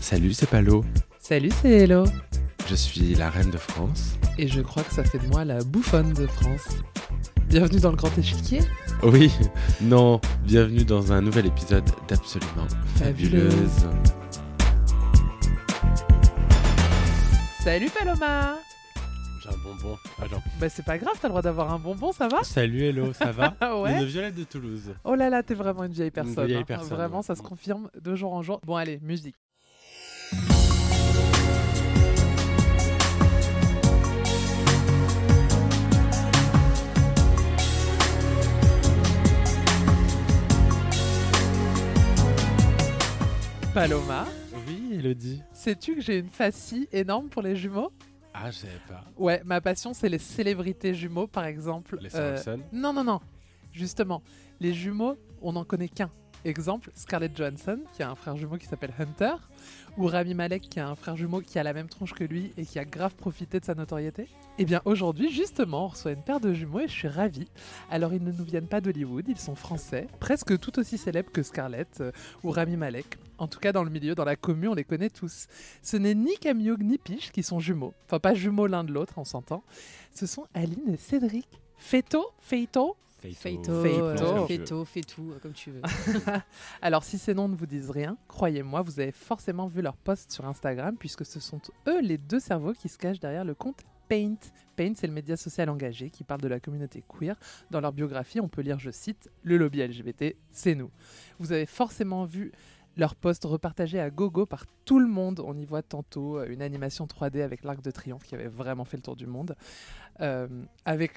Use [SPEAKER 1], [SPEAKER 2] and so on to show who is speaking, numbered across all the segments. [SPEAKER 1] Salut, c'est Palo.
[SPEAKER 2] Salut, c'est Hello.
[SPEAKER 1] Je suis la reine de France.
[SPEAKER 2] Et je crois que ça fait de moi la bouffonne de France. Bienvenue dans le grand échiquier.
[SPEAKER 1] Oui, non, bienvenue dans un nouvel épisode d'Absolument Fabuleuse.
[SPEAKER 2] Fabuleuse. Salut Paloma
[SPEAKER 1] J'ai un bonbon.
[SPEAKER 2] Bah c'est pas grave, t'as le droit d'avoir un bonbon, ça va
[SPEAKER 1] Salut, hello, ça va
[SPEAKER 2] Ah
[SPEAKER 1] Une
[SPEAKER 2] ouais
[SPEAKER 1] violette de Toulouse.
[SPEAKER 2] Oh là là, t'es vraiment une vieille personne.
[SPEAKER 1] vieille
[SPEAKER 2] hein.
[SPEAKER 1] personne,
[SPEAKER 2] Vraiment,
[SPEAKER 1] ouais.
[SPEAKER 2] ça se confirme de jour en jour. Bon allez, musique. Paloma,
[SPEAKER 1] Oui, Elodie.
[SPEAKER 2] sais-tu que j'ai une fascie énorme pour les jumeaux
[SPEAKER 1] Ah, je savais pas.
[SPEAKER 2] Ouais, ma passion, c'est les célébrités jumeaux, par exemple.
[SPEAKER 1] Les
[SPEAKER 2] euh,
[SPEAKER 1] Simpsons.
[SPEAKER 2] non, non, non. Justement, les jumeaux, on n'en connaît qu'un. Exemple, Scarlett Johansson, qui a un frère jumeau qui s'appelle Hunter, ou Rami Malek, qui a un frère jumeau qui a la même tronche que lui et qui a grave profité de sa notoriété. Eh bien, aujourd'hui, justement, on reçoit une paire de jumeaux et je suis ravie. Alors, ils ne nous viennent pas d'Hollywood, ils sont français, presque tout aussi célèbres que Scarlett euh, ou Rami Malek. En tout cas, dans le milieu, dans la commune, on les connaît tous. Ce n'est ni Camille ni Piche qui sont jumeaux. Enfin, pas jumeaux l'un de l'autre, on s'entend. Ce sont Aline et Cédric. Feto, Feito,
[SPEAKER 3] Feito,
[SPEAKER 2] Feito.
[SPEAKER 3] Feito,
[SPEAKER 2] Feito.
[SPEAKER 3] Feito, Feito, euh, comme tu veux.
[SPEAKER 2] Alors si ces noms ne vous disent rien, croyez-moi, vous avez forcément vu leurs posts sur Instagram puisque ce sont eux les deux cerveaux qui se cachent derrière le compte Paint. Paint, c'est le média social engagé qui parle de la communauté queer. Dans leur biographie, on peut lire, je cite, Le lobby LGBT, c'est nous. Vous avez forcément vu leurs posts repartagés à gogo par tout le monde. On y voit tantôt euh, une animation 3D avec l'Arc de Triomphe qui avait vraiment fait le tour du monde. Euh, avec,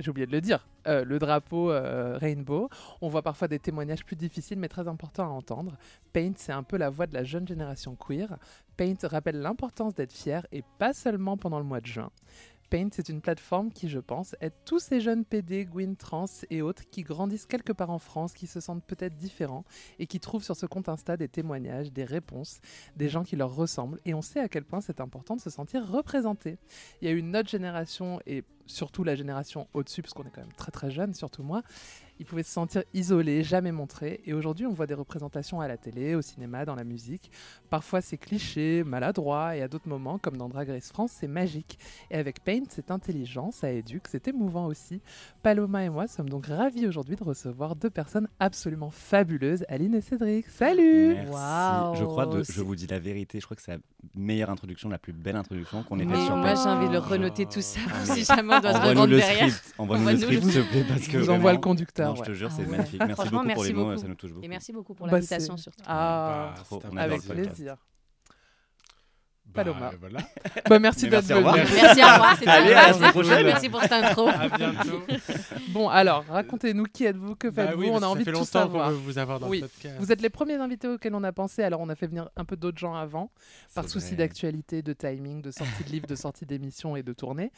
[SPEAKER 2] j'ai oublié de le dire, euh, le drapeau euh, Rainbow. On voit parfois des témoignages plus difficiles mais très importants à entendre. Paint, c'est un peu la voix de la jeune génération queer. Paint rappelle l'importance d'être fier et pas seulement pendant le mois de juin. Paint, c'est une plateforme qui, je pense, aide tous ces jeunes PD, Gwyn, trans et autres qui grandissent quelque part en France, qui se sentent peut-être différents et qui trouvent sur ce compte Insta des témoignages, des réponses, des gens qui leur ressemblent. Et on sait à quel point c'est important de se sentir représenté. Il y a une autre génération et surtout la génération au-dessus, parce qu'on est quand même très très jeune, surtout moi, ils pouvaient se sentir isolés, jamais montrés. Et aujourd'hui, on voit des représentations à la télé, au cinéma, dans la musique. Parfois, c'est cliché, maladroit, et à d'autres moments, comme dans Drag Race France, c'est magique. Et avec Paint, c'est intelligent, ça éduque, c'est émouvant aussi. Paloma et moi sommes donc ravis aujourd'hui de recevoir deux personnes absolument fabuleuses, Aline et Cédric. Salut
[SPEAKER 4] Merci.
[SPEAKER 3] Waouh,
[SPEAKER 4] je crois, de,
[SPEAKER 3] c'est-
[SPEAKER 4] je vous dis la vérité, je crois que c'est la meilleure introduction, la plus belle introduction qu'on ait
[SPEAKER 3] Mais
[SPEAKER 4] faite sur
[SPEAKER 3] moi,
[SPEAKER 4] Match.
[SPEAKER 3] j'ai envie de le renoter tout ça, pour si jamais on doit se
[SPEAKER 4] Envoie-nous
[SPEAKER 3] revendre
[SPEAKER 4] le
[SPEAKER 3] derrière.
[SPEAKER 4] script, envoie-nous le
[SPEAKER 3] Envoie-nous
[SPEAKER 4] script,
[SPEAKER 3] le-
[SPEAKER 4] s'il te plaît, parce
[SPEAKER 2] Je
[SPEAKER 4] que.
[SPEAKER 2] vous
[SPEAKER 4] vraiment-
[SPEAKER 2] envoie le
[SPEAKER 4] Non,
[SPEAKER 2] conducteur.
[SPEAKER 4] je
[SPEAKER 2] ouais.
[SPEAKER 4] te jure, c'est
[SPEAKER 3] Ah ouais.
[SPEAKER 4] magnifique. Merci
[SPEAKER 3] Franchement,
[SPEAKER 4] beaucoup pour les
[SPEAKER 3] merci
[SPEAKER 4] mots,
[SPEAKER 3] beaucoup.
[SPEAKER 4] ça nous touche beaucoup.
[SPEAKER 3] Et merci beaucoup pour
[SPEAKER 2] Bah,
[SPEAKER 3] l'invitation,
[SPEAKER 2] c'est-
[SPEAKER 3] surtout.
[SPEAKER 2] Ah,
[SPEAKER 1] Bah, trop,
[SPEAKER 4] on adore
[SPEAKER 2] avec
[SPEAKER 4] le podcast.
[SPEAKER 2] plaisir.
[SPEAKER 1] Bah,
[SPEAKER 2] Paloma.
[SPEAKER 1] voilà.
[SPEAKER 2] Bah, merci
[SPEAKER 4] Mais
[SPEAKER 2] d'être
[SPEAKER 4] merci, au revoir.
[SPEAKER 2] venu.
[SPEAKER 3] Merci à moi, c'était
[SPEAKER 4] Allez, à la
[SPEAKER 3] un
[SPEAKER 4] semaine
[SPEAKER 3] plaisir.
[SPEAKER 4] prochaine.
[SPEAKER 3] Merci pour cette intro.
[SPEAKER 1] À bientôt.
[SPEAKER 2] Bon, alors, racontez-nous qui êtes-vous, que
[SPEAKER 1] Bah
[SPEAKER 2] faites-vous,
[SPEAKER 1] oui,
[SPEAKER 2] on
[SPEAKER 1] parce
[SPEAKER 2] a
[SPEAKER 1] que
[SPEAKER 2] envie
[SPEAKER 1] ça
[SPEAKER 2] de
[SPEAKER 1] fait
[SPEAKER 2] tout
[SPEAKER 1] longtemps qu'on
[SPEAKER 2] savoir.
[SPEAKER 1] veut vous avoir dans
[SPEAKER 2] Oui.
[SPEAKER 1] le podcast.
[SPEAKER 2] Vous êtes les premiers invités auxquels on a pensé, alors on a fait venir un peu d'autres gens avant, par
[SPEAKER 4] C'est
[SPEAKER 2] souci
[SPEAKER 4] vrai.
[SPEAKER 2] d'actualité, de timing, de sortie de livre, de sortie d'émission et de tournée,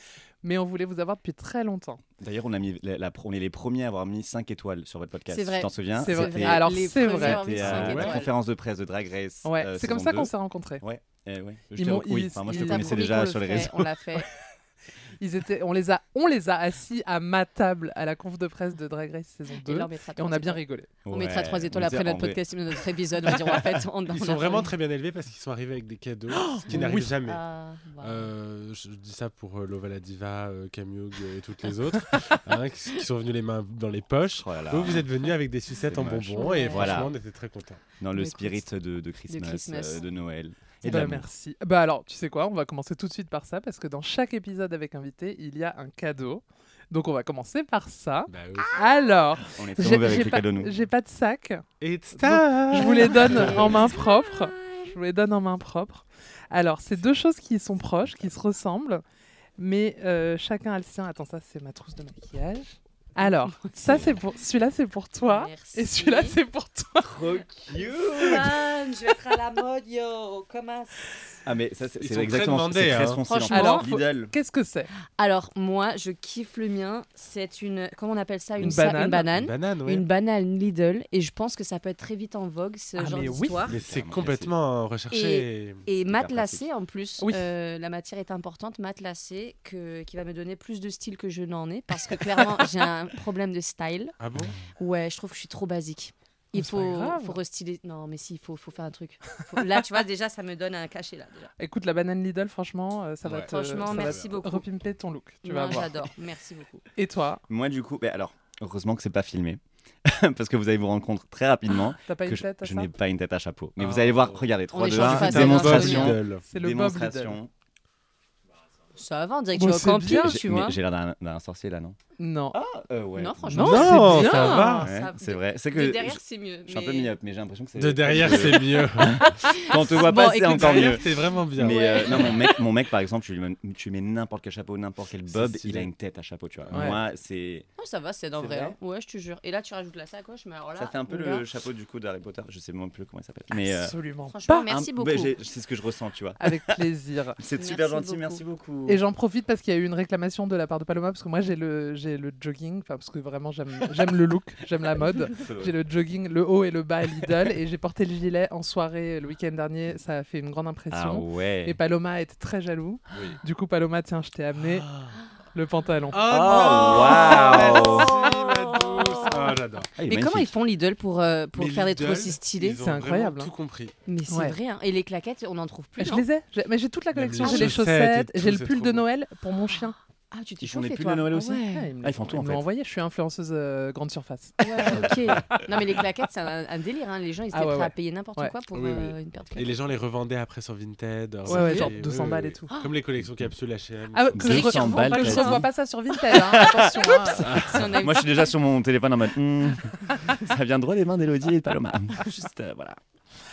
[SPEAKER 2] mais on voulait vous avoir depuis très longtemps.
[SPEAKER 4] D'ailleurs, on, a mis la- la- on est les premiers à avoir mis 5 étoiles sur votre podcast.
[SPEAKER 3] C'est vrai.
[SPEAKER 4] Tu t'en souviens
[SPEAKER 2] C'est vrai. Ah,
[SPEAKER 4] C'était-
[SPEAKER 2] Alors,
[SPEAKER 3] les
[SPEAKER 2] c'est
[SPEAKER 3] premiers
[SPEAKER 2] vrai.
[SPEAKER 3] à avoir mis
[SPEAKER 4] c'était,
[SPEAKER 3] cinq
[SPEAKER 4] euh,
[SPEAKER 1] ouais.
[SPEAKER 4] la
[SPEAKER 3] étoiles.
[SPEAKER 4] conférence de presse de Drag Race.
[SPEAKER 2] Ouais,
[SPEAKER 4] euh,
[SPEAKER 2] c'est comme
[SPEAKER 4] saison
[SPEAKER 2] ça qu'on
[SPEAKER 4] 2.
[SPEAKER 2] s'est rencontrés.
[SPEAKER 4] Eh ouais. Je
[SPEAKER 2] Ils
[SPEAKER 4] t'avoue
[SPEAKER 2] m'ont-
[SPEAKER 4] que oui.
[SPEAKER 2] ils-
[SPEAKER 4] Enfin, moi, je
[SPEAKER 2] ils-
[SPEAKER 4] te
[SPEAKER 3] T'as
[SPEAKER 4] connaissais
[SPEAKER 3] promis
[SPEAKER 4] déjà
[SPEAKER 3] qu'on le
[SPEAKER 4] sur les
[SPEAKER 3] ferait,
[SPEAKER 4] réseaux.
[SPEAKER 3] On l'a fait.
[SPEAKER 2] Ils étaient, on les a, on les a assis à ma table à la conf de presse de Drag Race saison 2
[SPEAKER 3] Et
[SPEAKER 2] et,
[SPEAKER 3] là, on mettra
[SPEAKER 2] on
[SPEAKER 3] trois
[SPEAKER 2] a bien
[SPEAKER 3] étoiles.
[SPEAKER 2] rigolé.
[SPEAKER 3] On mettra
[SPEAKER 4] Ouais.
[SPEAKER 3] 3 étoiles
[SPEAKER 4] On
[SPEAKER 3] après
[SPEAKER 4] disait,
[SPEAKER 3] notre
[SPEAKER 4] en vrai,
[SPEAKER 3] podcast, notre épisode. On va dire, en fait, on on
[SPEAKER 1] Ils
[SPEAKER 3] a
[SPEAKER 1] sont vraiment
[SPEAKER 3] fait-
[SPEAKER 1] très bien élevés parce qu'ils sont arrivés avec des cadeaux, ce qui
[SPEAKER 2] oui.
[SPEAKER 1] n'arrive jamais.
[SPEAKER 3] Ah, waouh.
[SPEAKER 1] Euh, je je dis ça pour euh, Lova la Diva, euh, Camille Hugues et toutes les autres, hein, qui, qui sont venus les mains dans les poches.
[SPEAKER 4] Oh là là.
[SPEAKER 1] Vous, vous êtes venus avec des sucettes
[SPEAKER 4] C'est
[SPEAKER 1] en
[SPEAKER 4] moche.
[SPEAKER 1] bonbons et
[SPEAKER 3] Ouais.
[SPEAKER 4] Voilà.
[SPEAKER 1] franchement, on était très contents.
[SPEAKER 4] Dans le
[SPEAKER 3] Écoute,
[SPEAKER 4] spirit de, de Christmas,
[SPEAKER 3] Christmas.
[SPEAKER 4] euh, de Noël. Et de
[SPEAKER 2] Bah,
[SPEAKER 4] l'amour.
[SPEAKER 2] merci. Bah alors, tu sais quoi, on va commencer tout de suite par ça parce que dans chaque épisode avec invité, il y a un cadeau. Donc on va commencer par ça.
[SPEAKER 1] Bah oui.
[SPEAKER 2] Alors,
[SPEAKER 4] On est très
[SPEAKER 2] j'ai
[SPEAKER 4] mauvais
[SPEAKER 2] j'ai
[SPEAKER 4] avec les
[SPEAKER 2] pas,
[SPEAKER 4] cadeaux, nous.
[SPEAKER 2] j'ai pas de sac.
[SPEAKER 1] It's
[SPEAKER 2] Je vous les donne en main propre. Je vous les donne en main propre. Alors, c'est deux choses qui sont proches, qui se ressemblent, mais euh, chacun a le sien. Attends, ça, c'est ma trousse de maquillage. Alors, ça, c'est pour. Celui-là, c'est pour toi.
[SPEAKER 3] Merci.
[SPEAKER 2] Et celui-là, c'est pour toi.
[SPEAKER 4] Trop cute
[SPEAKER 5] Man, je vais être à la mode, yo. Comment ça-
[SPEAKER 4] Ah mais ça c'est
[SPEAKER 1] Ils
[SPEAKER 4] c'est
[SPEAKER 1] sont très
[SPEAKER 4] exactement
[SPEAKER 1] demandés,
[SPEAKER 4] c'est
[SPEAKER 1] hein.
[SPEAKER 4] très foncé en
[SPEAKER 3] Franchement.
[SPEAKER 4] plus.
[SPEAKER 2] Alors, faut-
[SPEAKER 4] Lidl.
[SPEAKER 2] Qu'est-ce que c'est
[SPEAKER 3] Alors, moi, je kiffe le mien. C'est une. Comment on appelle ça
[SPEAKER 2] Une
[SPEAKER 3] sa-
[SPEAKER 2] banane.
[SPEAKER 3] Une banane.
[SPEAKER 1] banane, oui.
[SPEAKER 3] une banane Lidl et je pense que ça peut être très vite en vogue ce
[SPEAKER 2] Ah,
[SPEAKER 3] genre
[SPEAKER 2] mais oui.
[SPEAKER 3] d'histoire.
[SPEAKER 1] Mais c'est
[SPEAKER 4] Clairement,
[SPEAKER 1] complètement recherché.
[SPEAKER 3] Et mat
[SPEAKER 4] pratique.
[SPEAKER 3] lacé en plus,
[SPEAKER 2] Oui.
[SPEAKER 3] euh, la matière est importante, mat lacé que, qui va me donner plus de style que je n'en ai parce que clairement j'ai un problème de style.
[SPEAKER 1] Ah bon
[SPEAKER 3] Ouais, je trouve que je suis trop basique. Il
[SPEAKER 2] Mais c'est pas
[SPEAKER 3] faut,
[SPEAKER 2] grave.
[SPEAKER 3] faut restyler. Non, mais si, il faut, faut faire un truc. Faut- Là, tu vois, déjà, ça me donne un cachet. là. Déjà.
[SPEAKER 2] Écoute, la banane Lidl, franchement, euh, ça va
[SPEAKER 1] Ouais.
[SPEAKER 2] te.
[SPEAKER 3] Franchement,
[SPEAKER 2] ça va
[SPEAKER 3] merci
[SPEAKER 2] te
[SPEAKER 3] beaucoup.
[SPEAKER 2] Repimper ton look, tu vas
[SPEAKER 3] Non,
[SPEAKER 2] voir.
[SPEAKER 3] J'adore, merci beaucoup.
[SPEAKER 2] Et toi,
[SPEAKER 4] Moi, du coup, ben alors, heureusement que c'est pas filmé. parce que vous allez vous rendre compte très rapidement
[SPEAKER 2] t'as pas
[SPEAKER 4] que
[SPEAKER 2] une
[SPEAKER 4] je,
[SPEAKER 2] tête à
[SPEAKER 4] je
[SPEAKER 2] ça
[SPEAKER 4] n'ai pas une tête à chapeau. Mais
[SPEAKER 1] Oh.
[SPEAKER 4] vous allez voir, regardez, 3,
[SPEAKER 3] les
[SPEAKER 4] 2,
[SPEAKER 3] change
[SPEAKER 4] 1,
[SPEAKER 3] face à
[SPEAKER 4] démonstration.
[SPEAKER 3] notre
[SPEAKER 1] Lidl.
[SPEAKER 2] C'est le Bob Lidl.
[SPEAKER 4] Démonstration.
[SPEAKER 3] Ça va, on dirait que
[SPEAKER 2] Bon,
[SPEAKER 3] tu vas au
[SPEAKER 2] c'est
[SPEAKER 3] camping,
[SPEAKER 2] bien,
[SPEAKER 4] J'ai-
[SPEAKER 3] tu
[SPEAKER 4] mais
[SPEAKER 3] vois.
[SPEAKER 4] J'ai l'air d'un- d'un sorcier là, non
[SPEAKER 2] Non.
[SPEAKER 4] Ah, euh, ouais.
[SPEAKER 3] Non, franchement,
[SPEAKER 2] Non,
[SPEAKER 1] Non,
[SPEAKER 2] c'est bien.
[SPEAKER 1] ça va.
[SPEAKER 4] Ouais,
[SPEAKER 3] ça-
[SPEAKER 4] c'est vrai. C'est que
[SPEAKER 3] De
[SPEAKER 4] je,
[SPEAKER 3] derrière, c'est mieux.
[SPEAKER 4] je suis un peu
[SPEAKER 3] mais-
[SPEAKER 4] myope, mais j'ai l'impression que c'est.
[SPEAKER 1] De derrière, c'est mieux.
[SPEAKER 4] Quand on te voit
[SPEAKER 3] Bon,
[SPEAKER 4] pas, c'est
[SPEAKER 3] écoute,
[SPEAKER 4] encore mieux.
[SPEAKER 1] C'est vraiment bien.
[SPEAKER 4] Mais
[SPEAKER 3] Ouais.
[SPEAKER 4] euh, non, mon mec, mon mec, par exemple, tu lui mets, tu lui mets n'importe quel chapeau, n'importe quel
[SPEAKER 1] C'est
[SPEAKER 4] bob,
[SPEAKER 1] stylé.
[SPEAKER 4] il a une tête à chapeau, tu vois.
[SPEAKER 2] Ouais.
[SPEAKER 4] Moi, c'est.
[SPEAKER 3] Non, ça va, c'est dans
[SPEAKER 4] C'est
[SPEAKER 3] vrai.
[SPEAKER 4] vrai
[SPEAKER 3] hein. Ouais, je te jure. Et là, tu rajoutes la sacoche, mais alors là.
[SPEAKER 4] Ça fait un peu
[SPEAKER 3] gars,
[SPEAKER 4] le chapeau du coup d'Harry Potter. Je sais même plus comment il s'appelle. Mais. euh,
[SPEAKER 2] Absolument
[SPEAKER 3] Franchement,
[SPEAKER 2] pas.
[SPEAKER 3] merci
[SPEAKER 4] un-
[SPEAKER 3] beaucoup.
[SPEAKER 4] ben, j'ai- c'est ce que je ressens, tu vois.
[SPEAKER 2] Avec plaisir.
[SPEAKER 4] C'est
[SPEAKER 3] Merci
[SPEAKER 4] super gentil,
[SPEAKER 3] beaucoup.
[SPEAKER 4] merci beaucoup.
[SPEAKER 2] Et j'en profite parce qu'il y a eu une réclamation de la part de Paloma parce que moi j'ai le j'ai le jogging, enfin parce que vraiment j'aime j'aime le look, j'aime la mode. J'ai le jogging, le haut et le bas à Lidl et j'ai porté le gilet en soirée le week-end dernier. Ça a fait une grande
[SPEAKER 4] Ah
[SPEAKER 2] impression.
[SPEAKER 4] ouais.
[SPEAKER 2] Et Paloma était très jaloux.
[SPEAKER 1] Oui.
[SPEAKER 2] Du coup Paloma, tiens, je t'ai amené
[SPEAKER 4] Ah.
[SPEAKER 2] le pantalon.
[SPEAKER 1] Ah,
[SPEAKER 4] Oh, wow.
[SPEAKER 1] Oh, j'adore.
[SPEAKER 4] Ah, il
[SPEAKER 3] Mais
[SPEAKER 4] est
[SPEAKER 3] comment ils
[SPEAKER 4] magnifique.
[SPEAKER 3] font Lidl pour, euh, pour
[SPEAKER 1] Mais
[SPEAKER 3] faire des
[SPEAKER 1] Lidl,
[SPEAKER 3] trucs aussi stylés
[SPEAKER 1] ils ont
[SPEAKER 2] C'est incroyable,
[SPEAKER 1] vraiment
[SPEAKER 2] hein.
[SPEAKER 1] Tout compris.
[SPEAKER 3] Mais c'est
[SPEAKER 2] Ouais.
[SPEAKER 3] vrai. hein. Et les claquettes, on n'en trouve plus.
[SPEAKER 2] Je
[SPEAKER 3] non
[SPEAKER 2] les ai, J'ai- mais j'ai toute la
[SPEAKER 1] Même
[SPEAKER 2] collection.
[SPEAKER 1] les
[SPEAKER 2] J'ai les
[SPEAKER 1] chaussettes
[SPEAKER 2] chaussettes,
[SPEAKER 1] et tout,
[SPEAKER 2] j'ai le
[SPEAKER 1] c'est
[SPEAKER 2] pull
[SPEAKER 1] trop
[SPEAKER 2] de
[SPEAKER 1] beau.
[SPEAKER 2] Noël pour mon chien.
[SPEAKER 3] Ah, tu t'es
[SPEAKER 4] Ils font des
[SPEAKER 3] chauffé,
[SPEAKER 4] pulls
[SPEAKER 3] toi.
[SPEAKER 4] de Noël aussi
[SPEAKER 2] Ah,
[SPEAKER 3] Ouais.
[SPEAKER 2] me
[SPEAKER 4] Ah, ils font tout, en
[SPEAKER 2] me
[SPEAKER 4] fait.
[SPEAKER 2] l'ont envoyé, je suis influenceuse euh, grande surface.
[SPEAKER 3] ouais, ok. Non, mais les claquettes, c'est un, un délire. hein. Les gens, ils étaient
[SPEAKER 2] Ah, ouais,
[SPEAKER 3] prêts
[SPEAKER 2] ouais.
[SPEAKER 3] à payer n'importe
[SPEAKER 2] Ouais.
[SPEAKER 3] quoi pour
[SPEAKER 1] Oui, oui.
[SPEAKER 3] euh, une paire de
[SPEAKER 1] Et
[SPEAKER 3] claquettes.
[SPEAKER 1] les gens les revendaient après sur Vinted.
[SPEAKER 2] Ouais, ouais,
[SPEAKER 1] Et-
[SPEAKER 2] genre
[SPEAKER 1] oui,
[SPEAKER 2] 200
[SPEAKER 1] oui,
[SPEAKER 2] balles
[SPEAKER 1] oui.
[SPEAKER 2] et tout.
[SPEAKER 1] Comme les collections capsules H&M.
[SPEAKER 2] Ah, ouais,
[SPEAKER 1] qui
[SPEAKER 2] que
[SPEAKER 1] sont-
[SPEAKER 2] je,
[SPEAKER 4] 200
[SPEAKER 2] ne
[SPEAKER 4] balles,
[SPEAKER 2] je
[SPEAKER 4] quoi.
[SPEAKER 2] revois pas ça sur Vinted, hein, attention. hein.
[SPEAKER 3] Si on a eu-
[SPEAKER 4] Moi, je suis déjà sur mon téléphone en mode. hmm, ça vient droit des mains d'Elodie et de Paloma. Juste, euh, voilà.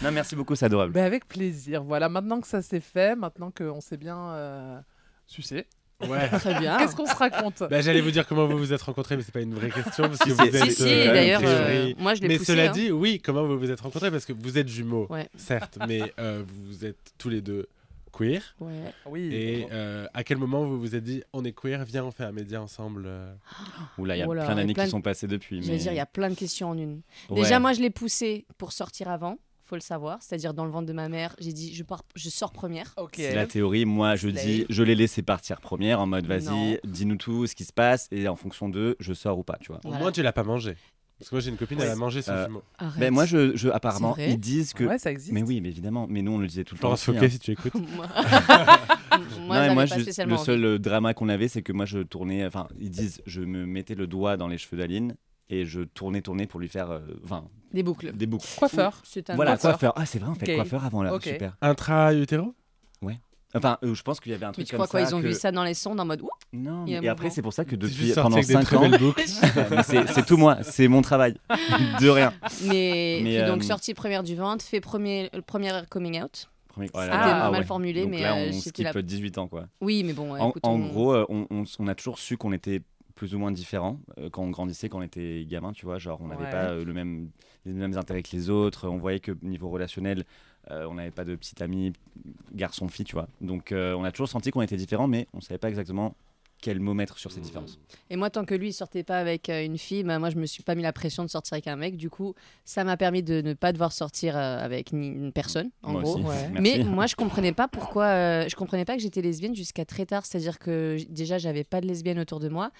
[SPEAKER 4] Non, merci beaucoup, c'est adorable.
[SPEAKER 2] Ben, avec plaisir, voilà, maintenant que ça s'est fait, maintenant qu'on s'est bien euh, sucé,
[SPEAKER 1] Ouais.
[SPEAKER 3] Très bien.
[SPEAKER 2] qu'est-ce qu'on se raconte
[SPEAKER 1] Bah, j'allais vous dire comment vous vous êtes rencontrés, mais c'est pas une vraie question parce que
[SPEAKER 4] Si,
[SPEAKER 1] vous
[SPEAKER 4] si,
[SPEAKER 1] êtes.
[SPEAKER 3] Si, si,
[SPEAKER 1] euh,
[SPEAKER 4] quand même
[SPEAKER 3] d'ailleurs,
[SPEAKER 1] a
[SPEAKER 3] euh,
[SPEAKER 1] priori-
[SPEAKER 3] moi, je l'ai
[SPEAKER 1] Mais
[SPEAKER 3] poussé.
[SPEAKER 1] cela
[SPEAKER 3] hein.
[SPEAKER 1] dit, oui, comment vous vous êtes rencontrés parce que vous êtes jumeaux,
[SPEAKER 3] Ouais.
[SPEAKER 1] certes, mais euh, vous êtes tous les deux queer.
[SPEAKER 3] Ouais.
[SPEAKER 2] Ah Oui,
[SPEAKER 1] Et euh, à quel moment vous vous êtes dit, on est queer, viens, on fait un média ensemble euh,
[SPEAKER 4] Oula, il y a
[SPEAKER 3] Bah, Voilà,
[SPEAKER 4] plein d'années
[SPEAKER 3] plein
[SPEAKER 4] qui
[SPEAKER 3] de-
[SPEAKER 4] sont passées depuis.
[SPEAKER 3] J'allais
[SPEAKER 4] mais-
[SPEAKER 3] dire, il y a plein de questions en une.
[SPEAKER 4] Ouais.
[SPEAKER 3] Déjà, moi, je l'ai poussé pour sortir avant, faut le savoir. C'est-à-dire, dans le ventre de ma mère, j'ai dit, je, pars, je sors première.
[SPEAKER 2] ok.
[SPEAKER 4] C'est la théorie. Moi, je dis, je les laissé partir première en mode
[SPEAKER 3] Non.
[SPEAKER 4] vas-y, dis-nous tout ce qui se passe et en fonction d'eux, je sors ou pas, tu vois.
[SPEAKER 1] Au
[SPEAKER 3] Voilà.
[SPEAKER 1] moins, tu l'as pas mangé. Parce que moi, j'ai une copine, elle a mangé son
[SPEAKER 4] Euh,
[SPEAKER 1] jumeau.
[SPEAKER 3] Arrête.
[SPEAKER 4] Ben moi, je, je- apparemment,
[SPEAKER 3] C'est vrai
[SPEAKER 4] ils disent que.
[SPEAKER 2] Ouais, ça existe.
[SPEAKER 4] Mais oui, mais évidemment. Mais nous, on le disait tout le temps.
[SPEAKER 1] Florence
[SPEAKER 4] aussi,
[SPEAKER 1] Fouquet,
[SPEAKER 4] hein.
[SPEAKER 1] si tu écoutes.
[SPEAKER 3] moi,
[SPEAKER 4] Non,
[SPEAKER 3] moi,
[SPEAKER 4] et
[SPEAKER 3] j'avais
[SPEAKER 4] moi,
[SPEAKER 3] pas
[SPEAKER 4] je-
[SPEAKER 3] spécialement.
[SPEAKER 4] le
[SPEAKER 3] envie.
[SPEAKER 4] seul euh, drama qu'on avait, c'est que moi, je tournais. Enfin, ils disent, je me mettais le doigt dans les cheveux d'Aline et je tournais, tournais pour lui faire, euh, enfin,
[SPEAKER 3] Des boucles.
[SPEAKER 4] des boucles.
[SPEAKER 2] Coiffeur.
[SPEAKER 3] C'est un
[SPEAKER 4] voilà,
[SPEAKER 3] coiffeur.
[SPEAKER 4] coiffeur. Ah, c'est vrai, on fait
[SPEAKER 2] Gay.
[SPEAKER 4] coiffeur avant là.
[SPEAKER 2] Ok.
[SPEAKER 4] Super.
[SPEAKER 1] Intra-utéro
[SPEAKER 4] Enfin, euh, je pense qu'il y avait un
[SPEAKER 3] Mais
[SPEAKER 4] truc
[SPEAKER 3] tu
[SPEAKER 4] comme
[SPEAKER 3] crois quoi
[SPEAKER 4] ça
[SPEAKER 3] Ils ont
[SPEAKER 4] que-
[SPEAKER 3] vu ça dans les sondes en mode ouh
[SPEAKER 4] Non.
[SPEAKER 3] Il y a un
[SPEAKER 4] Et après,
[SPEAKER 3] mouvement.
[SPEAKER 4] c'est pour ça que
[SPEAKER 1] Je suis
[SPEAKER 4] depuis
[SPEAKER 1] sorti
[SPEAKER 4] pendant
[SPEAKER 1] avec des
[SPEAKER 4] 5
[SPEAKER 1] très
[SPEAKER 4] ans,
[SPEAKER 1] belles boucles.
[SPEAKER 4] Mais c'est c'est tout moi, c'est mon travail. De rien.
[SPEAKER 3] Mais,
[SPEAKER 4] Mais,
[SPEAKER 3] puis donc
[SPEAKER 4] euh,
[SPEAKER 3] sortie première du ventre, fait premier, le premier coming out.
[SPEAKER 4] Premier-
[SPEAKER 3] C'était
[SPEAKER 2] là là,
[SPEAKER 3] mal
[SPEAKER 4] ouais.
[SPEAKER 3] formulé,
[SPEAKER 4] Donc
[SPEAKER 3] mais
[SPEAKER 4] là,
[SPEAKER 3] euh,
[SPEAKER 4] on
[SPEAKER 3] j'étais là.
[SPEAKER 4] skip 18 ans, quoi.
[SPEAKER 3] Oui, mais bon, ouais,
[SPEAKER 4] en,
[SPEAKER 3] écoute,
[SPEAKER 4] en
[SPEAKER 3] on-
[SPEAKER 4] gros, euh, on, on s- on a toujours su qu'on était plus ou moins différents euh, quand on grandissait, quand on était gamin, tu vois. Genre, on n'avait
[SPEAKER 2] Ouais.
[SPEAKER 4] pas euh, le même, les mêmes intérêts que les autres. On voyait que niveau relationnel, euh, on n'avait pas de petite amie garçon-fille, tu vois. Donc, euh, on a toujours senti qu'on était différents, mais on savait pas exactement quel mot mettre sur ces différences.
[SPEAKER 3] Et moi, tant que lui, il sortait pas avec euh, une fille, bah, moi, je me suis pas mis la pression de sortir avec un mec. Du coup, ça m'a permis de ne pas devoir sortir euh, avec ni une personne, en
[SPEAKER 4] moi
[SPEAKER 3] gros.
[SPEAKER 4] aussi.
[SPEAKER 2] ouais.
[SPEAKER 4] Merci.
[SPEAKER 3] Mais moi, je comprenais pas pourquoi. euh, je comprenais pas que j'étais lesbienne jusqu'à très tard. C'est-à-dire que j- déjà, j'avais pas de lesbienne autour de moi,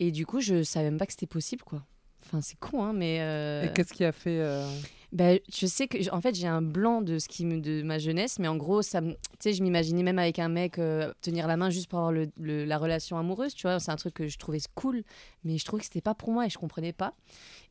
[SPEAKER 3] et du coup, je savais même pas que c'était possible, quoi. Enfin, c'est con, hein, mais. euh,
[SPEAKER 2] Et qu'est-ce qui a fait euh,
[SPEAKER 3] bah, je sais que, en fait, j'ai un blanc de ce qui me, de ma jeunesse, mais en gros, ça, me- tu sais, je m'imaginais même avec un mec euh, tenir la main juste pour avoir le- le- la relation amoureuse, tu vois. C'est un truc que je trouvais cool, mais je trouvais que c'était pas pour moi et je comprenais pas.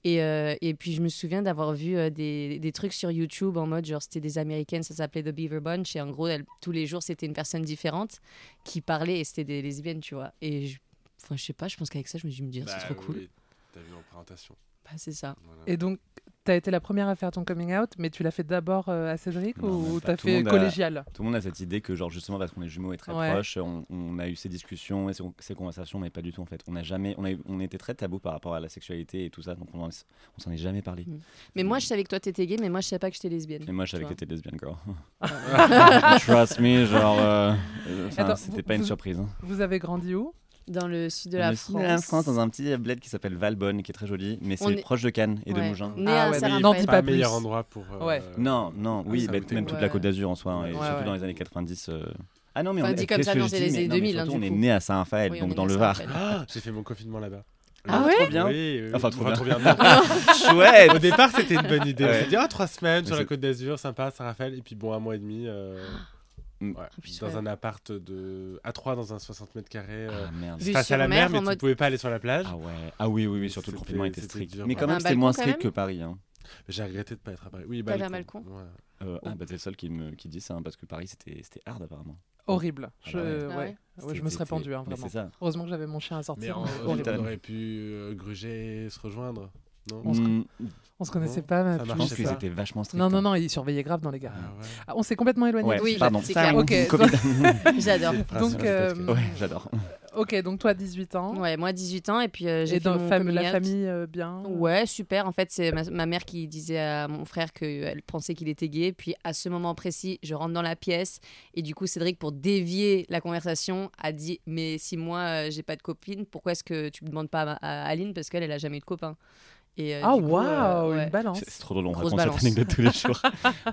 [SPEAKER 3] Et, euh, et puis, je me souviens d'avoir vu euh, des, des trucs sur YouTube en mode, genre, c'était des américaines, ça s'appelait The Beaver Bunch, et en gros, elles- tous les jours, c'était une personne différente qui parlait et c'était des lesbiennes, tu vois. Et je, enfin, je sais pas, je pense qu'avec ça, je me suis dit,
[SPEAKER 1] Bah,
[SPEAKER 3] c'est trop cool.
[SPEAKER 1] oui, T'as vu en présentation.
[SPEAKER 3] Bah, c'est ça.
[SPEAKER 1] Voilà.
[SPEAKER 2] Et donc, t'as été la première à faire ton coming out, mais tu l'as fait d'abord euh, à Cédric
[SPEAKER 4] Non, même
[SPEAKER 2] ou
[SPEAKER 4] pas.
[SPEAKER 2] t'as
[SPEAKER 4] Tout le
[SPEAKER 2] fait
[SPEAKER 4] monde a-
[SPEAKER 2] collégial
[SPEAKER 4] Tout le monde a cette idée que, genre, justement, parce qu'on est jumeaux et très
[SPEAKER 2] Ouais.
[SPEAKER 4] proches, on, on a eu ces discussions et ces, ces conversations, mais pas du tout, en fait. On, a jamais, on, a eu- on était très tabou par rapport à la sexualité et tout ça, donc on, en- on s'en est jamais parlé.
[SPEAKER 3] Mais moi, je savais que toi, t'étais gay, mais moi, je savais pas que j'étais lesbienne.
[SPEAKER 4] Et moi, je
[SPEAKER 3] tu
[SPEAKER 4] savais que
[SPEAKER 3] vois.
[SPEAKER 4] t'étais lesbienne, girl. Trust me, genre. euh, euh, enfin,
[SPEAKER 2] Attends, vous-
[SPEAKER 4] c'était pas une
[SPEAKER 2] vous-
[SPEAKER 4] surprise. hein.
[SPEAKER 2] Vous avez grandi où
[SPEAKER 3] Dans le sud de
[SPEAKER 4] On
[SPEAKER 3] la
[SPEAKER 4] est
[SPEAKER 3] France.
[SPEAKER 4] aussi allé en France, dans un petit bled qui s'appelle Valbonne, qui est très joli, mais
[SPEAKER 3] On
[SPEAKER 4] c'est
[SPEAKER 3] est-
[SPEAKER 4] proche de Cannes et de
[SPEAKER 3] Ouais.
[SPEAKER 4] Mougins.
[SPEAKER 3] Né à
[SPEAKER 2] Ah ouais,
[SPEAKER 3] Saint-Raphaël.
[SPEAKER 2] n'en dis
[SPEAKER 1] pas
[SPEAKER 2] pas
[SPEAKER 1] le meilleur
[SPEAKER 2] plus.
[SPEAKER 1] endroit pour. euh,
[SPEAKER 2] Ouais.
[SPEAKER 4] Non, non, oui,
[SPEAKER 1] ça
[SPEAKER 4] bah,
[SPEAKER 1] vous
[SPEAKER 4] même
[SPEAKER 1] dégoûte.
[SPEAKER 4] toute
[SPEAKER 3] Ouais.
[SPEAKER 4] la Côte d'Azur en soi, hein, et
[SPEAKER 1] Ouais,
[SPEAKER 4] surtout
[SPEAKER 2] ouais.
[SPEAKER 4] dans les années 90. euh. Ah non, mais
[SPEAKER 3] Enfin,
[SPEAKER 4] on
[SPEAKER 3] dit
[SPEAKER 4] est
[SPEAKER 3] comme ça,
[SPEAKER 4] qu'est-ce que
[SPEAKER 3] non,
[SPEAKER 4] je
[SPEAKER 3] c'est
[SPEAKER 4] dis,
[SPEAKER 3] les
[SPEAKER 4] mais-
[SPEAKER 3] années
[SPEAKER 4] non, mais
[SPEAKER 3] 2000,
[SPEAKER 4] surtout,
[SPEAKER 3] hein,
[SPEAKER 4] on
[SPEAKER 3] du
[SPEAKER 4] est
[SPEAKER 3] coup.
[SPEAKER 4] né à Saint-Raphaël,
[SPEAKER 3] Oui, on
[SPEAKER 4] donc
[SPEAKER 3] est
[SPEAKER 4] dans
[SPEAKER 3] né à
[SPEAKER 4] le Var.
[SPEAKER 3] Saint-Raphaël.
[SPEAKER 1] Ah, J'ai fait mon confinement là-bas.
[SPEAKER 2] Ah
[SPEAKER 4] trop
[SPEAKER 2] ouais
[SPEAKER 4] bien.
[SPEAKER 1] Oui, oui,
[SPEAKER 4] Enfin,
[SPEAKER 1] oui.
[SPEAKER 4] trop bien.
[SPEAKER 1] bien. non.
[SPEAKER 4] Chouette
[SPEAKER 1] Au départ, c'était une bonne idée. On
[SPEAKER 4] Ouais.
[SPEAKER 1] s'est dit, ah, trois semaines
[SPEAKER 4] Mais
[SPEAKER 1] sur la
[SPEAKER 4] c'est-
[SPEAKER 1] Côte d'Azur, sympa, Saint-Raphaël. Et puis, bon, un mois et demi. euh,
[SPEAKER 4] Mm.
[SPEAKER 1] ouais,
[SPEAKER 3] Puis,
[SPEAKER 1] dans
[SPEAKER 3] ouais.
[SPEAKER 1] un appart de à 3 dans un 60 mètres carrés euh,
[SPEAKER 4] Ah merde.
[SPEAKER 3] Vue
[SPEAKER 1] face
[SPEAKER 3] sur
[SPEAKER 1] à la mer,
[SPEAKER 3] mer,
[SPEAKER 1] mais
[SPEAKER 3] en
[SPEAKER 1] tu
[SPEAKER 3] mode-
[SPEAKER 1] pouvais pas aller sur la plage
[SPEAKER 4] Ah ouais. Ah oui, oui, oui, surtout le
[SPEAKER 1] C'était-
[SPEAKER 4] confinement était
[SPEAKER 1] c'était
[SPEAKER 4] strict.
[SPEAKER 1] dur,
[SPEAKER 4] mais
[SPEAKER 1] ouais.
[SPEAKER 4] quand
[SPEAKER 3] Un
[SPEAKER 4] même, c'était
[SPEAKER 3] balcon,
[SPEAKER 4] moins
[SPEAKER 3] quand
[SPEAKER 4] strict
[SPEAKER 3] même
[SPEAKER 4] que Paris. Hein.
[SPEAKER 1] j'ai regretté de pas être à Paris oui
[SPEAKER 3] T'avais
[SPEAKER 1] balcon,
[SPEAKER 3] un
[SPEAKER 1] ouais.
[SPEAKER 4] Euh, ah bah t'es le seul qui, me, qui dit ça, hein, parce que Paris c'était c'était hard apparemment.
[SPEAKER 2] Horrible.
[SPEAKER 4] Ah
[SPEAKER 2] Je,
[SPEAKER 4] bah ouais.
[SPEAKER 2] ouais.
[SPEAKER 3] Ah ouais.
[SPEAKER 2] Ouais, je me serais
[SPEAKER 4] C'était-
[SPEAKER 2] pendue, hein,
[SPEAKER 4] mais
[SPEAKER 2] vraiment.
[SPEAKER 4] C'est ça.
[SPEAKER 2] Heureusement que j'avais mon chien à
[SPEAKER 1] mais
[SPEAKER 2] sortir.
[SPEAKER 1] en,
[SPEAKER 2] mais horrible.
[SPEAKER 1] on aurait pu euh, gruger et se rejoindre non
[SPEAKER 2] On se-
[SPEAKER 4] Mm,
[SPEAKER 2] On se connaissait pas. ma
[SPEAKER 1] Ça
[SPEAKER 2] puce.
[SPEAKER 4] je
[SPEAKER 1] marche,
[SPEAKER 4] pense
[SPEAKER 1] c'est
[SPEAKER 4] qu'ils
[SPEAKER 1] ça.
[SPEAKER 4] étaient vachement stricts.
[SPEAKER 2] Non, non,
[SPEAKER 4] hein.
[SPEAKER 2] non, il surveillait grave dans les gares.
[SPEAKER 1] Ah ouais.
[SPEAKER 2] Ah, on s'est complètement éloigné.
[SPEAKER 4] Ouais,
[SPEAKER 3] Oui,
[SPEAKER 4] pardon.
[SPEAKER 3] c'est
[SPEAKER 4] Ça,
[SPEAKER 3] clair.
[SPEAKER 4] on-
[SPEAKER 2] Ok,
[SPEAKER 4] Covid.
[SPEAKER 3] J'adore.
[SPEAKER 1] C'est le principe
[SPEAKER 2] Donc,
[SPEAKER 1] de ce
[SPEAKER 2] euh,
[SPEAKER 1] podcast.
[SPEAKER 4] Ouais, j'adore.
[SPEAKER 2] Ok, donc toi, 18 ans.
[SPEAKER 3] Ouais, moi 18 ans et puis euh, j'ai
[SPEAKER 2] et
[SPEAKER 3] fait
[SPEAKER 2] dans
[SPEAKER 3] mon
[SPEAKER 2] fam- la
[SPEAKER 3] coming out.
[SPEAKER 2] famille euh, bien.
[SPEAKER 3] Ouais, super. En fait, c'est ma, ma mère qui disait à mon frère qu'elle pensait qu'il était gay. Puis à ce moment précis, je rentre dans la pièce et du coup, Cédric, pour dévier la conversation, a dit Mais si moi, euh, j'ai pas de copine, pourquoi est-ce que tu me demandes pas à, à Aline Parce qu'elle, elle a jamais eu de copain. Et, euh,
[SPEAKER 2] Ah,
[SPEAKER 3] du coup, euh,
[SPEAKER 2] waouh,
[SPEAKER 3] ouais.
[SPEAKER 2] une balance.
[SPEAKER 4] C'est c'est trop drôle, on
[SPEAKER 3] Grosse
[SPEAKER 4] raconte
[SPEAKER 3] balance.
[SPEAKER 4] cette anecdote tous les jours.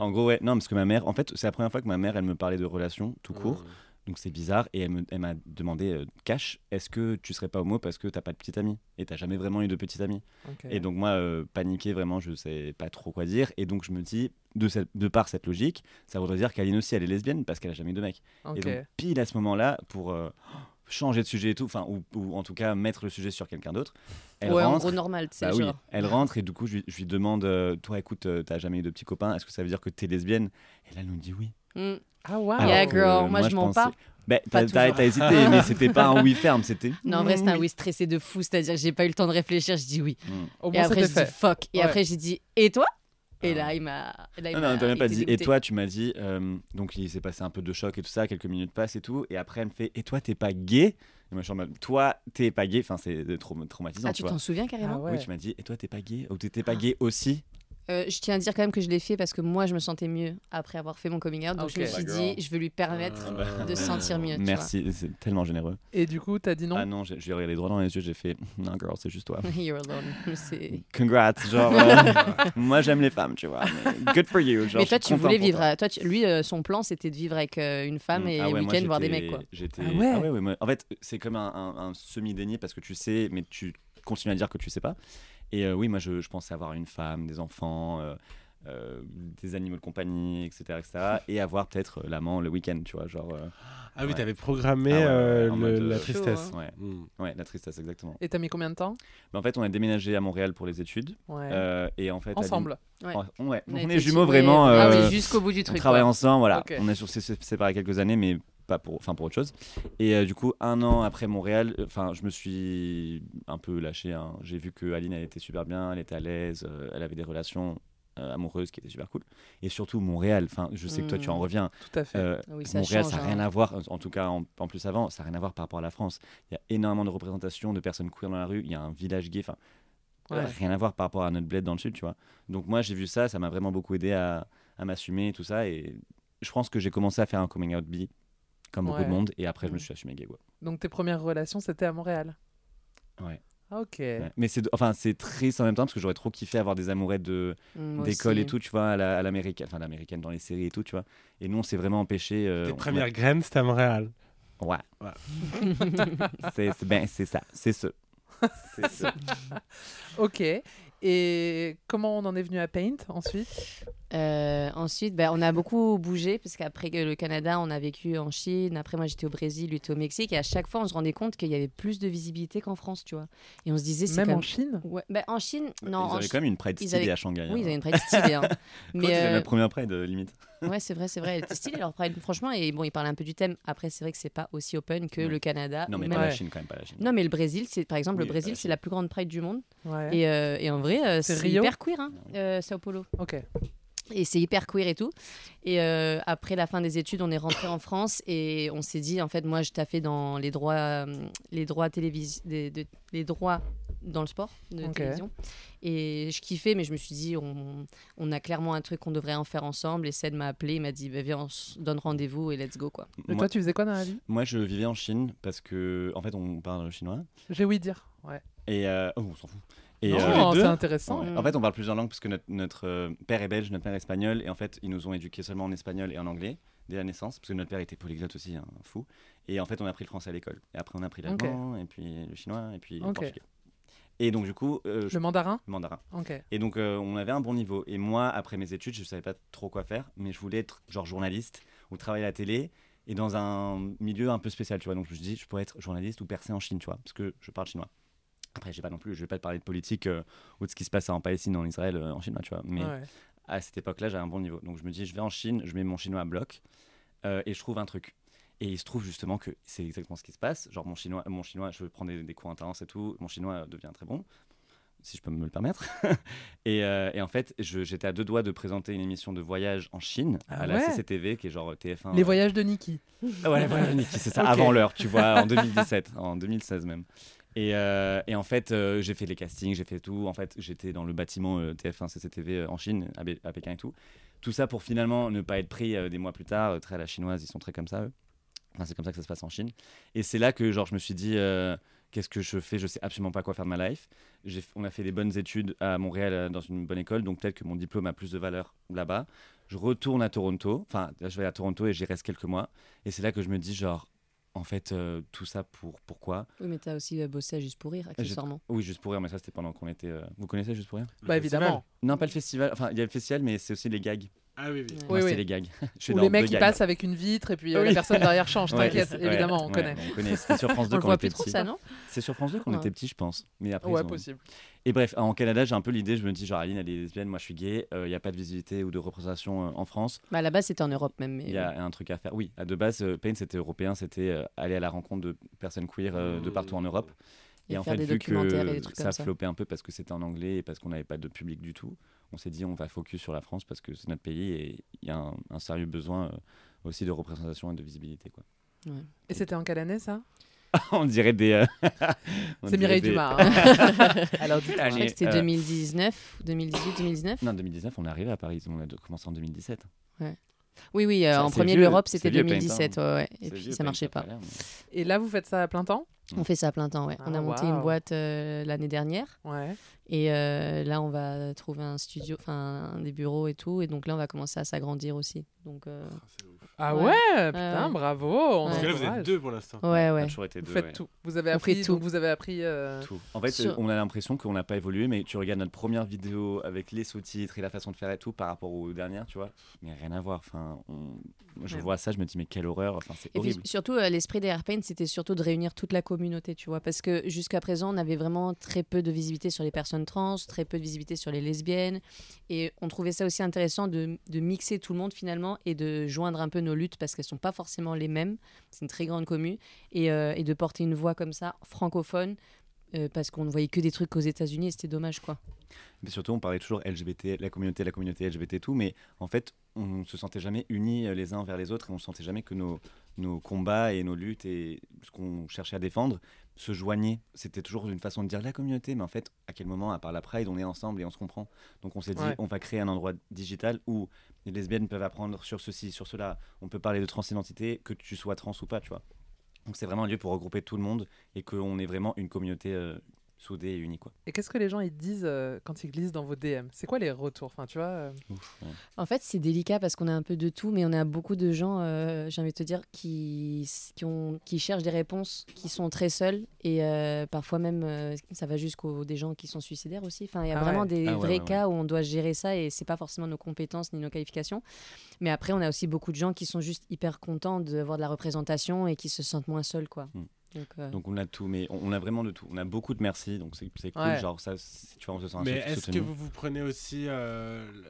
[SPEAKER 4] en gros, ouais, non, parce que ma mère, en fait, c'est la première fois que ma mère, elle me parlait de relations tout court. Donc c'est bizarre. Et elle me- elle m'a demandé, euh, Cash, est-ce que tu serais pas homo parce que t'as pas de petite amie Et t'as jamais vraiment eu de petite amie
[SPEAKER 2] Ok.
[SPEAKER 4] Et donc moi, euh, paniqué, vraiment, je sais pas trop quoi dire. Et donc je me dis, de, cette, de par cette logique, ça voudrait dire qu'Aline aussi, elle est lesbienne parce qu'elle a jamais eu de mec.
[SPEAKER 2] Ok.
[SPEAKER 4] Et donc pile à ce moment-là, pour euh, changer de sujet et tout, enfin, ou, ou en tout cas mettre le sujet sur quelqu'un d'autre, elle
[SPEAKER 3] Ouais, en
[SPEAKER 4] rentre.
[SPEAKER 3] gros, normal, tu sais.
[SPEAKER 4] Bah oui,
[SPEAKER 3] genre.
[SPEAKER 4] elle rentre et du coup, je lui, je lui demande euh, Toi, écoute, euh, t'as jamais eu de petit copain, est-ce que ça veut dire que t'es lesbienne Et là, elle nous dit oui.
[SPEAKER 3] Mm.
[SPEAKER 2] Ah, waouh.
[SPEAKER 3] Yeah,
[SPEAKER 4] Alors que
[SPEAKER 3] girl, moi, je mens
[SPEAKER 4] pensais-
[SPEAKER 3] pas.
[SPEAKER 4] Bah, t'as,
[SPEAKER 3] toujours.
[SPEAKER 4] t'as- t'as hésité, mais c'était pas un oui ferme, c'était.
[SPEAKER 3] Non, en vrai, c'était un oui stressé de fou. C'est-à-dire que j'ai pas eu le temps de réfléchir. Je dis oui.
[SPEAKER 4] Hmm.
[SPEAKER 2] Au
[SPEAKER 3] Et
[SPEAKER 2] moins,
[SPEAKER 3] après,
[SPEAKER 2] c'était
[SPEAKER 3] j'ai dit
[SPEAKER 2] fait.
[SPEAKER 3] fuck. Et
[SPEAKER 2] Ouais.
[SPEAKER 3] après, j'ai dit Et toi Et
[SPEAKER 4] Ah.
[SPEAKER 3] là, il m'a. là, il
[SPEAKER 4] Non,
[SPEAKER 3] m'a-
[SPEAKER 4] non, t'as
[SPEAKER 3] bah,
[SPEAKER 4] même
[SPEAKER 3] il
[SPEAKER 4] pas
[SPEAKER 3] était
[SPEAKER 4] dit. Et
[SPEAKER 3] dégoûté.
[SPEAKER 4] toi, tu m'as dit. euh, donc, il s'est passé un peu de choc et tout ça, quelques minutes passent et tout. Et après, elle me fait Et toi, t'es pas gay Et moi, je suis en mode Toi, t'es pas gay. Enfin, c'est euh, trau- traumatisant,
[SPEAKER 3] Ah,
[SPEAKER 4] tu
[SPEAKER 3] tu
[SPEAKER 4] vois.
[SPEAKER 3] t'en souviens carrément
[SPEAKER 2] Ah ouais.
[SPEAKER 4] Oui, tu m'as dit Et toi, t'es pas gay Ou t'étais
[SPEAKER 3] Ah.
[SPEAKER 4] pas gay aussi
[SPEAKER 3] Euh, je tiens à dire quand même que je l'ai fait parce que moi, je me sentais mieux après avoir fait mon coming out. Donc
[SPEAKER 2] Ok.
[SPEAKER 3] je me suis
[SPEAKER 1] Bah, girl.
[SPEAKER 3] dit, je veux lui permettre
[SPEAKER 1] Ah.
[SPEAKER 3] de se sentir mieux. tu
[SPEAKER 4] Merci, c'est tellement généreux.
[SPEAKER 2] Et du coup, t'as dit non
[SPEAKER 4] Ah non, j'ai- je lui ai regardé droit dans les yeux, j'ai fait Non, girl, c'est juste toi.
[SPEAKER 3] vois. You're alone. C'est-
[SPEAKER 4] Congrats, genre, euh, moi j'aime les femmes, tu vois. mais Good for you, genre.
[SPEAKER 3] mais toi,
[SPEAKER 4] je
[SPEAKER 3] tu
[SPEAKER 4] suis content
[SPEAKER 3] voulais
[SPEAKER 4] pour
[SPEAKER 3] vivre.
[SPEAKER 4] toi.
[SPEAKER 3] à- Toi, tu- lui, euh, son plan, c'était de vivre avec euh, une femme
[SPEAKER 4] Mm.
[SPEAKER 3] et
[SPEAKER 4] Ah ouais,
[SPEAKER 3] les
[SPEAKER 4] moi,
[SPEAKER 3] week-end voir des
[SPEAKER 4] j'étais-
[SPEAKER 3] mecs, quoi.
[SPEAKER 4] J'étais.
[SPEAKER 2] Ah ouais.
[SPEAKER 4] ah ouais, ouais, moi- En fait, c'est comme un, un- un semi-déni parce que tu sais, mais tu continues à dire que tu sais pas. Et euh, oui, moi je, je pensais avoir une femme, des enfants, euh, euh, des animaux de compagnie, etc. etc. et avoir peut-être euh, l'amant le week-end, tu vois. Genre, euh,
[SPEAKER 1] ah oui
[SPEAKER 4] Ouais.
[SPEAKER 1] t'avais programmé
[SPEAKER 4] Ah ouais, ouais,
[SPEAKER 1] euh,
[SPEAKER 4] en
[SPEAKER 1] le-
[SPEAKER 4] mode,
[SPEAKER 1] la
[SPEAKER 4] euh,
[SPEAKER 1] tristesse
[SPEAKER 3] Chaud,
[SPEAKER 4] ouais,
[SPEAKER 1] Mm.
[SPEAKER 4] ouais, la tristesse, exactement.
[SPEAKER 2] Et t'as mis combien de temps
[SPEAKER 4] Mais en fait, on a déménagé à Montréal pour les études.
[SPEAKER 2] Ouais.
[SPEAKER 4] euh, et en fait, à
[SPEAKER 2] Ensemble.
[SPEAKER 3] Ouais.
[SPEAKER 4] Lyon- Oh, ouais,
[SPEAKER 3] a
[SPEAKER 4] on
[SPEAKER 3] été
[SPEAKER 4] est jumeaux
[SPEAKER 3] timés.
[SPEAKER 4] vraiment.
[SPEAKER 3] Ah oui,
[SPEAKER 4] euh,
[SPEAKER 3] jusqu'au bout du
[SPEAKER 4] on
[SPEAKER 3] truc.
[SPEAKER 4] travaille
[SPEAKER 3] quoi.
[SPEAKER 4] ensemble, voilà.
[SPEAKER 2] Ok.
[SPEAKER 4] On a sur- s'est séparés quelques années, mais pas pour, enfin pour autre chose. Et euh, du coup, un an après Montréal, euh, enfin, je me suis un peu lâché. hein. J'ai vu que Aline, elle était super bien, elle était à l'aise, euh, elle avait des relations euh, amoureuses qui étaient super cool. Et surtout Montréal. Enfin, je sais que toi, tu en
[SPEAKER 3] Mm.
[SPEAKER 4] reviens.
[SPEAKER 2] Tout à fait.
[SPEAKER 4] Euh,
[SPEAKER 3] Oui, ça
[SPEAKER 4] Montréal,
[SPEAKER 3] change,
[SPEAKER 4] ça n'a rien
[SPEAKER 3] hein.
[SPEAKER 4] à voir. En tout cas, en, en plus avant, ça n'a rien à voir par rapport à la France. Il y a énormément de représentations de personnes queer dans la rue. Il y a un village gay. Enfin,
[SPEAKER 2] Ouais.
[SPEAKER 4] rien à voir par rapport à notre bled dans le sud, tu vois. Donc moi, j'ai vu ça, ça m'a vraiment beaucoup aidé à, à m'assumer et tout ça. Et je pense que j'ai commencé à faire un coming out bi, comme beaucoup
[SPEAKER 2] Ouais.
[SPEAKER 4] de monde, et après, je me
[SPEAKER 3] Mm.
[SPEAKER 4] suis assumé gay, quoi.
[SPEAKER 2] Donc tes premières relations, c'était à Montréal
[SPEAKER 4] Ouais.
[SPEAKER 2] Ah, ok.
[SPEAKER 4] Ouais. Mais c'est enfin, c'est triste en même temps, parce que j'aurais trop kiffé avoir des amourettes de-
[SPEAKER 3] Mm, moi
[SPEAKER 4] d'école et
[SPEAKER 3] aussi.
[SPEAKER 4] tout, tu vois, à la- à l'américaine, enfin, l'américaine dans les séries et tout, tu vois. Et nous, on s'est vraiment empêché. euh,
[SPEAKER 1] tes
[SPEAKER 4] on-
[SPEAKER 1] premières graines c'était à Montréal
[SPEAKER 4] Ouais.
[SPEAKER 1] Ouais.
[SPEAKER 4] c'est c'est- ben, c'est ça, c'est ce. C'est ce.
[SPEAKER 2] Ok. Et comment on en est venu à Paint ensuite
[SPEAKER 3] Euh, ensuite, bah, on a beaucoup bougé parce qu'après que le Canada, on a vécu en Chine. Après, moi, j'étais au Brésil, lui était au Mexique. Et à chaque fois, on se rendait compte qu'il y avait plus de visibilité qu'en France, tu vois. Et on se disait, c'est
[SPEAKER 2] Même
[SPEAKER 3] quand
[SPEAKER 2] en Chine
[SPEAKER 3] Ouais, bah, en Chine, non,
[SPEAKER 4] ils
[SPEAKER 3] en
[SPEAKER 4] avaient
[SPEAKER 3] Chi-
[SPEAKER 4] quand même une Pride
[SPEAKER 3] ils
[SPEAKER 4] stylée
[SPEAKER 3] avaient-
[SPEAKER 4] à Shanghai.
[SPEAKER 3] oui,
[SPEAKER 4] hein.
[SPEAKER 3] ils avaient une pride stylée. hein.
[SPEAKER 4] Quoi,
[SPEAKER 3] Mais
[SPEAKER 4] c'était
[SPEAKER 3] euh,
[SPEAKER 4] la première Pride, euh, limite.
[SPEAKER 3] ouais, c'est vrai, c'est vrai, elle était stylée leur pride, franchement. Et bon, ils parlaient un peu du thème. Après, c'est vrai que c'est pas aussi open que
[SPEAKER 4] Ouais.
[SPEAKER 3] le Canada.
[SPEAKER 4] Non,
[SPEAKER 3] ou
[SPEAKER 4] mais
[SPEAKER 3] même-
[SPEAKER 4] pas la
[SPEAKER 2] Ouais.
[SPEAKER 4] Chine, quand même, pas la Chine.
[SPEAKER 3] Ah, Non, mais le Brésil, c'est par exemple
[SPEAKER 4] Oui,
[SPEAKER 3] le
[SPEAKER 4] bah,
[SPEAKER 3] Brésil,
[SPEAKER 4] la
[SPEAKER 3] c'est
[SPEAKER 4] Chine.
[SPEAKER 3] la plus grande pride du monde.
[SPEAKER 2] Ouais.
[SPEAKER 3] Et, euh, et en vrai, euh,
[SPEAKER 2] C'est
[SPEAKER 3] c'est
[SPEAKER 2] Rio
[SPEAKER 3] hyper queer. hein. Euh, Sao Paulo.
[SPEAKER 2] Ok.
[SPEAKER 3] Et c'est hyper queer et tout. Et euh, après la fin des études, on est rentré en France et on s'est dit, en fait, moi, je taffais dans les droits, euh, les droits télévis- des- de- les droits dans le sport de
[SPEAKER 2] Ok.
[SPEAKER 3] télévision. Et je kiffais, mais je me suis dit, on, on a clairement un truc qu'on devrait en faire ensemble. Et Ced m'a appelé, il m'a dit, bah, viens, on se donne rendez-vous et let's go, quoi.
[SPEAKER 2] Et
[SPEAKER 4] Moi-
[SPEAKER 2] toi, tu faisais quoi dans la vie
[SPEAKER 4] Moi, je vivais en Chine parce que, en fait, on parle chinois
[SPEAKER 2] J'ai oui dire. Ouais.
[SPEAKER 4] et euh, oh, on s'en fout. Et
[SPEAKER 2] Non,
[SPEAKER 4] euh,
[SPEAKER 1] les
[SPEAKER 2] c'est
[SPEAKER 1] deux
[SPEAKER 2] intéressant.
[SPEAKER 4] ouais. en fait, on parle plusieurs langues parce que notre, notre, euh, père est belge, notre mère est espagnole, et en fait, ils nous ont éduqués seulement en espagnol et en anglais dès la naissance parce que notre père était polyglotte aussi, hein, un fou. Et en fait, on a appris le français à l'école. Et après, on a appris l'allemand, et puis le chinois, et puis le
[SPEAKER 2] Ok.
[SPEAKER 4] portugais. Et donc, du coup, euh, je...
[SPEAKER 2] Le mandarin
[SPEAKER 4] mandarin.
[SPEAKER 2] Ok.
[SPEAKER 4] Et donc, euh, on avait un bon niveau. Et moi, après mes études, je savais pas trop quoi faire, mais je voulais être genre journaliste ou travailler à la télé et dans un milieu un peu spécial, tu vois. Donc, je me suis dit, je pourrais être journaliste ou percer en Chine, tu vois, parce que je parle chinois. Après, j'ai pas non plus, je vais pas te parler de politique euh, ou de ce qui se passe en Palestine, en Israël, euh, en Chine, tu vois. Mais
[SPEAKER 2] Ouais.
[SPEAKER 4] à cette époque-là, j'avais un bon niveau. Donc, je me dis, je vais en Chine, je mets mon chinois à bloc euh, et je trouve un truc. Et il se trouve justement que c'est exactement ce qui se passe. Genre, mon chinois, mon chinois je prends des, des cours intenses et tout. Mon chinois euh, devient très bon, si je peux me le permettre. et, euh, et en fait, je- j'étais à deux doigts de présenter une émission de voyage en Chine
[SPEAKER 2] Ah
[SPEAKER 4] à la
[SPEAKER 2] ouais
[SPEAKER 4] CCTV, qui est genre TF1.
[SPEAKER 2] Les
[SPEAKER 4] euh,
[SPEAKER 2] voyages de Nikki.
[SPEAKER 4] ah Ouais, voilà, Niki, c'est ça,
[SPEAKER 2] Ok.
[SPEAKER 4] avant l'heure, tu vois, en 2017, en 2016 même. Et, euh, et en fait, euh, j'ai fait les castings, j'ai fait tout. En fait, j'étais dans le bâtiment euh, TF1 CCTV euh, en Chine, à, Bé- à Pékin et tout. Tout ça pour finalement ne pas être pris euh, des mois plus tard, euh, très à la chinoise, ils sont très comme ça, eux. Enfin, c'est comme ça que ça se passe en Chine. Et c'est là que genre, je me suis dit, euh, qu'est-ce que je fais Je sais absolument pas quoi faire de ma life. J'ai- On a fait des bonnes études à Montréal euh, dans une bonne école, donc peut-être que mon diplôme a plus de valeur là-bas. Je retourne à Toronto, enfin, là, je vais à Toronto et j'y reste quelques mois. Et c'est là que je me dis, genre, en fait, euh, tout ça pour pourquoi
[SPEAKER 3] Oui, mais t'as aussi euh, bossé à juste pour rire, accessoirement.
[SPEAKER 4] Oui, Ah, juste pour rire, mais ça c'était pendant qu'on était. euh, Vous connaissez juste pour rire
[SPEAKER 1] Le
[SPEAKER 2] Bah
[SPEAKER 1] festival.
[SPEAKER 2] évidemment.
[SPEAKER 4] Non, pas le festival. Enfin, il y a le festival, mais c'est aussi les gags.
[SPEAKER 1] Ah oui, oui.
[SPEAKER 2] Oui,
[SPEAKER 4] Moi,
[SPEAKER 2] oui.
[SPEAKER 4] C'est les gags. je suis
[SPEAKER 2] Ou
[SPEAKER 4] dans
[SPEAKER 2] les
[SPEAKER 4] deux
[SPEAKER 2] mecs qui
[SPEAKER 4] gags.
[SPEAKER 2] passent avec une vitre et puis euh, la
[SPEAKER 4] Oui.
[SPEAKER 2] personne derrière change,
[SPEAKER 4] Ouais,
[SPEAKER 2] t'inquiète,
[SPEAKER 4] ouais,
[SPEAKER 2] évidemment, on
[SPEAKER 4] ouais,
[SPEAKER 2] connaît.
[SPEAKER 4] On connaît. C'était sur France 2
[SPEAKER 2] le
[SPEAKER 4] quand on
[SPEAKER 2] voit
[SPEAKER 4] était
[SPEAKER 2] plus trop,
[SPEAKER 4] petit.
[SPEAKER 3] Ça, non
[SPEAKER 4] C'est sur France 2 quand on
[SPEAKER 3] Ouais.
[SPEAKER 4] était petit, je pense. Mais après,
[SPEAKER 2] Ouais,
[SPEAKER 4] ils ont-
[SPEAKER 2] possible.
[SPEAKER 4] Et bref, en Canada, j'ai un peu l'idée. Je me dis, genre, Aline, elle est lesbienne, moi je suis gay. euh, Il n'y a pas de visibilité ou de représentation euh, en France.
[SPEAKER 3] Bah, à la base, c'était en Europe même. Mais
[SPEAKER 4] Il y a un truc à faire. Oui, à de base, euh, Pain, c'était européen, c'était euh, aller à la rencontre de personnes queer euh, de partout en Europe.
[SPEAKER 3] Et
[SPEAKER 4] Et, en
[SPEAKER 3] faire
[SPEAKER 4] fait,
[SPEAKER 3] des
[SPEAKER 4] vu
[SPEAKER 3] documentaires
[SPEAKER 4] que
[SPEAKER 3] et des trucs
[SPEAKER 4] ça,
[SPEAKER 3] comme ça.
[SPEAKER 4] flopait un peu parce que c'était en anglais et parce qu'on n'avait pas de public du tout, on s'est dit on va focus sur la France parce que c'est notre pays et il y a un, un sérieux besoin euh, aussi de représentation et de visibilité. Quoi.
[SPEAKER 2] Et c'était en quelle année ça
[SPEAKER 4] on dirait des. euh, on
[SPEAKER 2] C'est
[SPEAKER 4] dirait
[SPEAKER 2] Mireille
[SPEAKER 4] des-
[SPEAKER 2] Dumas. hein. Alors, dis-
[SPEAKER 3] Je crois
[SPEAKER 4] Allez,
[SPEAKER 3] que c'était
[SPEAKER 4] euh,
[SPEAKER 3] 2019, 2018, 2019.
[SPEAKER 4] Non, 2019, on est arrivé à Paris. On a de- commencé en 2017.
[SPEAKER 3] Oui, oui, euh,
[SPEAKER 4] Ça,
[SPEAKER 3] en
[SPEAKER 4] c'est
[SPEAKER 3] premier,
[SPEAKER 4] vieux,
[SPEAKER 3] l'Europe,
[SPEAKER 4] c'est
[SPEAKER 3] c'était
[SPEAKER 4] vieux, Paint, hein.
[SPEAKER 3] 2017. ouais, ouais. Et
[SPEAKER 4] C'est
[SPEAKER 3] puis,
[SPEAKER 4] vieux,
[SPEAKER 3] ça
[SPEAKER 4] Paint,
[SPEAKER 3] marchait
[SPEAKER 4] a
[SPEAKER 3] pas.
[SPEAKER 4] l'air, mais-
[SPEAKER 2] Et là, vous faites ça à plein temps
[SPEAKER 3] On fait ça à plein temps, ouais. on
[SPEAKER 2] Ah,
[SPEAKER 3] a monté
[SPEAKER 2] waouh.
[SPEAKER 3] une boîte euh, l'année dernière.
[SPEAKER 2] Ouais.
[SPEAKER 3] Et euh, là, on va trouver un studio, enfin, des bureaux et tout. Et donc là, on va commencer à s'agrandir aussi. Donc, euh,
[SPEAKER 1] Ah, c'est ouf.
[SPEAKER 2] Ah ouais,
[SPEAKER 3] Ouais.
[SPEAKER 2] putain,
[SPEAKER 3] ouais.
[SPEAKER 2] bravo. on
[SPEAKER 1] Parce que là, vous
[SPEAKER 2] encourage.
[SPEAKER 1] êtes deux pour l'instant.
[SPEAKER 3] ouais,
[SPEAKER 4] On a
[SPEAKER 3] ouais.
[SPEAKER 4] toujours été
[SPEAKER 2] Vous
[SPEAKER 4] deux,
[SPEAKER 2] faites
[SPEAKER 4] ouais.
[SPEAKER 2] tout. Vous avez
[SPEAKER 3] On
[SPEAKER 2] appris
[SPEAKER 3] fait
[SPEAKER 2] tout.
[SPEAKER 3] tout.
[SPEAKER 2] Vous avez appris. euh,
[SPEAKER 4] Tout. En fait,
[SPEAKER 3] Sur-
[SPEAKER 4] euh, on a l'impression qu'on n'a pas évolué, mais tu regardes notre première vidéo avec les sous-titres et la façon de faire et tout par rapport aux dernières, tu vois. Mais rien à voir. Enfin, on- moi, je
[SPEAKER 3] Ouais.
[SPEAKER 4] vois ça, je me dis, mais quelle horreur. Enfin, c'est
[SPEAKER 3] Et puis
[SPEAKER 4] horrible.
[SPEAKER 3] surtout, euh, l'esprit des Airpaint, c'était surtout de réunir toute la communauté, tu vois. Parce que jusqu'à présent, on avait vraiment très peu de visibilité sur les personnes trans, très peu de visibilité sur les lesbiennes. Et on trouvait ça aussi intéressant de, de mixer tout le monde finalement et de joindre un peu nos luttes parce qu'elles sont pas forcément les mêmes. C'est une très grande commune. Et, euh, et de porter une voix comme ça, francophone, euh, parce qu'on ne voyait que des trucs qu'aux États-Unis et c'était dommage, quoi.
[SPEAKER 4] Mais surtout, on parlait toujours LGBT, la communauté, la communauté LGBT et tout, mais en fait, on se sentait jamais unis euh, les uns vers les autres et on sentait jamais que nos, nos combats et nos luttes et ce qu'on cherchait à défendre se joignaient. C'était toujours une façon de dire la communauté, mais en fait, à quel moment, à part la Pride, on est ensemble et on se comprend. Donc on s'est dit,
[SPEAKER 2] Ouais.
[SPEAKER 4] on va créer un endroit digital où les lesbiennes peuvent apprendre sur ceci, sur cela. On peut parler de transidentité, que tu sois trans ou pas, tu vois. Donc c'est vraiment un lieu pour regrouper tout le monde et qu'on est vraiment une communauté euh, soudée et unie, quoi.
[SPEAKER 2] Et qu'est-ce que les gens ils disent euh, quand ils glissent dans vos DM C'est quoi les retours Enfin, tu vois. euh,
[SPEAKER 4] Ouf, ouais.
[SPEAKER 3] En fait, c'est délicat parce qu'on a un peu de tout, mais on a beaucoup de gens, euh, j'ai envie de te dire, qui, qui, ont, qui cherchent des réponses, qui sont très seuls. Et euh, parfois même, euh, ça va jusqu'aux des gens qui sont suicidaires aussi. Enfin, il y a
[SPEAKER 2] Ah
[SPEAKER 3] vraiment
[SPEAKER 2] ouais.
[SPEAKER 3] des
[SPEAKER 4] Ah ouais,
[SPEAKER 3] vrais
[SPEAKER 4] ouais,
[SPEAKER 3] cas où on doit gérer ça et c'est pas forcément nos compétences ni nos qualifications. Mais après, on a aussi beaucoup de gens qui sont juste hyper contents d'avoir de la représentation et qui se sentent moins seuls, quoi.
[SPEAKER 4] Mm.
[SPEAKER 3] Donc, euh,
[SPEAKER 4] Donc on a tout, mais on, on a vraiment de tout. On a beaucoup de merci, donc c'est c'est cool.
[SPEAKER 2] Ouais.
[SPEAKER 4] Genre ça, c'est- tu vois, on se sent
[SPEAKER 1] Mais
[SPEAKER 4] sou-
[SPEAKER 1] est-ce
[SPEAKER 4] soutenu.
[SPEAKER 1] que vous vous prenez aussi euh, l-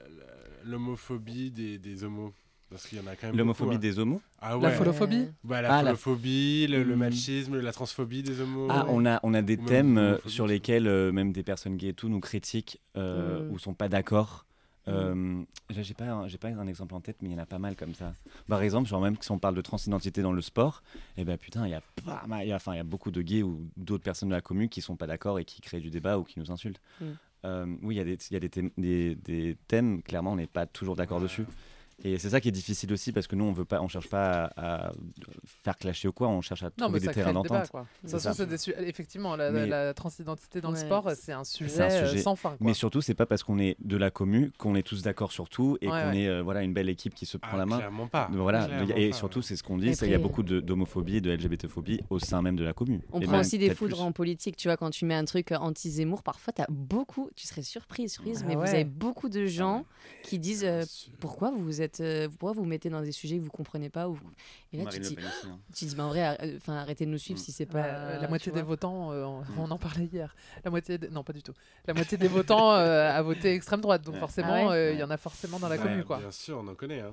[SPEAKER 1] l- l'homophobie des, des homos Parce qu'il y en a quand même.
[SPEAKER 4] L'homophobie
[SPEAKER 1] beaucoup, hein.
[SPEAKER 4] des homos
[SPEAKER 1] Ah
[SPEAKER 2] La
[SPEAKER 1] ouais.
[SPEAKER 2] pholo- Holophobie
[SPEAKER 3] euh,
[SPEAKER 1] Bah, la
[SPEAKER 4] Ah, la-
[SPEAKER 1] pholophobie, le, le
[SPEAKER 4] Hmm.
[SPEAKER 1] machisme, la transphobie des homos.
[SPEAKER 4] Ah, on a, on a des
[SPEAKER 1] Ou même
[SPEAKER 4] thèmes euh,
[SPEAKER 1] l'homophobie,
[SPEAKER 4] sur
[SPEAKER 1] tu vois.
[SPEAKER 4] lesquels euh, même des personnes gays et tout nous critiquent euh,
[SPEAKER 3] Mm.
[SPEAKER 4] ou sont pas d'accord.
[SPEAKER 2] Mm.
[SPEAKER 4] Euh, là, J'ai pas, un- j'ai pas un exemple en tête, mais il y en a pas mal comme ça. Par exemple, genre même si on parle de transidentité dans le sport, et ben putain, il y a pas mal, il y a- enfin il y a beaucoup de gays ou d'autres personnes de la commune qui sont pas d'accord et qui créent du débat ou qui nous insultent.
[SPEAKER 3] Mm.
[SPEAKER 4] Euh, oui, il y a, des, il y a des, thèmes, des, des thèmes, clairement, on n'est pas toujours d'accord
[SPEAKER 1] Ouais.
[SPEAKER 4] dessus. Et c'est ça qui est difficile aussi parce que nous, on veut pas, on cherche pas à, à faire clasher ou quoi, on cherche à
[SPEAKER 2] Non,
[SPEAKER 4] trouver
[SPEAKER 2] mais
[SPEAKER 4] des
[SPEAKER 2] ça crée
[SPEAKER 4] terrains
[SPEAKER 2] le débat,
[SPEAKER 4] d'entente.
[SPEAKER 2] quoi. De toute
[SPEAKER 4] C'est
[SPEAKER 2] façon,
[SPEAKER 4] ça.
[SPEAKER 2] c'est des su- effectivement, la,
[SPEAKER 4] Mais-
[SPEAKER 2] la transidentité dans le
[SPEAKER 3] Ouais.
[SPEAKER 2] sport, c'est un sujet, euh,
[SPEAKER 4] sujet.
[SPEAKER 2] sans fin. quoi.
[SPEAKER 4] Mais surtout, c'est pas parce qu'on est de la commu qu'on est tous d'accord sur tout et
[SPEAKER 2] Ouais,
[SPEAKER 4] qu'on
[SPEAKER 2] ouais.
[SPEAKER 4] est euh, voilà une belle équipe qui se prend la main.
[SPEAKER 1] Ah, Clairement pas.
[SPEAKER 4] Donc Voilà.
[SPEAKER 1] Clairement
[SPEAKER 4] Donc, et
[SPEAKER 1] pas,
[SPEAKER 4] surtout,
[SPEAKER 1] ouais.
[SPEAKER 4] c'est ce qu'on dit, c'est qu'il y a
[SPEAKER 3] Après-
[SPEAKER 4] beaucoup de- d'homophobie, de, LGBTphobie au sein même de la commune.
[SPEAKER 3] On
[SPEAKER 4] Et
[SPEAKER 3] prend
[SPEAKER 4] même
[SPEAKER 3] aussi des
[SPEAKER 4] peut-être
[SPEAKER 3] foudres
[SPEAKER 4] plus.
[SPEAKER 3] en politique, tu vois, quand tu mets un truc euh, anti-Zemmour, parfois t'as beaucoup, tu serais surprise, surprise,
[SPEAKER 2] Ah
[SPEAKER 3] mais
[SPEAKER 2] ouais.
[SPEAKER 3] vous avez beaucoup de
[SPEAKER 4] Ah
[SPEAKER 3] gens qui disent euh,
[SPEAKER 1] Bien sûr.
[SPEAKER 3] pourquoi vous vous êtes, euh, pourquoi vous vous mettez dans des sujets que vous comprenez pas ou et là tu
[SPEAKER 4] Marine
[SPEAKER 3] te
[SPEAKER 4] Le
[SPEAKER 3] dis,
[SPEAKER 4] Pen aussi, hein.
[SPEAKER 3] tu te dis mais en vrai, ar- euh, enfin arrêtez de nous suivre
[SPEAKER 4] Mm.
[SPEAKER 3] si c'est
[SPEAKER 2] Ouais,
[SPEAKER 3] pas
[SPEAKER 2] euh,
[SPEAKER 3] Bah, tu
[SPEAKER 2] la moitié des
[SPEAKER 3] vois.
[SPEAKER 2] votants, euh, on,
[SPEAKER 4] Mm.
[SPEAKER 2] on en parlait hier. La moitié, des- non pas du tout. La moitié des votants euh, a voté extrême droite, donc
[SPEAKER 4] Ouais.
[SPEAKER 2] forcément,
[SPEAKER 3] Ah ouais
[SPEAKER 2] euh, il y en a forcément dans la
[SPEAKER 4] Ouais,
[SPEAKER 2] commune, quoi.
[SPEAKER 1] Bien sûr, on en connaît. hein.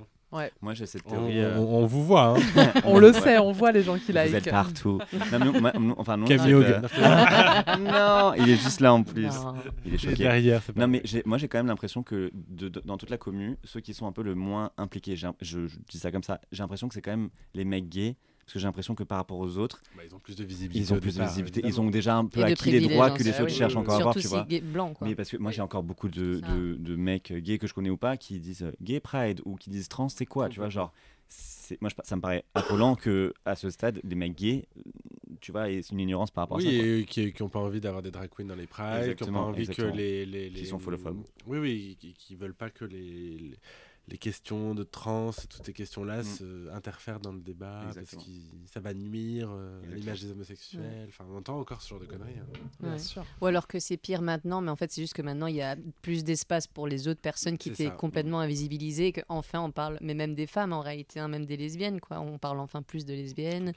[SPEAKER 4] Moi, j'ai cette
[SPEAKER 1] On,
[SPEAKER 4] théorie. euh,
[SPEAKER 1] on- on vous voit. Hein.
[SPEAKER 2] On le
[SPEAKER 4] Ouais.
[SPEAKER 2] sait, on voit les gens qui
[SPEAKER 4] Vous
[SPEAKER 2] like.
[SPEAKER 4] êtes partout. non, mais on- ma- on- enfin, non,
[SPEAKER 1] Camille
[SPEAKER 4] c'est
[SPEAKER 1] Hogan.
[SPEAKER 4] que- non, il est juste là en plus.
[SPEAKER 3] Non.
[SPEAKER 1] Il
[SPEAKER 4] Il est
[SPEAKER 1] est
[SPEAKER 4] choqué.
[SPEAKER 1] derrière. c'est pas
[SPEAKER 4] Non, mais
[SPEAKER 1] vrai.
[SPEAKER 4] j'ai- moi j'ai quand même l'impression que de- de- dans toute la commu, ceux qui sont un peu le moins impliqués, j'ai un- je, je dis ça comme ça, j'ai l'impression que c'est quand même les mecs gays, parce que j'ai l'impression que par rapport aux autres,
[SPEAKER 1] Bah, ils ont plus de visibilité.
[SPEAKER 4] ils ont
[SPEAKER 1] au
[SPEAKER 4] plus de
[SPEAKER 1] départ,
[SPEAKER 4] visibilité, ils
[SPEAKER 1] évidemment.
[SPEAKER 4] ont déjà un peu
[SPEAKER 3] Et de
[SPEAKER 4] acquis les
[SPEAKER 3] privilèges,
[SPEAKER 4] droits
[SPEAKER 3] hein,
[SPEAKER 4] que les
[SPEAKER 1] c'est
[SPEAKER 4] autres
[SPEAKER 1] vrai.
[SPEAKER 4] cherchent encore à avoir,
[SPEAKER 3] Surtout
[SPEAKER 4] tu vois.
[SPEAKER 3] si gay- blanc quoi.
[SPEAKER 4] Mais parce que moi j'ai encore beaucoup de,
[SPEAKER 3] Ça.
[SPEAKER 4] de, de mecs gays que je connais ou pas qui disent euh, gay pride ou qui disent trans c'est quoi tu vois genre c'est moi je, ça me paraît affolant que à ce stade des mecs gays euh, tu vois et c'est une ignorance par rapport
[SPEAKER 1] Oui,
[SPEAKER 4] à ça quoi.
[SPEAKER 1] et qui n'ont pas envie d'avoir des drag queens dans les prides, qui n'ont pas
[SPEAKER 4] Exactement,
[SPEAKER 1] envie que
[SPEAKER 4] exactement.
[SPEAKER 1] les, les, les-
[SPEAKER 4] Qui sont phobophobes.
[SPEAKER 1] Oui, oui, qui, qui veulent pas que les, les, les questions de trans, toutes ces questions-là
[SPEAKER 4] Mm.
[SPEAKER 1] se interfèrent dans le débat
[SPEAKER 4] Exactement.
[SPEAKER 1] parce que ça va nuire euh, à
[SPEAKER 4] Exactement.
[SPEAKER 1] l'image des homosexuels. Enfin, on entend encore ce genre de conneries. hein.
[SPEAKER 2] Bien
[SPEAKER 3] Ouais.
[SPEAKER 2] sûr.
[SPEAKER 3] Ou alors que c'est pire maintenant, mais en fait c'est juste que maintenant il y a plus d'espace pour les autres personnes qui
[SPEAKER 1] C'est
[SPEAKER 3] étaient
[SPEAKER 4] mm.
[SPEAKER 1] ça.
[SPEAKER 3] complètement invisibilisées, et qu'enfin on parle, mais même des femmes en réalité, hein, même des lesbiennes quoi, on parle enfin plus de lesbiennes.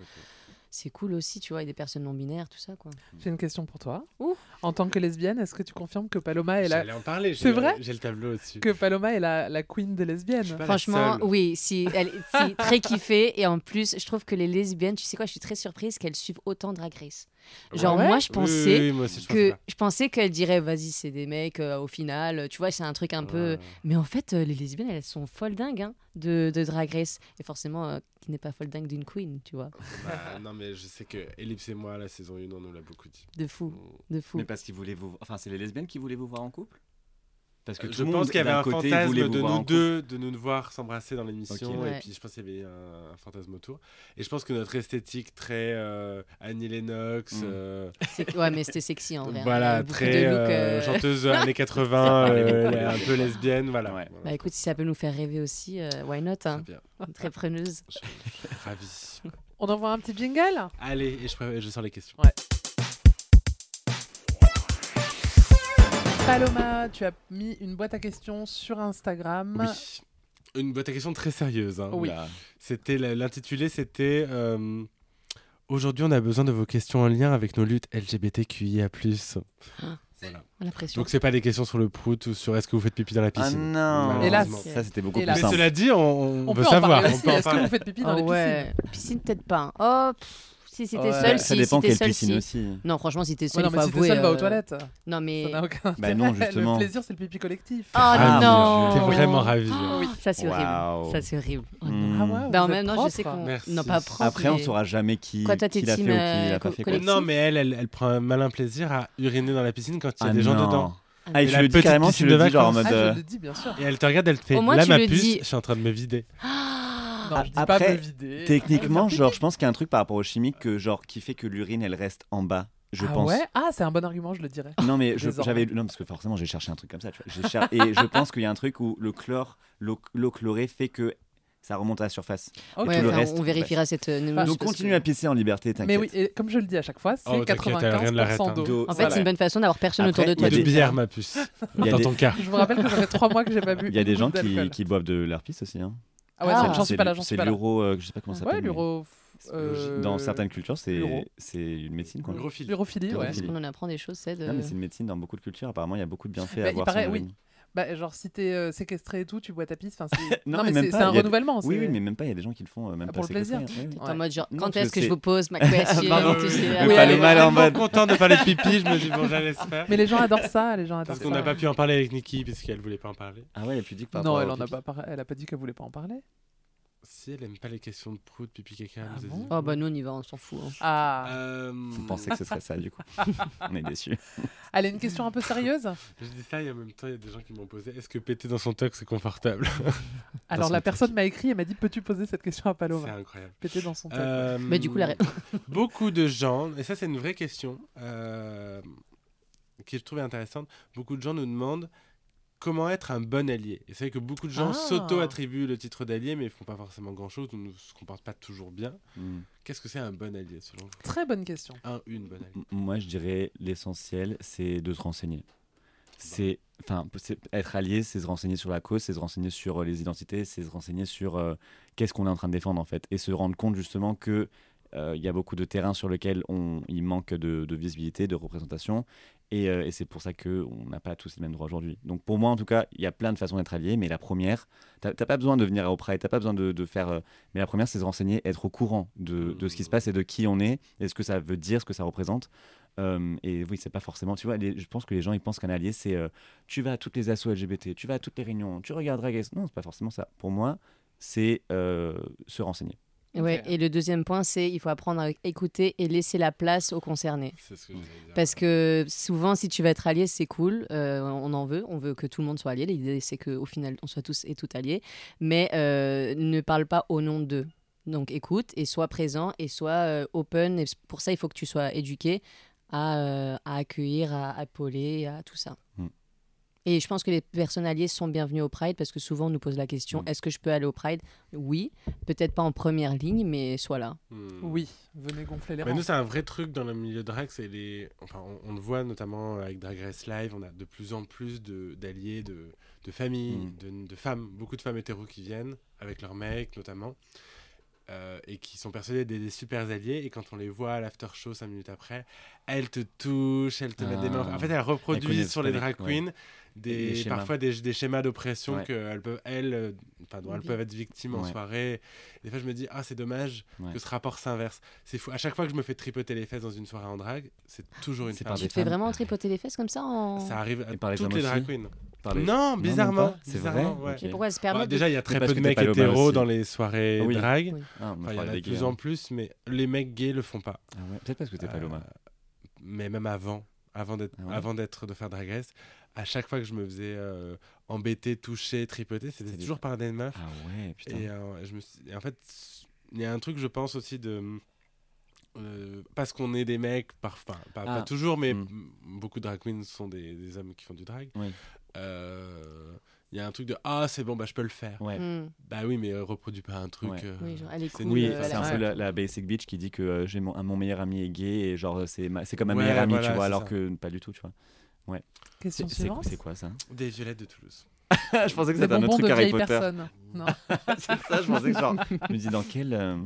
[SPEAKER 3] C'est cool aussi, tu vois, et des personnes non binaires, tout ça quoi.
[SPEAKER 2] J'ai une question pour toi.
[SPEAKER 3] Ouh.
[SPEAKER 2] En tant que lesbienne, est-ce que tu confirmes que Paloma est la
[SPEAKER 1] J'allais en parler.
[SPEAKER 2] C'est
[SPEAKER 1] j'ai-
[SPEAKER 2] vrai
[SPEAKER 1] J'ai le tableau dessus.
[SPEAKER 2] que Paloma est la, la queen des
[SPEAKER 1] Je suis
[SPEAKER 2] lesbiennes
[SPEAKER 1] pas la
[SPEAKER 3] Franchement,
[SPEAKER 1] seule.
[SPEAKER 3] oui, si, elle, si, très kiffée. Et en plus, je trouve que les lesbiennes, tu sais quoi, je suis très surprise qu'elles suivent autant Drag Race. Genre,
[SPEAKER 2] Ah ouais
[SPEAKER 3] moi, je
[SPEAKER 1] Oui,
[SPEAKER 3] pensais
[SPEAKER 1] oui, oui, moi aussi, je pensais
[SPEAKER 3] que
[SPEAKER 1] pas.
[SPEAKER 3] je pensais qu'elles diraient, vas-y, c'est des mecs euh, au final. euh, Tu vois, c'est un truc un peu.
[SPEAKER 1] Ouais.
[SPEAKER 3] Mais en fait, euh, les lesbiennes, elles sont folles dingues hein, de, de Drag Race. Et forcément, euh, qui n'est pas folle dingue d'une queen, tu vois.
[SPEAKER 1] Bah, non, mais je sais que Ellipse et moi, la saison 1, on nous l'a beaucoup dit.
[SPEAKER 3] De fou, de fou.
[SPEAKER 4] mais parce qu'ils voulaient vous enfin c'est les lesbiennes qui voulaient vous voir en couple parce que tout
[SPEAKER 1] Euh, je
[SPEAKER 4] le
[SPEAKER 1] pense
[SPEAKER 4] monde,
[SPEAKER 1] qu'il y avait
[SPEAKER 4] d'un
[SPEAKER 1] un
[SPEAKER 4] côté,
[SPEAKER 1] fantasme
[SPEAKER 4] voulait vous
[SPEAKER 1] de
[SPEAKER 4] voir en
[SPEAKER 1] nous
[SPEAKER 4] couple.
[SPEAKER 1] deux, de nous devoir s'embrasser dans l'émission,
[SPEAKER 4] Ok.
[SPEAKER 1] et
[SPEAKER 3] Ouais.
[SPEAKER 1] puis je pense qu'il y avait un, un fantasme autour. Et je pense que notre esthétique très euh, Annie Lennox,
[SPEAKER 4] Mm.
[SPEAKER 1] euh,
[SPEAKER 3] C'est- Ouais, mais c'était sexy en vrai. hein. Elle
[SPEAKER 1] voilà,
[SPEAKER 3] avait beaucoup de
[SPEAKER 1] très
[SPEAKER 3] looks,
[SPEAKER 1] euh,
[SPEAKER 3] euh,
[SPEAKER 1] chanteuse années 80,
[SPEAKER 4] C'est vrai.
[SPEAKER 1] euh, elle est un peu lesbienne, voilà.
[SPEAKER 4] Ouais.
[SPEAKER 1] Voilà.
[SPEAKER 3] Bah écoute, si ça peut nous faire rêver aussi, euh, why not
[SPEAKER 1] Très
[SPEAKER 3] hein.
[SPEAKER 1] bien,
[SPEAKER 3] Très preneuse.
[SPEAKER 1] je, je suis ravi.
[SPEAKER 2] On envoie un petit jingle
[SPEAKER 1] Allez, et je, pré- je sors les questions.
[SPEAKER 2] Paloma, tu as mis une boîte à questions sur Instagram.
[SPEAKER 3] bah.
[SPEAKER 1] Oui. Une boîte à questions très sérieuse. hein.
[SPEAKER 2] Oui.
[SPEAKER 4] Oula.
[SPEAKER 1] C'était la- l'intitulé, c'était euh, Aujourd'hui, on a besoin de vos questions en lien avec nos luttes LGBTQIA+. Voilà.
[SPEAKER 3] La pression.
[SPEAKER 1] Donc c'est pas des questions sur le prout ou sur est-ce que vous faites pipi dans la
[SPEAKER 4] ah
[SPEAKER 1] piscine.
[SPEAKER 4] non
[SPEAKER 2] Hélas.
[SPEAKER 4] ça c'était beaucoup
[SPEAKER 2] Hélas.
[SPEAKER 4] plus
[SPEAKER 1] Mais
[SPEAKER 4] simple
[SPEAKER 1] cela dit, on, on
[SPEAKER 2] On
[SPEAKER 1] veut
[SPEAKER 2] peut en
[SPEAKER 1] savoir.
[SPEAKER 2] parler
[SPEAKER 1] on
[SPEAKER 2] aussi.
[SPEAKER 1] peut en
[SPEAKER 2] Est-ce que
[SPEAKER 1] parler.
[SPEAKER 2] vous faites pipi dans
[SPEAKER 3] Ah
[SPEAKER 2] les
[SPEAKER 3] ouais. Piscine, peut-être pas. hein. Oh, pff, si c'était
[SPEAKER 4] Ouais.
[SPEAKER 3] seul,
[SPEAKER 4] ça
[SPEAKER 3] si,
[SPEAKER 4] dépend
[SPEAKER 3] si t'es
[SPEAKER 4] quelle
[SPEAKER 3] seul,
[SPEAKER 4] piscine
[SPEAKER 3] si.
[SPEAKER 4] aussi
[SPEAKER 3] Non, franchement, si t'es seul,
[SPEAKER 2] piscines Ouais, non,
[SPEAKER 3] il
[SPEAKER 2] mais
[SPEAKER 3] faut
[SPEAKER 2] si t'es
[SPEAKER 3] avouer,
[SPEAKER 2] seule, va aux
[SPEAKER 3] euh,
[SPEAKER 2] toilettes.
[SPEAKER 3] Non, mais.
[SPEAKER 2] Ça n'a aucun
[SPEAKER 4] Bah
[SPEAKER 2] intérêt.
[SPEAKER 4] non, justement.
[SPEAKER 2] Le plaisir, c'est le pipi collectif.
[SPEAKER 3] Oh
[SPEAKER 4] Ah,
[SPEAKER 3] non
[SPEAKER 4] mon Dieu.
[SPEAKER 1] T'es vraiment ravi.
[SPEAKER 3] Oh, Ça, c'est
[SPEAKER 4] hein. Waouh.
[SPEAKER 3] horrible. Ça, c'est horrible. Oh, non.
[SPEAKER 4] Hmm.
[SPEAKER 2] Ah ouais,
[SPEAKER 3] Bah, en
[SPEAKER 2] vous êtes
[SPEAKER 3] même temps, je
[SPEAKER 2] propre.
[SPEAKER 3] sais qu'on.
[SPEAKER 1] Merci.
[SPEAKER 3] Non, pas propre.
[SPEAKER 4] Après, on
[SPEAKER 3] mais-
[SPEAKER 4] saura jamais qui,
[SPEAKER 3] Quoi, toi, t'es
[SPEAKER 4] qui l'a fait ou
[SPEAKER 3] team,
[SPEAKER 4] qui
[SPEAKER 3] euh,
[SPEAKER 4] l'a pas
[SPEAKER 3] co-
[SPEAKER 4] fait. quoi.
[SPEAKER 3] collectif
[SPEAKER 1] Non, mais elle, elle, elle prend un malin plaisir à uriner dans la piscine quand il y a
[SPEAKER 4] Ah
[SPEAKER 1] des gens
[SPEAKER 4] non.
[SPEAKER 1] dedans.
[SPEAKER 4] Ah, et
[SPEAKER 1] Et
[SPEAKER 4] tu
[SPEAKER 1] la
[SPEAKER 4] le dis
[SPEAKER 1] petite
[SPEAKER 4] carrément, tu
[SPEAKER 1] piscine
[SPEAKER 4] le
[SPEAKER 1] de
[SPEAKER 4] dis genre en
[SPEAKER 1] vacances.
[SPEAKER 4] mode.
[SPEAKER 2] Ah,
[SPEAKER 4] euh,
[SPEAKER 2] je le dis, bien sûr.
[SPEAKER 1] Et elle te regarde, elle te fait
[SPEAKER 3] Au moins,
[SPEAKER 1] là
[SPEAKER 3] tu
[SPEAKER 1] ma
[SPEAKER 3] le
[SPEAKER 1] puce,
[SPEAKER 3] dis.
[SPEAKER 1] je suis en train de me vider.
[SPEAKER 2] Non, je dis pas
[SPEAKER 4] après,
[SPEAKER 2] me vider.
[SPEAKER 3] Ah,
[SPEAKER 4] Techniquement, genre, je pense qu'il y a un truc par rapport au chimique que, genre, qui fait que l'urine, elle reste en bas. Je
[SPEAKER 2] ah
[SPEAKER 4] pense.
[SPEAKER 2] ouais Ah, c'est un bon argument, je le dirais.
[SPEAKER 4] Non, mais je-
[SPEAKER 2] Désormais.
[SPEAKER 4] j'avais. Non, parce que forcément, j'ai cherché un truc comme ça. Tu vois. J'ai cher- Et je pense qu'il y a un truc où le chlore, l'eau l'eau chlorée fait que ça remonte à la surface.
[SPEAKER 2] Ok.
[SPEAKER 3] Ouais,
[SPEAKER 4] tout le
[SPEAKER 3] enfin,
[SPEAKER 4] reste,
[SPEAKER 3] on vérifiera cette.
[SPEAKER 2] Ah,
[SPEAKER 3] euh, news, parce
[SPEAKER 4] Donc, continue
[SPEAKER 3] que-
[SPEAKER 4] à pisser en liberté,
[SPEAKER 2] Mais
[SPEAKER 4] t'inquiète.
[SPEAKER 2] oui, et comme je le dis à chaque fois, c'est
[SPEAKER 1] Oh, t'inquiète, elle a rien de l'arrête,
[SPEAKER 2] 95%
[SPEAKER 1] hein.
[SPEAKER 2] d'eau.
[SPEAKER 3] En fait, c'est une bonne façon d'avoir personne
[SPEAKER 4] Après,
[SPEAKER 3] autour de
[SPEAKER 4] il y
[SPEAKER 1] Ou
[SPEAKER 3] toi.
[SPEAKER 4] a
[SPEAKER 1] de
[SPEAKER 4] des-
[SPEAKER 1] bière ma puce,
[SPEAKER 4] Il y a
[SPEAKER 1] dans
[SPEAKER 4] des-
[SPEAKER 1] ton cas.
[SPEAKER 2] Je vous rappelle que ça fait trois mois que j'ai pas bu.
[SPEAKER 4] Il y a
[SPEAKER 2] une
[SPEAKER 4] des gens
[SPEAKER 2] goutte
[SPEAKER 4] qui,
[SPEAKER 2] d'alcool.
[SPEAKER 4] qui boivent de leur pisse aussi. Hein.
[SPEAKER 2] Ah ouais,
[SPEAKER 3] Ah.
[SPEAKER 2] non, j'en suis
[SPEAKER 4] C'est
[SPEAKER 2] pas
[SPEAKER 4] le-
[SPEAKER 2] là, j'en suis
[SPEAKER 4] C'est
[SPEAKER 2] pas là.
[SPEAKER 4] l'euro, euh, je sais pas comment ça
[SPEAKER 2] Ouais,
[SPEAKER 4] s'appelle. mais
[SPEAKER 2] l'uro. euh,
[SPEAKER 4] Dans certaines cultures,
[SPEAKER 2] l'uro.
[SPEAKER 4] c'est c'est une médecine. quoi.
[SPEAKER 1] L'urophile.
[SPEAKER 2] L'urophilie, ouais.
[SPEAKER 4] L'urophilie.
[SPEAKER 3] On en apprend des choses, c'est de.
[SPEAKER 4] Non, mais c'est une médecine dans beaucoup de cultures. Apparemment, il y a beaucoup de bienfaits
[SPEAKER 2] Bah,
[SPEAKER 4] à
[SPEAKER 2] il
[SPEAKER 4] boire
[SPEAKER 2] paraît,
[SPEAKER 4] son
[SPEAKER 2] oui.
[SPEAKER 4] urine.
[SPEAKER 2] Bah, genre, si t'es euh, séquestré et tout, tu bois ta pisse. enfin, c'est-
[SPEAKER 4] Non,
[SPEAKER 2] non,
[SPEAKER 4] mais
[SPEAKER 2] mais
[SPEAKER 4] même
[SPEAKER 2] c'est
[SPEAKER 4] pas,
[SPEAKER 2] c'est un
[SPEAKER 4] il y a-
[SPEAKER 2] renouvellement.
[SPEAKER 4] Oui,
[SPEAKER 2] c'est-
[SPEAKER 4] oui, mais même pas. Il y a des gens qui le font euh, même
[SPEAKER 2] Ah,
[SPEAKER 4] pas
[SPEAKER 2] pour le plaisir.
[SPEAKER 4] séquestré, ouais, ouais.
[SPEAKER 3] T'es en mode genre,
[SPEAKER 4] Non,
[SPEAKER 3] quand
[SPEAKER 4] je
[SPEAKER 3] est-ce que
[SPEAKER 4] sais.
[SPEAKER 3] je vous pose ma question
[SPEAKER 4] Pardon,
[SPEAKER 3] tout
[SPEAKER 1] oui,
[SPEAKER 3] ce qui
[SPEAKER 1] oui.
[SPEAKER 3] est-
[SPEAKER 4] Le
[SPEAKER 2] Ouais,
[SPEAKER 4] palais
[SPEAKER 2] ouais.
[SPEAKER 4] mal en
[SPEAKER 1] Tellement
[SPEAKER 4] mode.
[SPEAKER 1] content de parler de pipi, je me dis bon, j'allais se faire.
[SPEAKER 2] Mais les gens adorent ça, les gens adorent
[SPEAKER 1] Parce
[SPEAKER 2] ça.
[SPEAKER 1] qu'on n'a pas pu en parler avec Nikki, parce qu'elle voulait pas en parler.
[SPEAKER 4] Ah ouais, et puis dis que par
[SPEAKER 2] Non,
[SPEAKER 4] rapport
[SPEAKER 2] elle
[SPEAKER 4] au
[SPEAKER 2] en a
[SPEAKER 4] pipi.
[SPEAKER 2] pas par- elle a pas dit qu'elle voulait pas en parler.
[SPEAKER 1] Si elle aime pas les questions de prout, pipi, caca,
[SPEAKER 2] Ah
[SPEAKER 1] elle nous a
[SPEAKER 2] bon
[SPEAKER 1] dit.
[SPEAKER 3] Oh bah nous on y va, on s'en fout. hein.
[SPEAKER 2] Ah.
[SPEAKER 1] Euh,
[SPEAKER 4] Vous pensez que ce serait ça, du coup. On est déçus.
[SPEAKER 2] Allez, une question un peu sérieuse.
[SPEAKER 1] Je dis ça et en même temps, il y a des gens qui m'ont posé est-ce que péter dans son toc, c'est confortable
[SPEAKER 2] Alors
[SPEAKER 4] son
[SPEAKER 2] la
[SPEAKER 4] truc.
[SPEAKER 2] personne m'a écrit et m'a dit peux-tu poser cette question à
[SPEAKER 1] C'est
[SPEAKER 2] Paloma
[SPEAKER 1] incroyable.
[SPEAKER 2] Péter dans son tête.
[SPEAKER 1] Euh,
[SPEAKER 4] Mm.
[SPEAKER 3] Mais du coup la ré-
[SPEAKER 1] beaucoup de gens, et ça c'est une vraie question euh, qui je trouve intéressante, beaucoup de gens nous demandent comment être un bon allié. Et c'est vrai que beaucoup de gens
[SPEAKER 2] Ah.
[SPEAKER 1] s'auto-attribuent le titre d'allié, mais ils font pas forcément grand-chose, ou ne se comportent pas toujours bien.
[SPEAKER 2] Hmm.
[SPEAKER 4] Mm.
[SPEAKER 1] Qu'est-ce que c'est un bon allié selon vous
[SPEAKER 2] Très bonne question.
[SPEAKER 1] Un, une bonne alliée.
[SPEAKER 4] M- Moi, je dirais l'essentiel, c'est de se renseigner. C'est, enfin, p- c'est- être allié, c'est se renseigner sur la cause, c'est se renseigner sur euh, les identités, c'est se renseigner sur euh, qu'est-ce qu'on est en train de défendre en fait, et se rendre compte justement que euh, il y a beaucoup de terrains sur lesquels on, il manque de, de visibilité, de représentation, et, euh, et c'est pour ça que on n'a pas tous les mêmes droits aujourd'hui. Donc pour moi, en tout cas, il y a plein de façons d'être allié, mais la première, t'as t'as pas besoin de venir à Oprah, et t'as pas besoin de, de faire, euh, mais la première, c'est se renseigner, être au courant de, de ce
[SPEAKER 1] Mmh.
[SPEAKER 4] qui se passe et de qui on est, et ce que ça veut dire, ce que ça représente. Euh, et oui, c'est pas forcément. Tu vois, les- je pense que les gens ils pensent qu'un allié c'est euh, tu vas à toutes les assos LGBT, tu vas à toutes les réunions, tu regardes Drag Race. Non, c'est pas forcément ça. Pour moi, c'est euh, se renseigner.
[SPEAKER 3] Ouais, et le deuxième point, c'est il faut apprendre à écouter et laisser la place aux concernés.
[SPEAKER 1] C'est ce que j'allais dire.
[SPEAKER 3] Parce que souvent, si tu vas être allié, c'est cool, euh, on en veut, on veut que tout le monde soit allié. L'idée, c'est qu'au final, on soit tous et toutes alliés, mais euh, ne parle pas au nom d'eux. Donc écoute et sois présent et sois euh, open. Et pour ça, il faut que tu sois éduqué à, euh, à accueillir, à épauler, à tout ça.
[SPEAKER 4] Mm.
[SPEAKER 3] Et je pense que les personnes alliées sont bienvenues au Pride parce que souvent on nous pose la question
[SPEAKER 4] Mm.
[SPEAKER 3] est-ce que je peux aller au Pride Oui, peut-être pas en première ligne, mais sois là.
[SPEAKER 1] Hmm.
[SPEAKER 2] Oui, venez gonfler les
[SPEAKER 1] Mais
[SPEAKER 4] Bah,
[SPEAKER 2] rangs.
[SPEAKER 1] nous, c'est un vrai truc dans le milieu drag. C'est les... enfin, on, on le voit notamment avec Drag Race Live. On a de plus en plus de- d'alliés, de, de familles,
[SPEAKER 4] Mm.
[SPEAKER 1] de, de femmes, beaucoup de femmes hétéros qui viennent, avec leurs mecs notamment, euh, et qui sont persuadées d'être des super alliés. Et quand on les voit à l'after show cinq minutes après, elles te touchent, elles te mettent des mains.
[SPEAKER 4] Ah.
[SPEAKER 1] En fait, elles reproduisent
[SPEAKER 4] connaissent
[SPEAKER 1] sur les
[SPEAKER 4] pas les-
[SPEAKER 1] drag
[SPEAKER 4] ouais.
[SPEAKER 1] queens des,
[SPEAKER 4] Des schémas.
[SPEAKER 1] parfois des, des schémas d'oppression
[SPEAKER 4] Ouais.
[SPEAKER 1] qu'elles peuvent, elles, euh, enfin, dont elles
[SPEAKER 3] Oui.
[SPEAKER 1] peuvent être victimes en
[SPEAKER 4] Ouais.
[SPEAKER 1] soirée. Des fois, je me dis, ah, c'est dommage
[SPEAKER 4] Ouais.
[SPEAKER 1] que ce rapport s'inverse. C'est fou. À chaque fois que je me fais tripoter les fesses dans une soirée en drague, c'est toujours une
[SPEAKER 4] C'est
[SPEAKER 1] femme.
[SPEAKER 4] par
[SPEAKER 3] Tu
[SPEAKER 4] des
[SPEAKER 3] te fais
[SPEAKER 4] femmes.
[SPEAKER 3] vraiment tripoter les fesses comme ça en...
[SPEAKER 1] Ça arrive à
[SPEAKER 4] Et par les
[SPEAKER 1] toutes
[SPEAKER 4] hommes
[SPEAKER 1] les
[SPEAKER 4] aussi
[SPEAKER 1] drag queens.
[SPEAKER 4] Par les-
[SPEAKER 1] Non,
[SPEAKER 4] même
[SPEAKER 1] bizarrement.
[SPEAKER 4] pas C'est
[SPEAKER 1] bizarrement,
[SPEAKER 4] vrai
[SPEAKER 1] ouais.
[SPEAKER 4] Ok.
[SPEAKER 3] Mais pourquoi se
[SPEAKER 1] Bah,
[SPEAKER 3] permettre de-
[SPEAKER 1] déjà, il y a
[SPEAKER 4] Mais
[SPEAKER 1] très
[SPEAKER 4] parce
[SPEAKER 1] peu
[SPEAKER 4] que
[SPEAKER 1] de
[SPEAKER 4] t'es
[SPEAKER 1] mecs
[SPEAKER 4] pas le mal
[SPEAKER 1] hétéros
[SPEAKER 4] aussi.
[SPEAKER 1] dans les soirées
[SPEAKER 4] Oui.
[SPEAKER 1] drag.
[SPEAKER 4] Ah, on a
[SPEAKER 1] Enfin, il y en
[SPEAKER 4] parlé
[SPEAKER 1] a
[SPEAKER 4] des
[SPEAKER 1] de
[SPEAKER 4] gays,
[SPEAKER 1] plus
[SPEAKER 4] hein.
[SPEAKER 1] en plus, mais les mecs gays le font pas.
[SPEAKER 4] Ah ouais, Peut-être parce que t'es
[SPEAKER 1] Euh,
[SPEAKER 4] pas Loma.
[SPEAKER 1] Mais même avant, avant d'être,
[SPEAKER 4] Ah ouais.
[SPEAKER 1] avant d'être de faire drag race, à chaque fois que je me faisais euh, embêter, toucher, tripoter, c'était
[SPEAKER 4] C'est
[SPEAKER 1] toujours
[SPEAKER 4] des-
[SPEAKER 1] par des meufs.
[SPEAKER 4] Ah ouais, putain.
[SPEAKER 1] Et euh, je me suis- et en fait, il y a un truc, je pense aussi de. euh, parce qu'on est des mecs, par, enfin, pas, pas
[SPEAKER 4] Ah.
[SPEAKER 1] toujours, mais
[SPEAKER 4] Mm.
[SPEAKER 1] m- beaucoup de drag queens sont des, des hommes qui font du drag.
[SPEAKER 4] Oui.
[SPEAKER 1] Euh, Il y a un truc de Ah, c'est bon, bah, je peux le faire.
[SPEAKER 4] Ouais.
[SPEAKER 2] Mm.
[SPEAKER 3] Hmm.
[SPEAKER 1] Bah oui, mais euh, reproduis pas un truc.
[SPEAKER 4] Ouais.
[SPEAKER 1] euh,
[SPEAKER 3] Oui, genre, elle est
[SPEAKER 1] c'est
[SPEAKER 3] cool,
[SPEAKER 4] Oui,
[SPEAKER 1] nul, ça,
[SPEAKER 3] euh,
[SPEAKER 4] c'est
[SPEAKER 3] elle a-
[SPEAKER 4] un
[SPEAKER 1] ouais.
[SPEAKER 4] peu la, la basic bitch qui dit que euh, j'ai mon, un- mon meilleur ami est gay et genre euh, c'est ma- c'est comme ma
[SPEAKER 1] Ouais,
[SPEAKER 4] meilleure amie,
[SPEAKER 1] voilà,
[SPEAKER 4] tu vois,
[SPEAKER 1] c'est
[SPEAKER 4] alors
[SPEAKER 1] ça.
[SPEAKER 4] que pas du tout, tu vois.
[SPEAKER 2] Question
[SPEAKER 4] C'est- C'est
[SPEAKER 2] suivante.
[SPEAKER 4] c'est quoi ça
[SPEAKER 1] Des violettes de Toulouse.
[SPEAKER 4] Je pensais que
[SPEAKER 2] Des
[SPEAKER 4] c'était un autre
[SPEAKER 2] bonbons
[SPEAKER 4] truc
[SPEAKER 2] de
[SPEAKER 4] Harry
[SPEAKER 2] vieille
[SPEAKER 4] Potter.
[SPEAKER 2] personne. Non.
[SPEAKER 4] C'est ça, je pensais que genre. Je me dis dans quel. euh,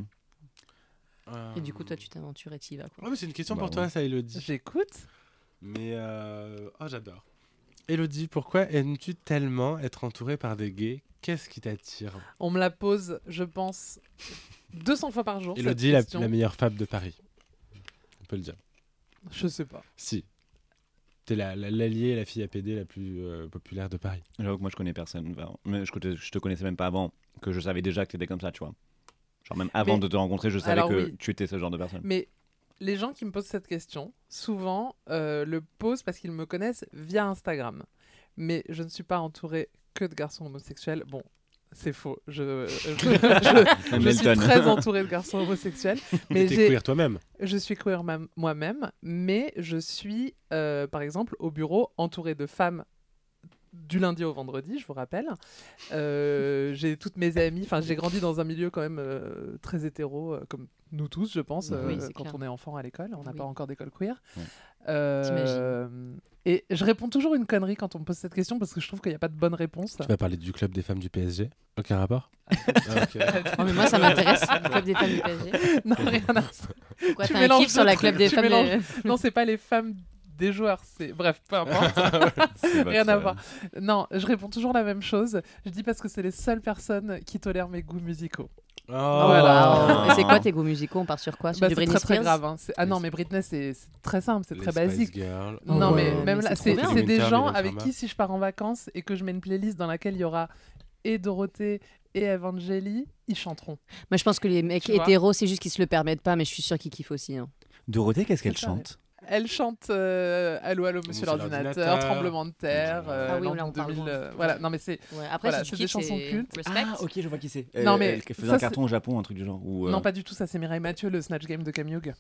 [SPEAKER 3] Et du coup, toi,
[SPEAKER 1] Euh,
[SPEAKER 3] tu t'aventures et t'y vas. Quoi.
[SPEAKER 1] Ouais, mais c'est une question
[SPEAKER 4] Bah
[SPEAKER 1] pour
[SPEAKER 4] ouais.
[SPEAKER 1] toi, ça, Elodie.
[SPEAKER 2] J'écoute.
[SPEAKER 1] Mais. euh, Oh, j'adore. Elodie, pourquoi aimes-tu tellement être entourée par des gays Qu'est-ce qui t'attire
[SPEAKER 2] On me la pose, je pense, 200 fois par jour. cette
[SPEAKER 1] Elodie, la,
[SPEAKER 2] question.
[SPEAKER 1] la meilleure femme de Paris. On peut le dire.
[SPEAKER 2] Je sais pas.
[SPEAKER 1] Si. T'es la- la- l'alliée, la, fille APD la plus euh, populaire de Paris.
[SPEAKER 4] J'avoue que moi je connais personne. enfin, mais je, te- je te connaissais même pas avant que je savais déjà que t'étais comme ça, tu vois. Genre même avant
[SPEAKER 2] Mais-
[SPEAKER 4] de te rencontrer, je savais
[SPEAKER 2] Alors
[SPEAKER 4] que
[SPEAKER 2] oui.
[SPEAKER 4] tu étais ce genre de personne.
[SPEAKER 2] Mais les gens qui me posent cette question, souvent, euh, le posent parce qu'ils me connaissent via Instagram. Mais je ne suis pas entourée que de garçons homosexuels. Bon, c'est faux. Je, je- je suis
[SPEAKER 4] Hamilton.
[SPEAKER 2] très entourée de garçons homosexuels.
[SPEAKER 1] Mais
[SPEAKER 2] Mais
[SPEAKER 1] t'es
[SPEAKER 2] j'ai-
[SPEAKER 1] queer toi-même.
[SPEAKER 2] je suis queer ma- moi-même, mais je suis, euh, par exemple, au bureau entourée de femmes du lundi au vendredi, je vous rappelle. Euh, j'ai toutes mes amies, enfin j'ai grandi dans un milieu quand même euh, très hétéro, euh, comme nous tous, je pense,
[SPEAKER 4] Oui,
[SPEAKER 2] euh,
[SPEAKER 3] c'est
[SPEAKER 2] quand
[SPEAKER 3] clair.
[SPEAKER 2] on est enfant à l'école, on n'a
[SPEAKER 3] Oui.
[SPEAKER 2] pas encore d'école queer.
[SPEAKER 4] Ouais.
[SPEAKER 2] Euh, et je réponds toujours une connerie quand on me pose cette question parce que je trouve qu'il n'y a pas de bonne réponse.
[SPEAKER 1] Tu vas parler du club des femmes du PSG Aucun rapport Ah, ok.
[SPEAKER 3] Oh, mais moi, ça m'intéresse. le club des femmes du PSG.
[SPEAKER 2] non, rien à ça.
[SPEAKER 3] Pourquoi
[SPEAKER 2] Tu
[SPEAKER 3] t'as un
[SPEAKER 2] mélanges
[SPEAKER 3] kiff sur
[SPEAKER 2] deux
[SPEAKER 3] la
[SPEAKER 2] trucs,
[SPEAKER 3] club des
[SPEAKER 2] tu
[SPEAKER 3] femmes euh, de-
[SPEAKER 2] mélanges. Non, c'est pas les femmes des joueurs, c'est. Bref, peu importe.
[SPEAKER 4] C'est votre,
[SPEAKER 2] Rien à
[SPEAKER 4] euh,
[SPEAKER 2] voir. Non, je réponds toujours la même chose. Je dis parce que c'est les seules personnes qui tolèrent mes goûts musicaux.
[SPEAKER 1] Oh.
[SPEAKER 2] Voilà.
[SPEAKER 3] Wow. Et c'est quoi tes goûts musicaux On part sur quoi Sur
[SPEAKER 2] Bah,
[SPEAKER 3] Ah, du
[SPEAKER 2] c'est
[SPEAKER 3] Britney
[SPEAKER 2] très très
[SPEAKER 3] Spears
[SPEAKER 2] grave. hein. C'est- Ah non, mais Britney, c'est c'est très simple, c'est
[SPEAKER 1] Les
[SPEAKER 2] très
[SPEAKER 1] Spice
[SPEAKER 2] basique.
[SPEAKER 1] Girls.
[SPEAKER 2] Non,
[SPEAKER 3] Ouais,
[SPEAKER 2] mais
[SPEAKER 3] mais
[SPEAKER 2] même
[SPEAKER 3] c'est
[SPEAKER 2] là,
[SPEAKER 3] trop
[SPEAKER 2] c'est
[SPEAKER 3] bien.
[SPEAKER 2] c'est des
[SPEAKER 1] Winter,
[SPEAKER 2] gens
[SPEAKER 1] Mylène
[SPEAKER 2] avec
[SPEAKER 1] Farmer.
[SPEAKER 2] qui, si je pars en vacances et que je mets une playlist dans laquelle il y aura et Dorothée et Evangeli, ils chanteront.
[SPEAKER 3] Moi, je pense que les mecs
[SPEAKER 2] Tu vois.
[SPEAKER 3] hétéros, c'est juste qu'ils se le permettent pas, mais je suis sûre qu'ils kiffent aussi. hein.
[SPEAKER 4] Dorothée, qu'est-ce qu'elle
[SPEAKER 2] C'est pas vrai.
[SPEAKER 4] chante
[SPEAKER 2] Elle chante euh, Allô, allô, monsieur
[SPEAKER 1] Monsieur
[SPEAKER 2] l'ordinateur,
[SPEAKER 1] l'ordinateur.
[SPEAKER 2] tremblement de terre, euh,
[SPEAKER 3] Ah oui,
[SPEAKER 2] l'an
[SPEAKER 3] là, on parle
[SPEAKER 2] 2000,
[SPEAKER 3] loin.
[SPEAKER 2] euh, voilà, non mais c'est.
[SPEAKER 3] Ouais, Après,
[SPEAKER 2] Voilà,
[SPEAKER 3] si
[SPEAKER 2] c'est
[SPEAKER 3] tu
[SPEAKER 2] des
[SPEAKER 3] kiffes,
[SPEAKER 2] chansons
[SPEAKER 3] c'est
[SPEAKER 2] cultes.
[SPEAKER 3] respect.
[SPEAKER 4] Ah, ok, je vois qui c'est. Euh,
[SPEAKER 2] Non, mais
[SPEAKER 4] Elle faisait
[SPEAKER 2] ça,
[SPEAKER 4] un
[SPEAKER 2] c'est-
[SPEAKER 4] carton au Japon, un truc du genre. Ou, euh,
[SPEAKER 2] Non, pas du tout, ça c'est Mireille Mathieu, le Snatch Game de Camille
[SPEAKER 4] ok.
[SPEAKER 3] Non,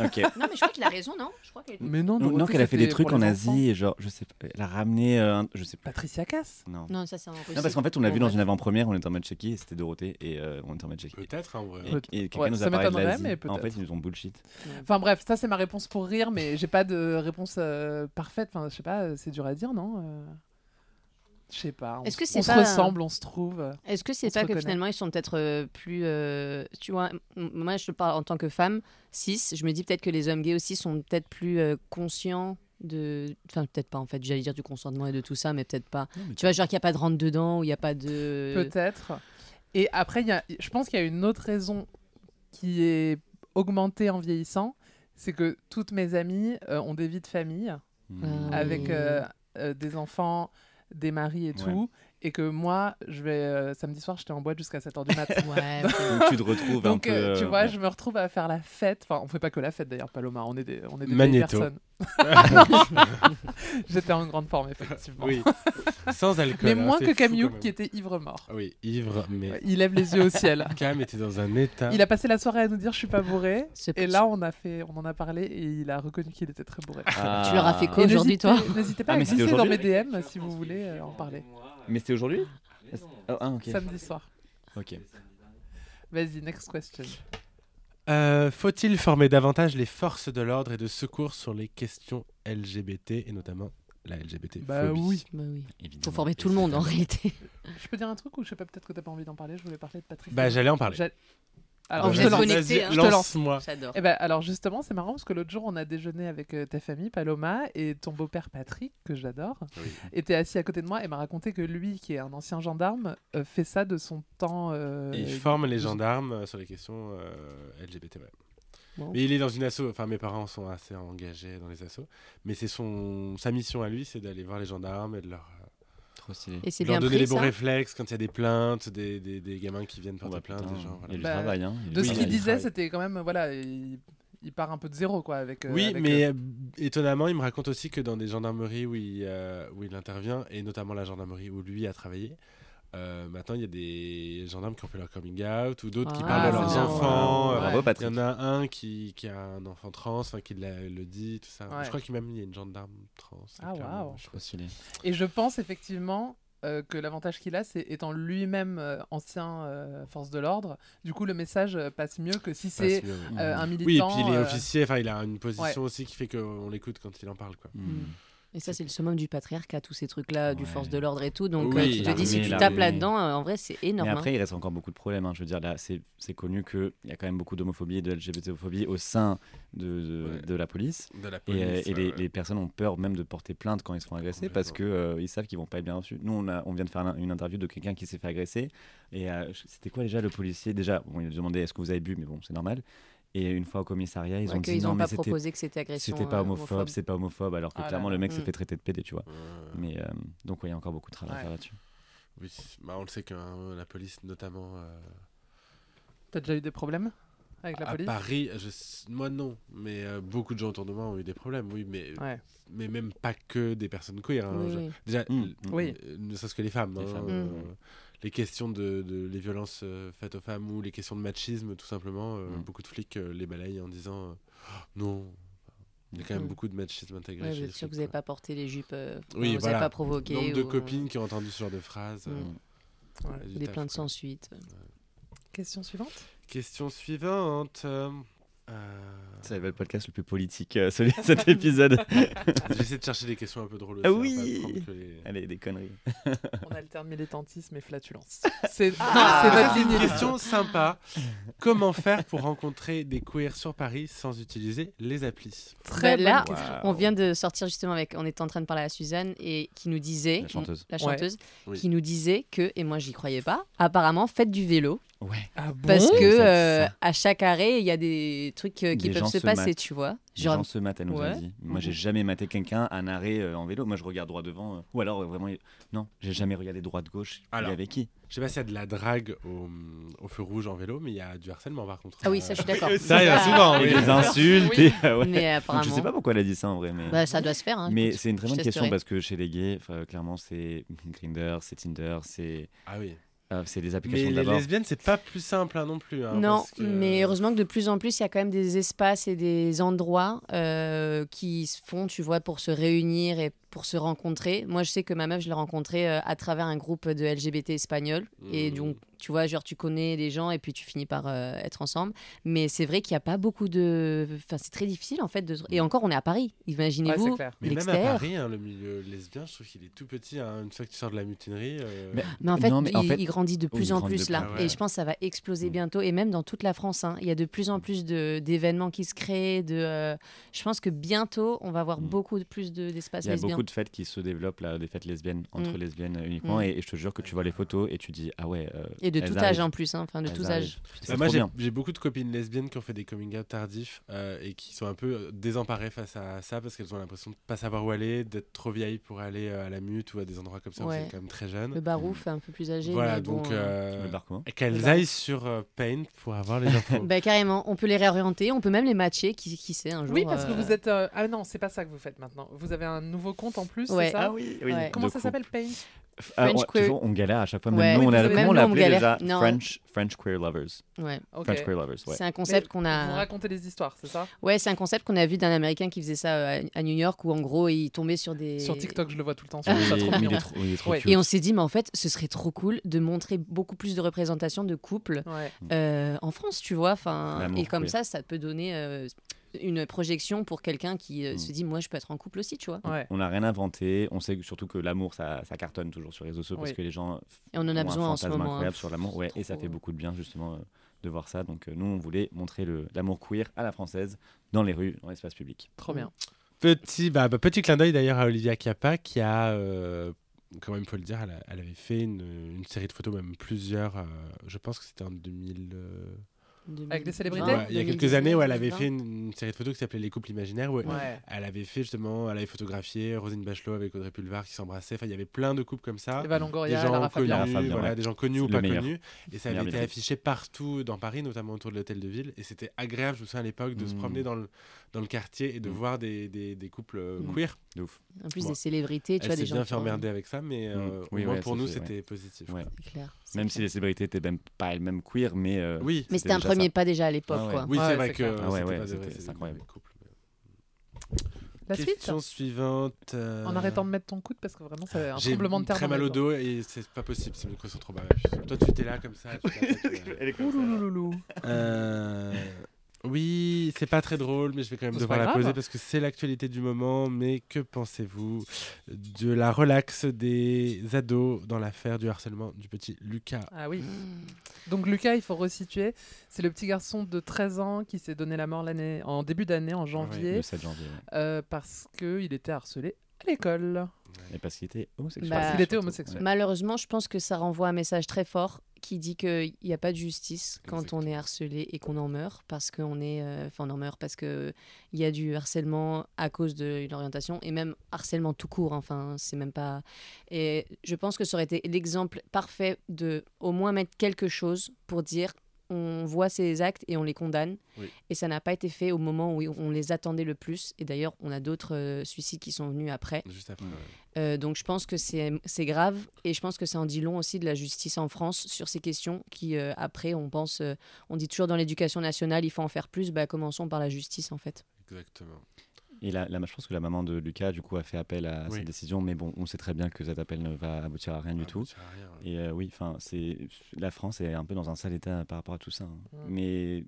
[SPEAKER 3] mais je crois qu'il a raison, non Je crois qu'elle-
[SPEAKER 2] Mais non,
[SPEAKER 4] Non,
[SPEAKER 2] Dorothée,
[SPEAKER 4] qu'elle a fait des
[SPEAKER 2] c'était
[SPEAKER 4] trucs
[SPEAKER 2] pour
[SPEAKER 4] en
[SPEAKER 2] les
[SPEAKER 4] Asie,
[SPEAKER 2] enfants.
[SPEAKER 4] et genre, je sais pas. Elle a ramené. euh, un- je sais pas.
[SPEAKER 2] Patricia Cass.
[SPEAKER 4] Non.
[SPEAKER 3] Non, ça, c'est en Russie.
[SPEAKER 4] Non, parce qu'en fait, on l'a vu
[SPEAKER 3] Bon, bah,
[SPEAKER 4] dans
[SPEAKER 3] bref.
[SPEAKER 4] une avant-première, on était en mode checky, et c'était Dorothée, et euh, on était en mode checky.
[SPEAKER 1] Peut-être, hein, en vrai.
[SPEAKER 4] Et,
[SPEAKER 2] Peut-
[SPEAKER 4] et quelqu'un
[SPEAKER 2] ouais,
[SPEAKER 4] nous
[SPEAKER 2] ça
[SPEAKER 4] a parlé de
[SPEAKER 2] m'étonnerait,
[SPEAKER 4] l'Asie.
[SPEAKER 2] mais
[SPEAKER 4] En fait,
[SPEAKER 2] peut-être.
[SPEAKER 4] ils nous ont bullshit.
[SPEAKER 2] Enfin bref, ça c'est ma réponse pour rire, mais j'ai pas de réponse euh, parfaite. Enfin, je sais pas, euh, c'est dur à dire, non Euh, Je sais pas. on
[SPEAKER 3] Est-ce
[SPEAKER 2] s-
[SPEAKER 3] que c'est
[SPEAKER 2] on se
[SPEAKER 3] pas-
[SPEAKER 2] ressemble, on se trouve. euh,
[SPEAKER 3] Est-ce que
[SPEAKER 2] On
[SPEAKER 3] c'est
[SPEAKER 2] se
[SPEAKER 3] pas que
[SPEAKER 2] reconnaît.
[SPEAKER 3] finalement ils sont peut-être euh, plus. euh, tu vois, m- m- moi je te parle en tant que femme, cis, je me dis peut-être que les hommes gays aussi sont peut-être plus euh, conscients de. Enfin, peut-être pas en fait, j'allais dire du consentement et de tout ça, mais peut-être pas. Tu vois, genre qu'il n'y a pas de rentre dedans, ou il n'y a pas de.
[SPEAKER 2] Peut-être. Et après, il y a, je pense qu'il y a une autre raison qui est augmentée en vieillissant, c'est que toutes mes amies euh, ont des vies de famille
[SPEAKER 4] Hmm.
[SPEAKER 3] Ah
[SPEAKER 2] avec
[SPEAKER 3] oui.
[SPEAKER 2] euh, euh, des enfants, des maris et
[SPEAKER 4] Ouais.
[SPEAKER 2] tout, et que moi, je vais euh, samedi soir, j'étais en boîte jusqu'à 7h du matin.
[SPEAKER 3] Ouais,
[SPEAKER 4] Donc, tu te retrouves un
[SPEAKER 2] Donc,
[SPEAKER 4] peu.
[SPEAKER 2] euh, tu
[SPEAKER 4] euh,
[SPEAKER 2] vois,
[SPEAKER 4] ouais.
[SPEAKER 2] je me retrouve à faire la fête. Enfin, on fait pas que la fête d'ailleurs, Paloma. On est des, on est des vieilles
[SPEAKER 1] Magnéto.
[SPEAKER 2] personnes. Ah, non J'étais en grande forme, effectivement.
[SPEAKER 1] Oui. Sans alcool.
[SPEAKER 2] mais
[SPEAKER 1] hein,
[SPEAKER 2] moins
[SPEAKER 1] c'est
[SPEAKER 2] que
[SPEAKER 1] fou, quand
[SPEAKER 2] Camille
[SPEAKER 1] même. Ah
[SPEAKER 2] qui était ivre mort.
[SPEAKER 1] Oui, ivre, mais.
[SPEAKER 2] Il lève les yeux au ciel.
[SPEAKER 1] Cam était dans un état.
[SPEAKER 2] Il a passé la soirée à nous dire je suis pas bourré.
[SPEAKER 3] Ce-
[SPEAKER 2] Et là, on a fait, on en a parlé et il a reconnu qu'il était très bourré.
[SPEAKER 4] Ah.
[SPEAKER 3] Tu leur as fait quoi
[SPEAKER 2] Et
[SPEAKER 3] aujourd'hui,
[SPEAKER 2] n'hésitez-
[SPEAKER 3] toi
[SPEAKER 2] N'hésitez pas
[SPEAKER 4] Ah,
[SPEAKER 2] à
[SPEAKER 4] mais c'était
[SPEAKER 2] glisser dans mes
[SPEAKER 4] aujourd'hui
[SPEAKER 2] DM si vous voulez euh, en parler.
[SPEAKER 4] Mais c'était aujourd'hui Oh, Ah, ok.
[SPEAKER 2] Samedi soir.
[SPEAKER 4] Ok.
[SPEAKER 2] Vas-y, next question.
[SPEAKER 1] Euh, Faut-il former davantage les forces de l'ordre et de secours sur les questions LGBT et notamment la LGBT
[SPEAKER 2] Bah oui.
[SPEAKER 3] Bah oui. Faut
[SPEAKER 4] Évidemment.
[SPEAKER 3] former tout le monde en réalité.
[SPEAKER 2] Je peux dire un truc ou je sais pas, peut-être que t'as pas envie d'en parler. Je voulais parler de Patrick.
[SPEAKER 1] Bah j'allais en parler.
[SPEAKER 2] J'a-
[SPEAKER 3] Bah,
[SPEAKER 2] Alors, je
[SPEAKER 3] vas-y,
[SPEAKER 2] te lance.
[SPEAKER 3] vas-y. connecté, hein.
[SPEAKER 2] Je te lance.
[SPEAKER 1] Lance-moi.
[SPEAKER 3] J'adore.
[SPEAKER 2] Eh ben, alors justement, c'est marrant parce que l'autre jour, on a déjeuné avec euh, ta famille, Paloma, et ton beau-père Patrick, que j'adore,
[SPEAKER 1] Oui.
[SPEAKER 2] était assis à côté de moi et m'a raconté que lui, qui est un ancien gendarme, euh, fait ça de son temps. euh,
[SPEAKER 1] Il forme les gendarmes euh, sur les questions euh, LGBT. ouais.
[SPEAKER 3] Bon.
[SPEAKER 1] Mais il est dans une asso. Enfin, mes parents sont assez engagés dans les assos. Mais c'est son sa mission à lui, c'est d'aller voir les gendarmes et de leur,
[SPEAKER 4] Trop stylé.
[SPEAKER 3] Et c'est
[SPEAKER 1] leur
[SPEAKER 3] bien
[SPEAKER 1] donner
[SPEAKER 3] pris,
[SPEAKER 1] les bons
[SPEAKER 3] ça
[SPEAKER 1] réflexes quand il y a des plaintes, des, des, des gamins qui viennent
[SPEAKER 4] Oh,
[SPEAKER 1] porter
[SPEAKER 4] bah,
[SPEAKER 1] plainte,
[SPEAKER 4] putain,
[SPEAKER 1] des gens. voilà.
[SPEAKER 4] Il y a du
[SPEAKER 2] Bah,
[SPEAKER 4] travail, hein. il y a
[SPEAKER 2] De
[SPEAKER 4] du
[SPEAKER 2] ce
[SPEAKER 1] Oui,
[SPEAKER 2] qu'il
[SPEAKER 4] travail.
[SPEAKER 1] dit-
[SPEAKER 2] disait,
[SPEAKER 1] travaille.
[SPEAKER 2] c'était quand même, voilà, il, il part un peu de zéro, quoi, avec. euh,
[SPEAKER 1] Oui,
[SPEAKER 2] avec,
[SPEAKER 1] mais
[SPEAKER 2] euh,
[SPEAKER 1] euh, étonnamment, il me raconte aussi que dans des gendarmeries où il, euh, où il intervient, et notamment la gendarmerie où lui a travaillé, euh, maintenant il y a des gendarmes qui ont fait leur coming out ou d'autres qui
[SPEAKER 3] Ah,
[SPEAKER 1] parlent de
[SPEAKER 2] c'est
[SPEAKER 1] leurs
[SPEAKER 2] bien.
[SPEAKER 1] enfants.
[SPEAKER 2] Ouais.
[SPEAKER 1] euh,
[SPEAKER 4] Bravo,
[SPEAKER 1] Il y
[SPEAKER 4] Patrick.
[SPEAKER 1] en a un qui, qui a un enfant trans, enfin, qui l'a- le dit, tout ça.
[SPEAKER 2] Ouais.
[SPEAKER 1] Je crois qu'il même il y a une gendarme trans.
[SPEAKER 2] Ah,
[SPEAKER 1] clairement,
[SPEAKER 2] waouh.
[SPEAKER 1] je
[SPEAKER 4] Trop
[SPEAKER 1] crois.
[SPEAKER 4] stylé.
[SPEAKER 2] Et je pense effectivement euh, que l'avantage qu'il a, c'est étant lui-même euh, ancien euh, force de l'ordre, du coup, le message euh, passe mieux que si
[SPEAKER 1] Ah,
[SPEAKER 2] c'est
[SPEAKER 1] mieux, ouais.
[SPEAKER 2] euh, un militant.
[SPEAKER 1] oui, et puis il est
[SPEAKER 2] euh,
[SPEAKER 1] officier, enfin il a une position aussi qui fait qu'on l'écoute quand il en parle. Quoi.
[SPEAKER 4] Hmm.
[SPEAKER 3] Et ça, c'est le summum du patriarcat, tous ces trucs-là, du
[SPEAKER 4] Ouais.
[SPEAKER 3] force de l'ordre et tout. Donc,
[SPEAKER 1] Oui,
[SPEAKER 3] euh, tu te dis, si
[SPEAKER 1] l'armée,
[SPEAKER 3] tu
[SPEAKER 1] l'armée.
[SPEAKER 3] tapes là-dedans, euh, en vrai, c'est énorme.
[SPEAKER 4] Mais
[SPEAKER 3] hein.
[SPEAKER 4] après, il reste encore beaucoup de problèmes. hein. Je veux dire, là, c'est c'est connu qu'il y a quand même beaucoup d'homophobie et de LGBTophobie au sein de, de,
[SPEAKER 1] Ouais.
[SPEAKER 4] de la police.
[SPEAKER 1] De la
[SPEAKER 4] Et,
[SPEAKER 1] police.
[SPEAKER 4] euh, et
[SPEAKER 1] ouais,
[SPEAKER 4] les,
[SPEAKER 1] ouais.
[SPEAKER 4] les personnes ont peur même de porter plainte quand ils se font agresser parce qu'ils savent qu'ils vont pas être bien reçus. Nous, on, a- on vient de faire un- une interview de quelqu'un qui s'est fait agresser. Et euh, je- c'était quoi déjà le policier Déjà, on lui a demandé est-ce que vous avez bu, mais bon, c'est normal. Et une fois au commissariat, ils
[SPEAKER 3] Ouais,
[SPEAKER 4] ont
[SPEAKER 3] que
[SPEAKER 4] dit non,
[SPEAKER 3] ont
[SPEAKER 4] mais
[SPEAKER 3] pas
[SPEAKER 4] c'était
[SPEAKER 3] proposé que c'était agression.
[SPEAKER 4] c'était pas
[SPEAKER 3] euh,
[SPEAKER 4] homophobe, c'est pas homophobe, alors que
[SPEAKER 2] Ah là
[SPEAKER 4] clairement
[SPEAKER 2] là.
[SPEAKER 4] le mec s'est
[SPEAKER 3] Mm.
[SPEAKER 4] fait traiter de pédé, tu vois.
[SPEAKER 1] Ouais.
[SPEAKER 4] Mais euh, donc, ouais, il y a encore beaucoup de travail à
[SPEAKER 2] Ouais.
[SPEAKER 4] faire là-dessus.
[SPEAKER 1] Oui, bah, on le sait que hein, la police, notamment. euh,
[SPEAKER 2] T'as déjà eu des problèmes avec la
[SPEAKER 1] à
[SPEAKER 2] police
[SPEAKER 1] Paris, je s- moi non, mais euh, beaucoup de gens autour de moi ont eu des problèmes, oui, mais,
[SPEAKER 2] Ouais.
[SPEAKER 1] mais même pas que des personnes queer. hein,
[SPEAKER 3] Oui,
[SPEAKER 1] je-
[SPEAKER 3] oui. Mmh.
[SPEAKER 1] Déjà,
[SPEAKER 4] Mm.
[SPEAKER 1] l-
[SPEAKER 4] Mm.
[SPEAKER 2] Oui.
[SPEAKER 1] euh, ne serait-ce que les femmes.
[SPEAKER 4] Les
[SPEAKER 1] hein,
[SPEAKER 4] femmes.
[SPEAKER 1] euh, les questions de, de- les violences euh, faites aux femmes ou les questions de machisme, tout simplement, euh,
[SPEAKER 4] Mm.
[SPEAKER 1] beaucoup de flics euh, les balayent en disant euh, Oh, non. Il y a quand même
[SPEAKER 3] Mm.
[SPEAKER 1] beaucoup de machisme intégré.
[SPEAKER 3] Ouais,
[SPEAKER 1] chez
[SPEAKER 3] vous
[SPEAKER 1] les
[SPEAKER 3] êtes sûr que vous
[SPEAKER 1] flics,
[SPEAKER 3] n'avez pas porté les jupes, euh,
[SPEAKER 1] quoi. Oui,
[SPEAKER 3] vous
[SPEAKER 1] voilà.
[SPEAKER 3] n'avez pas provoqué.
[SPEAKER 1] Nombre de
[SPEAKER 3] ou- euh,
[SPEAKER 1] copines qui ont entendu ce genre de phrase.
[SPEAKER 3] Mm.
[SPEAKER 2] Ouais.
[SPEAKER 1] du
[SPEAKER 3] Des
[SPEAKER 1] taf,
[SPEAKER 3] plaintes
[SPEAKER 1] quoi.
[SPEAKER 3] sans suite.
[SPEAKER 2] Question suivante.
[SPEAKER 1] Question suivante. euh, euh,
[SPEAKER 4] Ça va le podcast le plus politique, euh, celui cet épisode.
[SPEAKER 1] J'essaie de chercher des questions un peu drôles.
[SPEAKER 4] Ah
[SPEAKER 1] aussi,
[SPEAKER 4] oui.
[SPEAKER 1] hein, pas prendre que les-
[SPEAKER 4] Allez, des conneries.
[SPEAKER 2] On alterne militantisme et flatulence.
[SPEAKER 1] C'est
[SPEAKER 2] C'est Ah, c'est notre
[SPEAKER 1] une
[SPEAKER 2] ligne.
[SPEAKER 1] question sympa. Comment faire pour rencontrer des queers sur Paris sans utiliser les applis
[SPEAKER 2] Très
[SPEAKER 3] Bah, là,
[SPEAKER 2] bonne question.
[SPEAKER 3] On vient de sortir justement avec. On était en train de parler à Suzanne et qui nous disait.
[SPEAKER 4] La chanteuse.
[SPEAKER 3] la
[SPEAKER 2] Ouais.
[SPEAKER 3] chanteuse,
[SPEAKER 1] Oui.
[SPEAKER 3] qui nous disait que, et moi j'y croyais pas, apparemment faites du vélo.
[SPEAKER 4] Ouais.
[SPEAKER 2] Ah bon
[SPEAKER 3] Parce que
[SPEAKER 4] ça,
[SPEAKER 3] euh,
[SPEAKER 4] ça.
[SPEAKER 3] à chaque arrêt, il y a des trucs euh, qui
[SPEAKER 4] Les
[SPEAKER 3] peuvent
[SPEAKER 4] gens
[SPEAKER 3] se
[SPEAKER 4] se
[SPEAKER 3] passer,
[SPEAKER 4] matent.
[SPEAKER 3] tu vois.
[SPEAKER 4] Les
[SPEAKER 3] Genre,
[SPEAKER 4] gens se matent, elle nous a
[SPEAKER 3] Ouais.
[SPEAKER 4] dit. Moi, j'ai jamais maté quelqu'un à un arrêt euh, en vélo. Moi, je regarde droit devant. euh, Ou alors, euh, vraiment, il- non, j'ai jamais regardé droite-gauche. Il
[SPEAKER 1] Alors.
[SPEAKER 4] est avec qui
[SPEAKER 1] Je sais pas s'il y a de la drague au, au feu rouge en vélo, mais il y a du harcèlement par contre.
[SPEAKER 3] ah oui, ça, je suis d'accord.
[SPEAKER 1] Ça, il y a
[SPEAKER 3] Ah,
[SPEAKER 1] souvent,
[SPEAKER 4] Et
[SPEAKER 1] oui.
[SPEAKER 4] des insultes. et- ah ouais.
[SPEAKER 3] Mais
[SPEAKER 4] Donc,
[SPEAKER 3] apparemment,
[SPEAKER 4] je sais pas pourquoi elle a dit ça en vrai, mais.
[SPEAKER 3] bah, ça doit se faire. hein,
[SPEAKER 4] mais
[SPEAKER 3] écoute.
[SPEAKER 4] c'est une très
[SPEAKER 3] je
[SPEAKER 4] bonne question
[SPEAKER 3] testerai.
[SPEAKER 4] parce que chez les gays, enfin, clairement, c'est Grindr, c'est Tinder, c'est
[SPEAKER 1] Ah oui.
[SPEAKER 4] ah, c'est les
[SPEAKER 1] Mais
[SPEAKER 4] applications
[SPEAKER 1] les
[SPEAKER 4] d'abord.
[SPEAKER 1] lesbiennes, c'est pas plus simple hein, non plus. hein,
[SPEAKER 3] Non,
[SPEAKER 1] parce que-
[SPEAKER 3] mais heureusement que de plus en plus, il y a quand même des espaces et des endroits euh, qui se font, tu vois, pour se réunir et pour se rencontrer. Moi, je sais que ma meuf, je l'ai rencontrée euh, à travers un groupe de LGBT espagnols. Et
[SPEAKER 1] Mhm.
[SPEAKER 3] donc, tu vois, genre, tu connais les gens et puis tu finis par euh, être ensemble. Mais c'est vrai qu'il n'y a pas beaucoup de. Enfin, c'est très difficile, en fait. De... Et encore, on est à Paris,
[SPEAKER 2] Ouais,
[SPEAKER 3] imaginez-vous.
[SPEAKER 2] c'est clair.
[SPEAKER 1] Mais même à
[SPEAKER 3] l'extérieur.
[SPEAKER 1] Paris, hein, le milieu lesbien, je trouve qu'il est tout petit. hein, Une fois que tu sors de la mutinerie. euh,
[SPEAKER 4] Mais-
[SPEAKER 3] Mais en fait,
[SPEAKER 4] Non, mais en
[SPEAKER 3] il,
[SPEAKER 4] fait-
[SPEAKER 3] il grandit de
[SPEAKER 4] Oh,
[SPEAKER 3] plus
[SPEAKER 4] il
[SPEAKER 3] en
[SPEAKER 4] grandit de
[SPEAKER 3] plus
[SPEAKER 4] plus
[SPEAKER 3] là.
[SPEAKER 1] en plus.
[SPEAKER 3] Et je pense que ça va exploser
[SPEAKER 4] Mm.
[SPEAKER 3] bientôt. Et même dans toute la France, hein. il y a de plus en plus de- d'événements qui se créent. De, euh, je pense que bientôt, on va avoir
[SPEAKER 4] Mm.
[SPEAKER 3] beaucoup de, plus de- d'espaces
[SPEAKER 4] Il y a
[SPEAKER 3] lesbiens.
[SPEAKER 4] beaucoup de fêtes qui se développent là, des fêtes lesbiennes entre
[SPEAKER 3] Mm.
[SPEAKER 4] lesbiennes euh, uniquement,
[SPEAKER 3] Mm.
[SPEAKER 4] et, et je te jure que tu vois les photos et tu dis ah ouais. euh,
[SPEAKER 3] Et de
[SPEAKER 4] elles
[SPEAKER 3] tout âge
[SPEAKER 4] arrivent.
[SPEAKER 3] en plus, hein. enfin de
[SPEAKER 4] Elles
[SPEAKER 3] tous
[SPEAKER 4] arrivent.
[SPEAKER 3] âges.
[SPEAKER 4] C'est
[SPEAKER 1] Bah,
[SPEAKER 4] trop
[SPEAKER 1] moi, j'ai
[SPEAKER 4] bien.
[SPEAKER 1] j'ai beaucoup de copines lesbiennes qui ont fait des coming out tardifs euh, et qui sont un peu euh, désemparées face à ça parce qu'elles ont l'impression de pas savoir où aller, d'être trop vieilles pour aller euh, à la mute ou à des endroits comme ça
[SPEAKER 3] Ouais.
[SPEAKER 1] où c'est quand même très jeune.
[SPEAKER 3] Le barouf, un peu plus âgé.
[SPEAKER 1] Voilà,
[SPEAKER 3] mais bon,
[SPEAKER 1] donc
[SPEAKER 3] euh,
[SPEAKER 1] euh,
[SPEAKER 4] Le bar comment
[SPEAKER 3] le
[SPEAKER 1] qu'elles
[SPEAKER 3] bar.
[SPEAKER 1] aillent sur euh, Paint pour avoir les
[SPEAKER 4] euh,
[SPEAKER 1] infos.
[SPEAKER 3] bah, carrément, on peut les réorienter, on peut même les matcher, qui, qui sait un jour.
[SPEAKER 2] Oui, parce que
[SPEAKER 3] euh,
[SPEAKER 2] vous êtes. euh, Ah non, c'est pas ça que vous faites maintenant. Vous avez un nouveau compte en plus,
[SPEAKER 3] Ouais.
[SPEAKER 2] c'est ça
[SPEAKER 4] oui,
[SPEAKER 3] Ouais.
[SPEAKER 2] Comment
[SPEAKER 4] De
[SPEAKER 2] ça
[SPEAKER 4] coup.
[SPEAKER 2] s'appelle Paint
[SPEAKER 4] Ah,
[SPEAKER 3] French
[SPEAKER 4] on,
[SPEAKER 3] queer-
[SPEAKER 4] toujours, on galère à chaque fois. Même
[SPEAKER 3] Ouais.
[SPEAKER 4] nous, on l'a,
[SPEAKER 2] Même
[SPEAKER 4] comment on
[SPEAKER 3] nous,
[SPEAKER 4] l'a
[SPEAKER 3] on
[SPEAKER 4] appelé
[SPEAKER 3] galère.
[SPEAKER 4] déjà
[SPEAKER 3] Non.
[SPEAKER 4] French, French Queer Lovers.
[SPEAKER 3] ouais.
[SPEAKER 2] Ok.
[SPEAKER 4] French Queer Lovers, ouais.
[SPEAKER 3] C'est un concept
[SPEAKER 2] Mais
[SPEAKER 3] qu'on
[SPEAKER 2] Vous
[SPEAKER 3] a.
[SPEAKER 2] racontez des histoires, c'est ça
[SPEAKER 3] Ouais, c'est un concept qu'on a vu d'un américain qui faisait ça euh, à à New York où en gros il tombait sur des.
[SPEAKER 2] Sur TikTok, je le vois tout le temps.
[SPEAKER 4] Ah Oui,
[SPEAKER 2] sur ça, trop
[SPEAKER 4] mais il
[SPEAKER 2] mignon.
[SPEAKER 4] est trop, il est trop
[SPEAKER 2] Ouais.
[SPEAKER 4] cute.
[SPEAKER 3] Et on s'est dit, mais en fait, ce serait trop cool de montrer beaucoup plus de représentations de couples
[SPEAKER 2] Ouais.
[SPEAKER 3] euh, en France, tu vois. Enfin,
[SPEAKER 4] L'amour
[SPEAKER 3] et comme
[SPEAKER 4] queer.
[SPEAKER 3] ça, ça peut donner euh, une projection pour quelqu'un qui euh,
[SPEAKER 4] Mm.
[SPEAKER 3] se dit, moi, je peux être en couple aussi, tu vois.
[SPEAKER 2] Ouais.
[SPEAKER 4] On n'a rien inventé. On sait que- surtout que l'amour, ça, ça cartonne toujours sur les réseaux sociaux parce
[SPEAKER 2] Oui.
[SPEAKER 4] que les gens
[SPEAKER 3] Et on en a
[SPEAKER 4] ont
[SPEAKER 3] besoin
[SPEAKER 4] un
[SPEAKER 3] en ce
[SPEAKER 4] fantasme
[SPEAKER 3] moment. hein.
[SPEAKER 4] incroyable sur l'amour. Ouais, et ça
[SPEAKER 3] Trop.
[SPEAKER 4] fait beaucoup de bien justement euh, de voir ça. Donc euh, nous, on voulait montrer le- l'amour queer à la française dans les rues, dans l'espace public.
[SPEAKER 2] Trop bien.
[SPEAKER 1] Petit, bah, bah, petit clin d'œil d'ailleurs à Olivia Chiappa qui a, euh, quand même, faut le dire, elle, a- elle avait fait une, une série de photos, même plusieurs, euh, je pense que c'était en 2000. euh,
[SPEAKER 2] Avec des
[SPEAKER 3] 2020,
[SPEAKER 2] célébrités
[SPEAKER 1] ouais, il y a quelques
[SPEAKER 3] 2019,
[SPEAKER 1] années où elle avait
[SPEAKER 3] 2020.
[SPEAKER 1] fait une, une série de photos qui s'appelait Les couples imaginaires. Où
[SPEAKER 2] Ouais.
[SPEAKER 1] Elle avait fait justement, elle avait photographié Rosine Bachelot avec Audrey Pulvar qui s'embrassaient. Enfin, il y avait plein de couples comme ça.
[SPEAKER 2] Eva
[SPEAKER 1] Ah,
[SPEAKER 4] bah,
[SPEAKER 1] Des
[SPEAKER 2] Longoria, Lara
[SPEAKER 1] gens, connus,
[SPEAKER 2] Fabian.
[SPEAKER 4] Lara Fabian,
[SPEAKER 1] voilà,
[SPEAKER 4] ouais.
[SPEAKER 1] des gens connus ou
[SPEAKER 4] Le
[SPEAKER 1] pas
[SPEAKER 4] meilleur.
[SPEAKER 1] connus. Et ça
[SPEAKER 4] Bien
[SPEAKER 1] avait été
[SPEAKER 4] bien.
[SPEAKER 1] affiché partout dans Paris, notamment autour de l'hôtel de ville. Et c'était agréable, je me souviens à l'époque, de se
[SPEAKER 4] Mm.
[SPEAKER 1] promener dans le, dans le quartier et de
[SPEAKER 4] Mm.
[SPEAKER 1] voir des, des, des couples euh,
[SPEAKER 4] Mm.
[SPEAKER 1] queer.
[SPEAKER 4] De ouf.
[SPEAKER 3] En plus,
[SPEAKER 1] Bon.
[SPEAKER 3] des célébrités, tu
[SPEAKER 1] Elle
[SPEAKER 3] vois,
[SPEAKER 1] s'est
[SPEAKER 3] des gens.
[SPEAKER 1] bien
[SPEAKER 3] qui
[SPEAKER 1] fait
[SPEAKER 3] ont-
[SPEAKER 1] emmerder avec ça, mais euh,
[SPEAKER 4] Mm.
[SPEAKER 1] au
[SPEAKER 4] Oui,
[SPEAKER 1] moins
[SPEAKER 4] ouais,
[SPEAKER 1] pour
[SPEAKER 4] ça,
[SPEAKER 1] nous,
[SPEAKER 4] c'est-
[SPEAKER 1] c'était positif.
[SPEAKER 4] Ouais.
[SPEAKER 1] quoi.
[SPEAKER 3] C'est clair, c'est
[SPEAKER 4] Même
[SPEAKER 3] clair.
[SPEAKER 4] si les célébrités étaient même pas elles-mêmes queer, mais euh,
[SPEAKER 1] Oui,
[SPEAKER 3] Mais c'était un
[SPEAKER 4] déjà
[SPEAKER 3] premier
[SPEAKER 4] ça.
[SPEAKER 3] pas déjà à l'époque,
[SPEAKER 4] Ah ouais.
[SPEAKER 3] quoi.
[SPEAKER 1] oui
[SPEAKER 2] Ouais,
[SPEAKER 1] c'est
[SPEAKER 2] c'est
[SPEAKER 1] vrai que
[SPEAKER 2] clair.
[SPEAKER 1] euh,
[SPEAKER 4] Ah ouais,
[SPEAKER 1] c'était
[SPEAKER 4] ouais,
[SPEAKER 1] pas de
[SPEAKER 4] c'était-
[SPEAKER 1] vrai,
[SPEAKER 4] c'est
[SPEAKER 1] des
[SPEAKER 4] incroyable.
[SPEAKER 1] couples, mais-
[SPEAKER 2] La suite
[SPEAKER 1] Question suivante. euh,
[SPEAKER 2] En arrêtant de mettre ton coude parce que vraiment, c'est euh, un
[SPEAKER 1] J'ai
[SPEAKER 2] tremblement de terre.
[SPEAKER 1] Très
[SPEAKER 2] dans
[SPEAKER 1] mal
[SPEAKER 2] les
[SPEAKER 1] au
[SPEAKER 2] dents.
[SPEAKER 1] dos et c'est pas possible, ces micros sont trop bas. Toi, tu t'es là comme ça. tu t'arrêtes, euh.
[SPEAKER 2] Ouloulouloulou.
[SPEAKER 1] Euh, Oui, c'est pas très drôle, mais je vais quand même
[SPEAKER 2] C'est
[SPEAKER 1] devoir
[SPEAKER 2] pas
[SPEAKER 1] la
[SPEAKER 2] grave.
[SPEAKER 1] poser parce que c'est l'actualité du moment. Mais que pensez-vous de la relaxe des ados dans l'affaire du harcèlement du petit Lucas
[SPEAKER 2] Ah oui. Donc Lucas, il faut resituer. C'est le petit garçon de 13 ans qui s'est donné la mort l'année en début d'année, en janvier,
[SPEAKER 4] le 7 janvier. ouais.
[SPEAKER 2] euh, parce qu'il était harcelé à l'école.
[SPEAKER 4] Et parce qu'il était homosexuel.
[SPEAKER 3] Bah, Parce
[SPEAKER 2] qu'il était
[SPEAKER 4] surtout.
[SPEAKER 2] homosexuel.
[SPEAKER 3] Malheureusement, je pense que ça renvoie un message très fort qui dit qu'il n'y a pas de justice quand on est
[SPEAKER 1] Exactement.
[SPEAKER 3] harcelé et qu'on en meurt parce qu'on est, euh, enfin on en meurt parce que il y a du harcèlement à cause de l'orientation et même harcèlement tout court. hein. Enfin, c'est même pas. Et je pense que ça aurait été l'exemple parfait de au moins mettre quelque chose pour dire on voit ces actes et on les condamne.
[SPEAKER 1] Oui.
[SPEAKER 3] Et ça n'a pas été fait au moment où on les attendait le plus. Et d'ailleurs, on a d'autres euh, suicides qui sont venus après.
[SPEAKER 1] Juste après.
[SPEAKER 4] Mm.
[SPEAKER 1] ouais.
[SPEAKER 3] Euh, donc je pense que c'est c'est grave et je pense que ça en dit long aussi de la justice en France sur ces questions qui euh, après on pense euh, on dit toujours dans l'éducation nationale il faut en faire plus bah commençons par la justice en fait
[SPEAKER 1] Exactement.
[SPEAKER 4] Et la, la- je pense que la maman de Lucas, du coup, a fait appel à
[SPEAKER 1] Oui.
[SPEAKER 4] cette décision, mais bon, on sait très bien que cet appel ne va aboutir à rien du
[SPEAKER 1] Ah,
[SPEAKER 4] tout.
[SPEAKER 1] ça sert à rien.
[SPEAKER 4] Et euh, oui, enfin, c'est la France est un peu dans un sale état par rapport à tout ça. hein.
[SPEAKER 2] Mm.
[SPEAKER 4] Mais,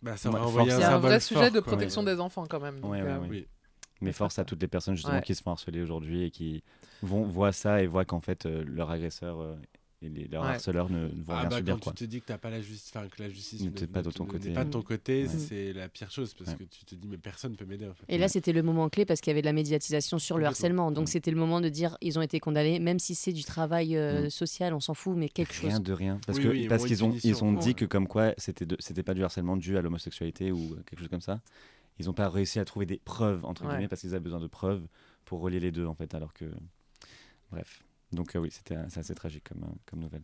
[SPEAKER 1] Bah, ça
[SPEAKER 4] Moi,
[SPEAKER 1] aurait
[SPEAKER 4] force-
[SPEAKER 1] envoyé
[SPEAKER 2] C'est
[SPEAKER 1] un
[SPEAKER 4] C'est
[SPEAKER 2] un
[SPEAKER 1] symbole
[SPEAKER 2] vrai sujet
[SPEAKER 1] fort,
[SPEAKER 2] de
[SPEAKER 1] quoi.
[SPEAKER 2] protection des enfants quand même. donc,
[SPEAKER 4] Ouais, ouais,
[SPEAKER 2] euh,
[SPEAKER 4] ouais.
[SPEAKER 1] Oui.
[SPEAKER 4] mais force à toutes les personnes justement
[SPEAKER 2] Ouais.
[SPEAKER 4] qui se font harceler aujourd'hui et qui vont voient ça et voient qu'en fait euh, leur agresseur euh, et les, leurs
[SPEAKER 2] Ouais.
[SPEAKER 4] harceleurs ne, ne vont
[SPEAKER 1] Ah
[SPEAKER 4] rien
[SPEAKER 1] bah,
[SPEAKER 4] subir.
[SPEAKER 1] quand
[SPEAKER 4] quoi.
[SPEAKER 1] tu te dis que t'as pas la justice, enfin que la justice
[SPEAKER 4] N'était pas de ton
[SPEAKER 1] n'est
[SPEAKER 4] côté.
[SPEAKER 1] pas de ton côté,
[SPEAKER 4] Ouais.
[SPEAKER 1] c'est la pire chose parce
[SPEAKER 4] Ouais.
[SPEAKER 1] que tu te dis mais personne peut m'aider en fait.
[SPEAKER 3] Et là, c'était le moment clé parce qu'il y avait de la médiatisation sur le
[SPEAKER 1] Complètement.
[SPEAKER 3] harcèlement. Donc,
[SPEAKER 4] Mm.
[SPEAKER 3] c'était le moment de dire ils ont été condamnés, même si c'est du travail euh,
[SPEAKER 4] Mm.
[SPEAKER 3] social, on s'en fout, mais quelque chose.
[SPEAKER 4] Rien de rien. Parce
[SPEAKER 1] Oui,
[SPEAKER 4] que-
[SPEAKER 1] oui, hein. au
[SPEAKER 4] parce
[SPEAKER 1] moins
[SPEAKER 4] qu'ils
[SPEAKER 1] une
[SPEAKER 4] ont, ils ont
[SPEAKER 1] punition,
[SPEAKER 4] dit
[SPEAKER 1] ouais.
[SPEAKER 4] que comme quoi c'était de- c'était pas du harcèlement dû à l'homosexualité ou euh, quelque chose comme ça. Ils n'ont pas réussi à trouver des preuves, entre
[SPEAKER 2] Ouais.
[SPEAKER 4] guillemets, parce qu'ils avaient besoin de preuves pour relier les deux, en fait. Alors que. Bref. Donc, euh, oui, c'était c'est assez tragique comme, euh, comme nouvelle.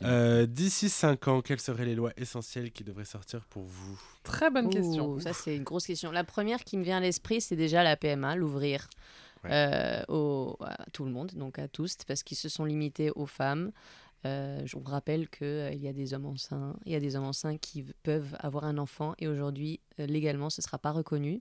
[SPEAKER 4] Mmh.
[SPEAKER 1] Euh, D'ici 5 ans, quelles seraient les lois essentielles qui devraient sortir pour vous
[SPEAKER 2] Très bonne
[SPEAKER 3] Ouh,
[SPEAKER 2] question.
[SPEAKER 3] Ça, c'est une grosse question. La première qui me vient à l'esprit, c'est déjà la PMA, l'ouvrir
[SPEAKER 1] Ouais.
[SPEAKER 3] euh, au- à tout le monde, donc à tous, parce qu'ils se sont limités aux femmes. Euh, je vous rappelle qu'il il y a des hommes enceints, il y a des hommes enceints qui v- peuvent avoir un enfant et aujourd'hui euh, légalement ce ne sera pas reconnu.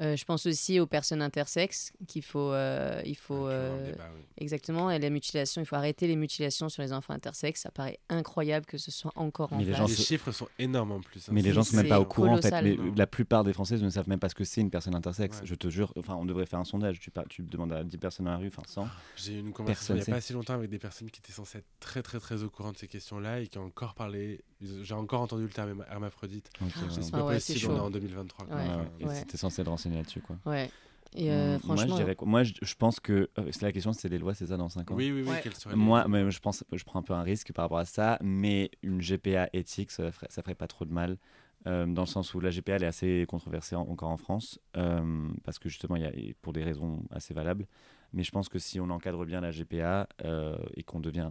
[SPEAKER 3] Euh, je pense aussi aux personnes intersexes qu'il faut, euh, il faut
[SPEAKER 1] Ouais, tu vois,
[SPEAKER 3] euh,
[SPEAKER 1] le débat, oui.
[SPEAKER 3] exactement et les mutilations, il faut arrêter les mutilations sur les enfants intersexes. Ça paraît incroyable que ce soit encore en
[SPEAKER 4] Mais les
[SPEAKER 3] place.
[SPEAKER 4] gens
[SPEAKER 1] Les
[SPEAKER 4] se-
[SPEAKER 1] chiffres sont énormes en plus. hein.
[SPEAKER 4] Mais les gens sont même
[SPEAKER 3] c'est
[SPEAKER 4] pas au courant en fait.
[SPEAKER 3] colossal, hein.
[SPEAKER 4] Les-
[SPEAKER 1] non.
[SPEAKER 4] la plupart des Françaises ne savent même pas ce que c'est une personne intersexe.
[SPEAKER 1] Ouais.
[SPEAKER 4] Je te jure, enfin on devrait faire un sondage. Tu, par- tu demandes à 10 personnes dans la rue, enfin 100.
[SPEAKER 1] J'ai eu une conversation
[SPEAKER 4] Personne
[SPEAKER 1] il n'y a
[SPEAKER 4] sait.
[SPEAKER 1] pas si longtemps avec des personnes qui étaient censées être très très très au courant de ces questions-là et qui ont encore parlé. J'ai encore entendu le terme herma- hermaphrodite.
[SPEAKER 4] Donc, euh,
[SPEAKER 1] Je dis, C'est
[SPEAKER 3] Ah
[SPEAKER 1] pas
[SPEAKER 3] ouais, c'est
[SPEAKER 1] possible, on est
[SPEAKER 3] chaud.
[SPEAKER 1] en 2023. quoi.
[SPEAKER 4] ouais,
[SPEAKER 1] Enfin,
[SPEAKER 4] Ah, ouais. Et
[SPEAKER 3] Ouais.
[SPEAKER 4] c'était censé le renseigner là-dessus quoi.
[SPEAKER 3] Ouais. Et euh,
[SPEAKER 4] Mm,
[SPEAKER 3] franchement,
[SPEAKER 4] Moi je dirais quoi Moi je, je pense que euh, c'est la question, c'était les lois, c'est ça dans 5 ans.
[SPEAKER 1] Oui, oui, oui.
[SPEAKER 2] Ouais.
[SPEAKER 1] quelles seraient les-
[SPEAKER 4] Moi, mais je pense, je prends un peu un risque par rapport à ça, mais une GPA éthique, ça ferait, ça ferait pas trop de mal, euh, dans le sens où la GPA elle est assez controversée en- encore en France, euh, parce que justement, il y a, et pour des raisons assez valables. Mais je pense que si on encadre bien la GPA euh, et qu'on devient,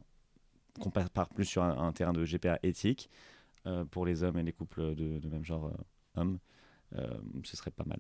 [SPEAKER 4] qu'on part part plus sur un, un terrain de GPA éthique euh, pour les hommes et les couples de, de même genre euh, hommes, euh, ce serait pas mal.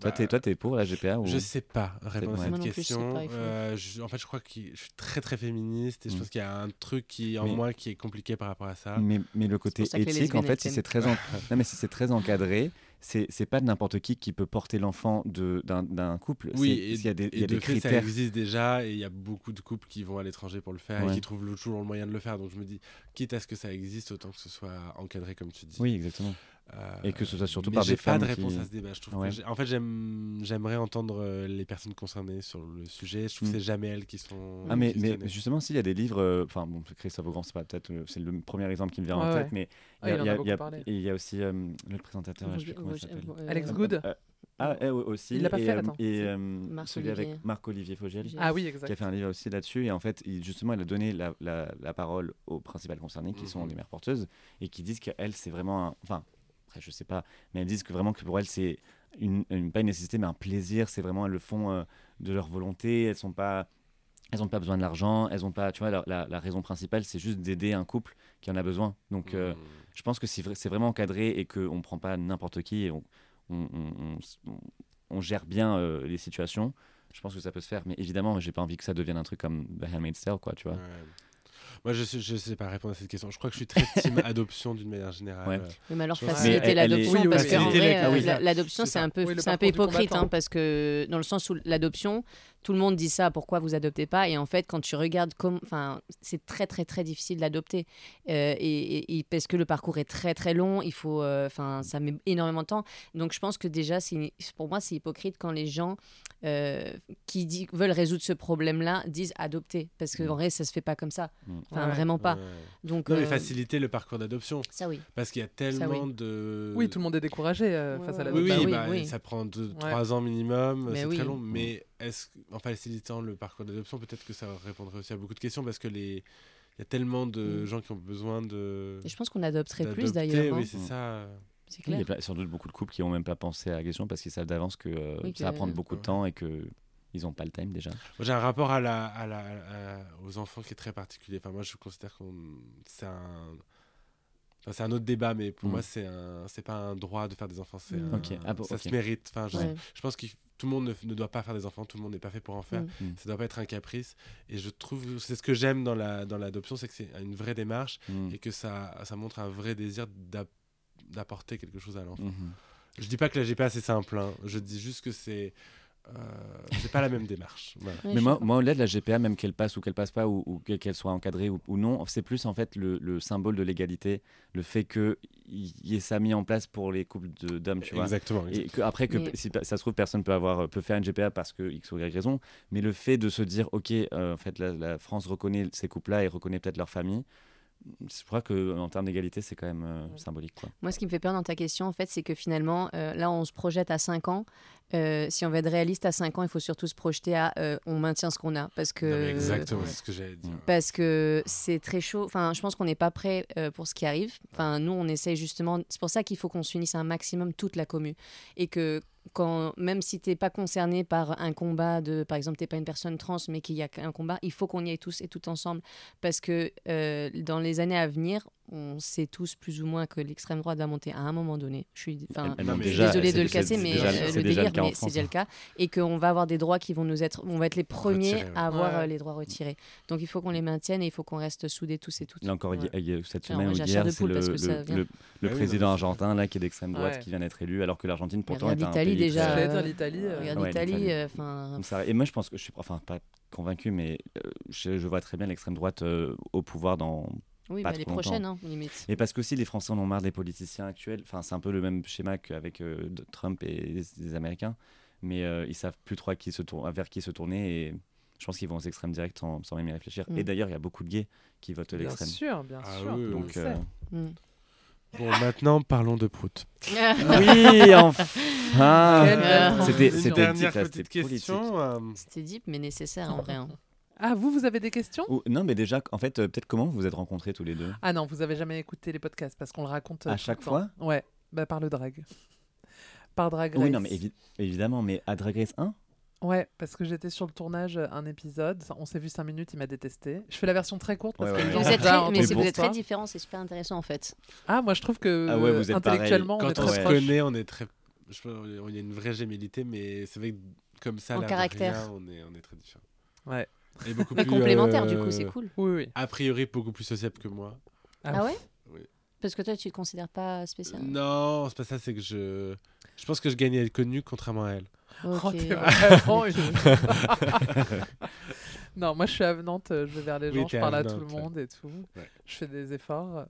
[SPEAKER 4] Toi,
[SPEAKER 1] Bah,
[SPEAKER 4] t'es, toi, t'es pour la GPA ou...
[SPEAKER 1] Je sais pas répondre à
[SPEAKER 4] ouais.
[SPEAKER 1] cette
[SPEAKER 3] Moi non plus, je sais
[SPEAKER 1] question.
[SPEAKER 3] pas, il faut-
[SPEAKER 1] Euh, je- en fait, je crois que je suis très très féministe et je
[SPEAKER 4] Mm.
[SPEAKER 1] pense qu'il y a un truc qui en
[SPEAKER 4] Mais- Mm.
[SPEAKER 1] moi qui est compliqué par rapport à ça.
[SPEAKER 4] Mais, mais le côté
[SPEAKER 3] pour ça que les
[SPEAKER 4] éthique, en
[SPEAKER 3] lesbiennes, elles
[SPEAKER 4] fait,
[SPEAKER 3] t'aiment.
[SPEAKER 4] si c'est très, en- non, mais si c'est très encadré, c'est c'est pas n'importe qui qui peut porter l'enfant de- d'un- d'un couple.
[SPEAKER 1] Oui,
[SPEAKER 4] C'est-
[SPEAKER 1] et-
[SPEAKER 4] s'il y a des, il y
[SPEAKER 1] Et
[SPEAKER 4] a
[SPEAKER 1] de
[SPEAKER 4] des
[SPEAKER 1] fait, ça
[SPEAKER 4] critères.
[SPEAKER 1] existe déjà et il y a beaucoup de couples qui vont à l'étranger pour le faire et
[SPEAKER 4] Ouais.
[SPEAKER 1] qui trouvent le- toujours le moyen de le faire. Donc je me dis, quitte à ce que ça existe, autant que ce soit encadré comme tu dis.
[SPEAKER 4] Oui, exactement.
[SPEAKER 1] Euh,
[SPEAKER 4] Et que ce soit surtout
[SPEAKER 1] mais
[SPEAKER 4] par
[SPEAKER 1] j'ai
[SPEAKER 4] des
[SPEAKER 1] pas
[SPEAKER 4] femmes
[SPEAKER 1] de
[SPEAKER 4] qui-
[SPEAKER 1] réponse à ce débat. Je trouve que
[SPEAKER 4] Ouais.
[SPEAKER 1] j'ai- en fait, j'aime- j'aimerais entendre euh, les personnes concernées sur le sujet. Je trouve
[SPEAKER 4] Mm.
[SPEAKER 1] que c'est jamais elles qui sont.
[SPEAKER 4] Ah, mais, mais
[SPEAKER 1] questionnées.
[SPEAKER 4] justement, s'il y a des livres, euh, enfin, bon, Christophe Augrand, c'est pas peut-être le- c'est le premier exemple qui me vient
[SPEAKER 2] Ouais,
[SPEAKER 4] en
[SPEAKER 2] ouais.
[SPEAKER 4] tête, mais
[SPEAKER 2] Ah,
[SPEAKER 4] il y a-
[SPEAKER 2] il en
[SPEAKER 4] il y
[SPEAKER 2] a
[SPEAKER 4] a-
[SPEAKER 2] beaucoup
[SPEAKER 4] il y a-
[SPEAKER 2] parlé.
[SPEAKER 4] il y a aussi euh, le présentateur, là, je sais plus comment il s'appelle.
[SPEAKER 2] Alex Good.
[SPEAKER 4] Euh, ah, eh, ouais, aussi.
[SPEAKER 2] Il l'a pas
[SPEAKER 4] et,
[SPEAKER 2] fait,
[SPEAKER 4] euh,
[SPEAKER 2] attends.
[SPEAKER 4] Et euh,
[SPEAKER 3] Marc
[SPEAKER 4] celui
[SPEAKER 3] Olivier.
[SPEAKER 4] avec Marc-Olivier Fogel.
[SPEAKER 3] Fogel.
[SPEAKER 2] Ah oui, exact.
[SPEAKER 4] qui a fait un livre aussi là-dessus. Et en fait, il, justement, elle a donné la, la- la parole aux principales concernées, qui sont
[SPEAKER 1] Mhm.
[SPEAKER 4] les mères porteuses, et qui disent qu'elles, c'est vraiment un. Enfin, après, je sais pas, mais elles disent que vraiment que pour elles, c'est une, une- pas une nécessité, mais un plaisir. C'est vraiment, elles le font euh, de leur volonté. Elles sont pas. Elles n'ont pas besoin de l'argent, elles ont pas, tu vois, leur- la, la raison principale, c'est juste d'aider un couple qui en a besoin. Donc, euh,
[SPEAKER 1] Mm.
[SPEAKER 4] je pense que si vra- c'est vraiment encadré et qu'on ne prend pas n'importe qui et on, on- on- on s- on- on gère bien euh, les situations, je pense que ça peut se faire. Mais évidemment, j'ai pas envie que ça devienne un truc comme The Handmaid's Tale, quoi, tu vois.
[SPEAKER 1] Ouais. Moi, je sais, je sais pas répondre à cette question. Je crois que je suis très team adoption d'une manière générale.
[SPEAKER 4] Ouais.
[SPEAKER 1] Euh,
[SPEAKER 3] Oui, mais alors
[SPEAKER 1] Je pense que-
[SPEAKER 3] faciliter
[SPEAKER 4] Mais elle- elle
[SPEAKER 3] l'adoption,
[SPEAKER 2] est- Oui,
[SPEAKER 3] parce
[SPEAKER 1] oui,
[SPEAKER 3] que en
[SPEAKER 1] faciliter
[SPEAKER 3] vrai,
[SPEAKER 1] la-
[SPEAKER 3] euh,
[SPEAKER 1] oui.
[SPEAKER 3] la- l'adoption,
[SPEAKER 1] C'est
[SPEAKER 3] c'est
[SPEAKER 1] ça.
[SPEAKER 3] un peu,
[SPEAKER 2] Oui, le
[SPEAKER 3] c'est un peu
[SPEAKER 2] parcours du
[SPEAKER 3] hypocrite, hein,
[SPEAKER 2] combattant.
[SPEAKER 3] parce que dans le sens où l'adoption, tout le monde dit ça, pourquoi vous adoptez pas Et en fait, quand tu regardes, comme, enfin, c'est très très très difficile d'adopter, Euh, et, et- et parce que le parcours est très très long, il faut, euh, enfin, ça met énormément de temps. Donc je pense que déjà, c'est une- pour moi, c'est hypocrite quand les gens euh, qui dit- veulent résoudre ce problème-là disent adopter, parce qu'en
[SPEAKER 4] Mm.
[SPEAKER 3] vrai, ça se fait pas comme ça,
[SPEAKER 4] Mm.
[SPEAKER 3] enfin
[SPEAKER 2] Ouais.
[SPEAKER 3] vraiment pas.
[SPEAKER 1] ouais.
[SPEAKER 3] Donc
[SPEAKER 1] Non, mais
[SPEAKER 3] euh,
[SPEAKER 1] faciliter le parcours d'adoption.
[SPEAKER 3] ça oui.
[SPEAKER 1] Parce qu'il y a tellement de.
[SPEAKER 2] Oui, tout le monde est découragé euh,
[SPEAKER 3] Ouais,
[SPEAKER 2] face à
[SPEAKER 3] ouais,
[SPEAKER 2] la
[SPEAKER 1] Oui, oui,
[SPEAKER 3] Bah oui,
[SPEAKER 1] bah,
[SPEAKER 3] oui.
[SPEAKER 1] ça prend 2-3
[SPEAKER 2] Ouais.
[SPEAKER 1] ans minimum,
[SPEAKER 3] Mais
[SPEAKER 1] c'est
[SPEAKER 3] oui.
[SPEAKER 1] très long. Mais est-ce que- en facilitant le parcours d'adoption, peut-être que ça répondrait aussi à beaucoup de questions parce que les. Il y a tellement de
[SPEAKER 3] Mm.
[SPEAKER 1] gens qui ont besoin de.
[SPEAKER 3] Et je pense qu'on adopterait plus
[SPEAKER 1] d'adopter,
[SPEAKER 3] d'ailleurs, hein.
[SPEAKER 1] Oui, c'est
[SPEAKER 4] Mm.
[SPEAKER 1] ça.
[SPEAKER 3] c'est
[SPEAKER 4] Il y
[SPEAKER 3] clair.
[SPEAKER 4] a plein- sans doute beaucoup de couples qui n'ont même pas pensé à la question parce qu'ils savent d'avance que euh,
[SPEAKER 3] Oui,
[SPEAKER 4] ça va
[SPEAKER 3] que-
[SPEAKER 4] prendre beaucoup de
[SPEAKER 1] Ouais.
[SPEAKER 4] temps et que ils n'ont pas le time déjà.
[SPEAKER 1] Moi, J'ai un rapport à la, à la, à- aux enfants qui est très particulier. Enfin, moi, je considère qu'on c'est un, enfin, c'est un autre débat, mais pour
[SPEAKER 4] Mm.
[SPEAKER 1] moi, c'est un, c'est pas un droit de faire des enfants. C'est
[SPEAKER 3] Mm.
[SPEAKER 1] un-
[SPEAKER 4] Ok. Ah, bon,
[SPEAKER 1] ça
[SPEAKER 4] ok.
[SPEAKER 1] se mérite. Enfin, je,
[SPEAKER 3] Ouais.
[SPEAKER 1] je pense que tout le monde ne, ne doit pas faire des enfants. Tout le monde n'est pas fait pour en faire.
[SPEAKER 3] Mm.
[SPEAKER 4] Mm.
[SPEAKER 1] Ça doit pas être un caprice. Et je trouve, c'est ce que j'aime dans la dans l'adoption, c'est que c'est une vraie démarche
[SPEAKER 4] Mm.
[SPEAKER 1] et que ça ça montre un vrai désir d'ap- d'apporter quelque chose à l'enfant.
[SPEAKER 4] Mhm.
[SPEAKER 1] Je dis pas que la GPA c'est simple, hein. je dis juste que c'est Euh, c'est pas la même démarche. Voilà.
[SPEAKER 3] Ouais,
[SPEAKER 4] Mais
[SPEAKER 3] je
[SPEAKER 4] moi,
[SPEAKER 3] sais pas.
[SPEAKER 4] moi au-delà de la GPA, même qu'elle passe ou qu'elle passe pas, ou, ou que- qu'elle soit encadrée ou, ou non, c'est plus en fait le, le symbole de l'égalité, le fait que y y ait ça mis en place pour les couples de- d'hommes, tu vois.
[SPEAKER 1] Exactement.
[SPEAKER 4] Et que, après, que
[SPEAKER 3] Mais-
[SPEAKER 4] si pa- ça se trouve, personne peut, avoir, euh, peut faire une GPA parce que X ou Y raison, mais le fait de se dire, OK, euh, en fait, la, la France reconnaît ces couples-là et reconnaît peut-être leur famille, je crois qu'en termes d'égalité, c'est quand même euh, symbolique. Quoi.
[SPEAKER 3] Moi, ce qui me fait peur dans ta question, en fait, c'est que finalement, euh, là, on se projette à 5 ans. Euh, si on veut être réaliste à 5 ans, il faut surtout se projeter à euh, on maintient ce qu'on a. Parce que.
[SPEAKER 1] Non, mais exactement, c'est ce que j'allais dire.
[SPEAKER 3] parce que c'est très chaud. Enfin, je pense qu'on n'est pas prêt euh, pour ce qui arrive. Enfin, nous, on essaye justement. C'est pour ça qu'il faut qu'on s'unisse un maximum toute la commu et que quand même si t'es pas concerné par un combat de, par exemple, t'es pas une personne trans, mais qu'il y a un combat, il faut qu'on y aille tous et tout ensemble parce que euh, dans les années à venir, on sait tous plus ou moins que l'extrême droite va monter à un moment donné. Je suis, enfin,
[SPEAKER 1] non, mais
[SPEAKER 4] monte
[SPEAKER 3] je suis
[SPEAKER 1] déjà,
[SPEAKER 3] désolée
[SPEAKER 4] c'est-
[SPEAKER 3] de le
[SPEAKER 4] c'est-
[SPEAKER 3] casser,
[SPEAKER 4] c'est
[SPEAKER 3] mais
[SPEAKER 4] déjà-
[SPEAKER 3] euh,
[SPEAKER 4] c'est
[SPEAKER 3] le
[SPEAKER 4] déjà
[SPEAKER 3] délire,
[SPEAKER 4] cas en
[SPEAKER 3] mais c'est
[SPEAKER 4] France. hein.
[SPEAKER 3] déjà le cas, et qu'on va avoir des droits qui vont nous être, on va être les premiers
[SPEAKER 1] Retirés, ouais.
[SPEAKER 3] à avoir
[SPEAKER 2] Ouais.
[SPEAKER 3] euh, les droits retirés. Donc il faut qu'on les maintienne et il faut qu'on reste soudés tous et toutes.
[SPEAKER 4] Là encore,
[SPEAKER 3] Ouais.
[SPEAKER 4] il y a- il y a- cette
[SPEAKER 3] Alors,
[SPEAKER 4] semaine
[SPEAKER 3] moi,
[SPEAKER 4] ou
[SPEAKER 3] j'ai la chair
[SPEAKER 4] hier,
[SPEAKER 3] de
[SPEAKER 4] c'est
[SPEAKER 3] poule
[SPEAKER 4] le,
[SPEAKER 3] parce que ça
[SPEAKER 4] le-
[SPEAKER 3] vient.
[SPEAKER 4] le- le
[SPEAKER 1] Ah oui,
[SPEAKER 4] président
[SPEAKER 1] non, mais c'est-
[SPEAKER 4] argentin là, qui est d'extrême droite,
[SPEAKER 2] Ouais.
[SPEAKER 4] qui vient d'être élu, alors que l'Argentine pourtant
[SPEAKER 3] regarde
[SPEAKER 4] est un
[SPEAKER 3] l'Italie,
[SPEAKER 4] pays très-
[SPEAKER 3] déjà.
[SPEAKER 2] J'allais
[SPEAKER 3] euh,
[SPEAKER 2] dire l'Italie. euh,
[SPEAKER 3] Regarde
[SPEAKER 4] Ouais,
[SPEAKER 3] l'Italie,
[SPEAKER 4] l'Italie.
[SPEAKER 3] euh, enfin.
[SPEAKER 4] Donc ça- Et moi, je pense que je suis enfin pas convaincu, mais euh, je, je vois très bien l'extrême droite euh, au pouvoir dans.
[SPEAKER 3] oui,
[SPEAKER 4] pas
[SPEAKER 3] bah, les
[SPEAKER 4] trop longtemps.
[SPEAKER 3] prochaines, hein, limite.
[SPEAKER 4] Et parce qu'aussi, les Français en ont marre des politiciens actuels. Enfin, c'est un peu le même schéma qu'avec euh, de- Trump et les, les Américains, mais euh, ils savent plus trop à qui se tour- vers qui se tourner et. Je pense qu'ils vont aux extrêmes directs sans, sans même y réfléchir.
[SPEAKER 3] Mm.
[SPEAKER 4] Et d'ailleurs, il y a beaucoup de gays qui votent
[SPEAKER 2] Bien
[SPEAKER 4] l'extrême.
[SPEAKER 2] sûr, bien
[SPEAKER 1] Ah
[SPEAKER 2] sûr.
[SPEAKER 1] oui,
[SPEAKER 2] on le
[SPEAKER 4] Donc,
[SPEAKER 2] sait.
[SPEAKER 4] euh,
[SPEAKER 3] Mm.
[SPEAKER 1] Bon, maintenant, parlons de Prout.
[SPEAKER 4] Oui,
[SPEAKER 1] Ah.
[SPEAKER 4] enfin
[SPEAKER 2] Quelle belle
[SPEAKER 3] Euh,
[SPEAKER 4] C'était
[SPEAKER 1] Une
[SPEAKER 4] c'était
[SPEAKER 1] dernière
[SPEAKER 4] deep, là,
[SPEAKER 1] petite
[SPEAKER 4] c'était politique.
[SPEAKER 1] question. euh,
[SPEAKER 3] C'était deep, mais nécessaire en vrai. hein.
[SPEAKER 2] Ah, vous, vous avez des questions
[SPEAKER 4] Ou- non, mais déjà, en fait, euh, peut-être comment vous vous êtes rencontrés tous les deux
[SPEAKER 2] Ah non, vous avez jamais écouté les podcasts parce qu'on le raconte euh,
[SPEAKER 4] À
[SPEAKER 2] tout
[SPEAKER 4] chaque
[SPEAKER 2] le temps.
[SPEAKER 4] fois
[SPEAKER 2] Ouais, bah par le drag. Par drag
[SPEAKER 4] Oui,
[SPEAKER 2] Race.
[SPEAKER 4] non, mais évi- évidemment, mais à Drag Race 1
[SPEAKER 2] Ouais, parce que j'étais sur le tournage euh, un épisode, on s'est vu 5 minutes, il m'a détesté. Je fais la version très courte parce
[SPEAKER 4] Ouais,
[SPEAKER 2] que
[SPEAKER 4] ouais.
[SPEAKER 2] les gens
[SPEAKER 3] Vous
[SPEAKER 2] ont
[SPEAKER 3] êtes
[SPEAKER 2] déjà
[SPEAKER 3] très, mais
[SPEAKER 2] entendu
[SPEAKER 3] c'est-
[SPEAKER 4] bon.
[SPEAKER 3] vous êtes très
[SPEAKER 2] l'histoire.
[SPEAKER 3] différents, c'est super intéressant en fait.
[SPEAKER 2] Ah, moi je trouve que
[SPEAKER 4] Ah ouais, vous
[SPEAKER 2] euh,
[SPEAKER 4] êtes pareil.
[SPEAKER 2] intellectuellement on est
[SPEAKER 1] Quand on
[SPEAKER 2] très
[SPEAKER 1] se
[SPEAKER 4] ouais.
[SPEAKER 2] proches.
[SPEAKER 1] connaît, on est très. Je pense qu'il y a une vraie gémellité, mais c'est vrai que comme ça,
[SPEAKER 3] En
[SPEAKER 1] là, de
[SPEAKER 3] caractère.
[SPEAKER 1] rien, on, est, on est très différents.
[SPEAKER 2] Ouais.
[SPEAKER 1] Et beaucoup
[SPEAKER 3] Mais
[SPEAKER 1] plus,
[SPEAKER 3] complémentaire, du
[SPEAKER 1] euh,
[SPEAKER 3] coup, c'est cool.
[SPEAKER 2] Oui, oui.
[SPEAKER 1] A priori, beaucoup plus sociable que moi.
[SPEAKER 3] Ah ouais
[SPEAKER 1] Oui.
[SPEAKER 3] Parce que toi, tu te considères pas spécial.
[SPEAKER 1] Non, c'est pas ça, c'est que je. Je pense que je gagnais à être connu, contrairement à elle.
[SPEAKER 3] Ok.
[SPEAKER 2] Oh, t'es vraiment une- non, moi je suis avenante, euh, je vais vers les
[SPEAKER 1] Oui,
[SPEAKER 2] gens,
[SPEAKER 1] t'es
[SPEAKER 2] je parle à tout le
[SPEAKER 1] avenante, ouais.
[SPEAKER 2] monde et tout.
[SPEAKER 1] Ouais.
[SPEAKER 2] Je fais des efforts euh,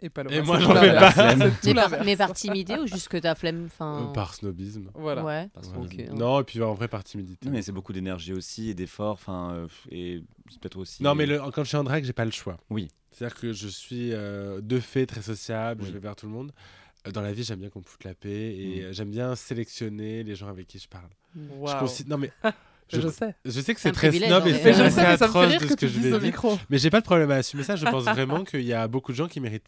[SPEAKER 2] et pas le
[SPEAKER 1] Et moi, j'en fais
[SPEAKER 4] pas.
[SPEAKER 3] mais, par, mais par timidité ou juste que t'as flemme enfin...
[SPEAKER 1] Euh, Par snobisme.
[SPEAKER 2] Voilà.
[SPEAKER 3] Ouais.
[SPEAKER 4] Parce
[SPEAKER 1] Voilà.
[SPEAKER 3] Ok, Oh. ouais.
[SPEAKER 1] Non, et puis en vrai, par timidité.
[SPEAKER 4] Non, mais c'est beaucoup d'énergie aussi et d'efforts, enfin, euh, et c'est peut-être aussi.
[SPEAKER 1] Non, mais le- quand je suis en drague, j'ai pas le choix.
[SPEAKER 4] Oui.
[SPEAKER 1] C'est-à-dire que je suis euh, de fait très sociable,
[SPEAKER 4] Oui.
[SPEAKER 1] je vais vers tout le monde. Euh, Dans la vie, j'aime bien qu'on me foute la paix et
[SPEAKER 4] Mm.
[SPEAKER 1] euh, j'aime bien sélectionner les gens avec qui je parle. Je
[SPEAKER 2] Waouh.
[SPEAKER 1] consi- Non, mais
[SPEAKER 2] Je,
[SPEAKER 1] je,
[SPEAKER 2] sais.
[SPEAKER 1] je sais que
[SPEAKER 3] C'est
[SPEAKER 1] c'est
[SPEAKER 3] un
[SPEAKER 1] très
[SPEAKER 3] privilège,
[SPEAKER 1] snob
[SPEAKER 3] hein,
[SPEAKER 1] et
[SPEAKER 3] mais-
[SPEAKER 1] c'est
[SPEAKER 3] Je
[SPEAKER 1] c'est
[SPEAKER 3] sais,
[SPEAKER 2] mais ça me fait
[SPEAKER 1] atroce
[SPEAKER 2] rire
[SPEAKER 1] de
[SPEAKER 2] que
[SPEAKER 1] ce que
[SPEAKER 2] tu
[SPEAKER 1] je
[SPEAKER 2] dises
[SPEAKER 1] vais
[SPEAKER 2] au
[SPEAKER 1] dire.
[SPEAKER 2] micro.
[SPEAKER 1] Mais j'ai pas de problème à assumer ça. Je pense vraiment qu'il y a beaucoup de gens qui méritent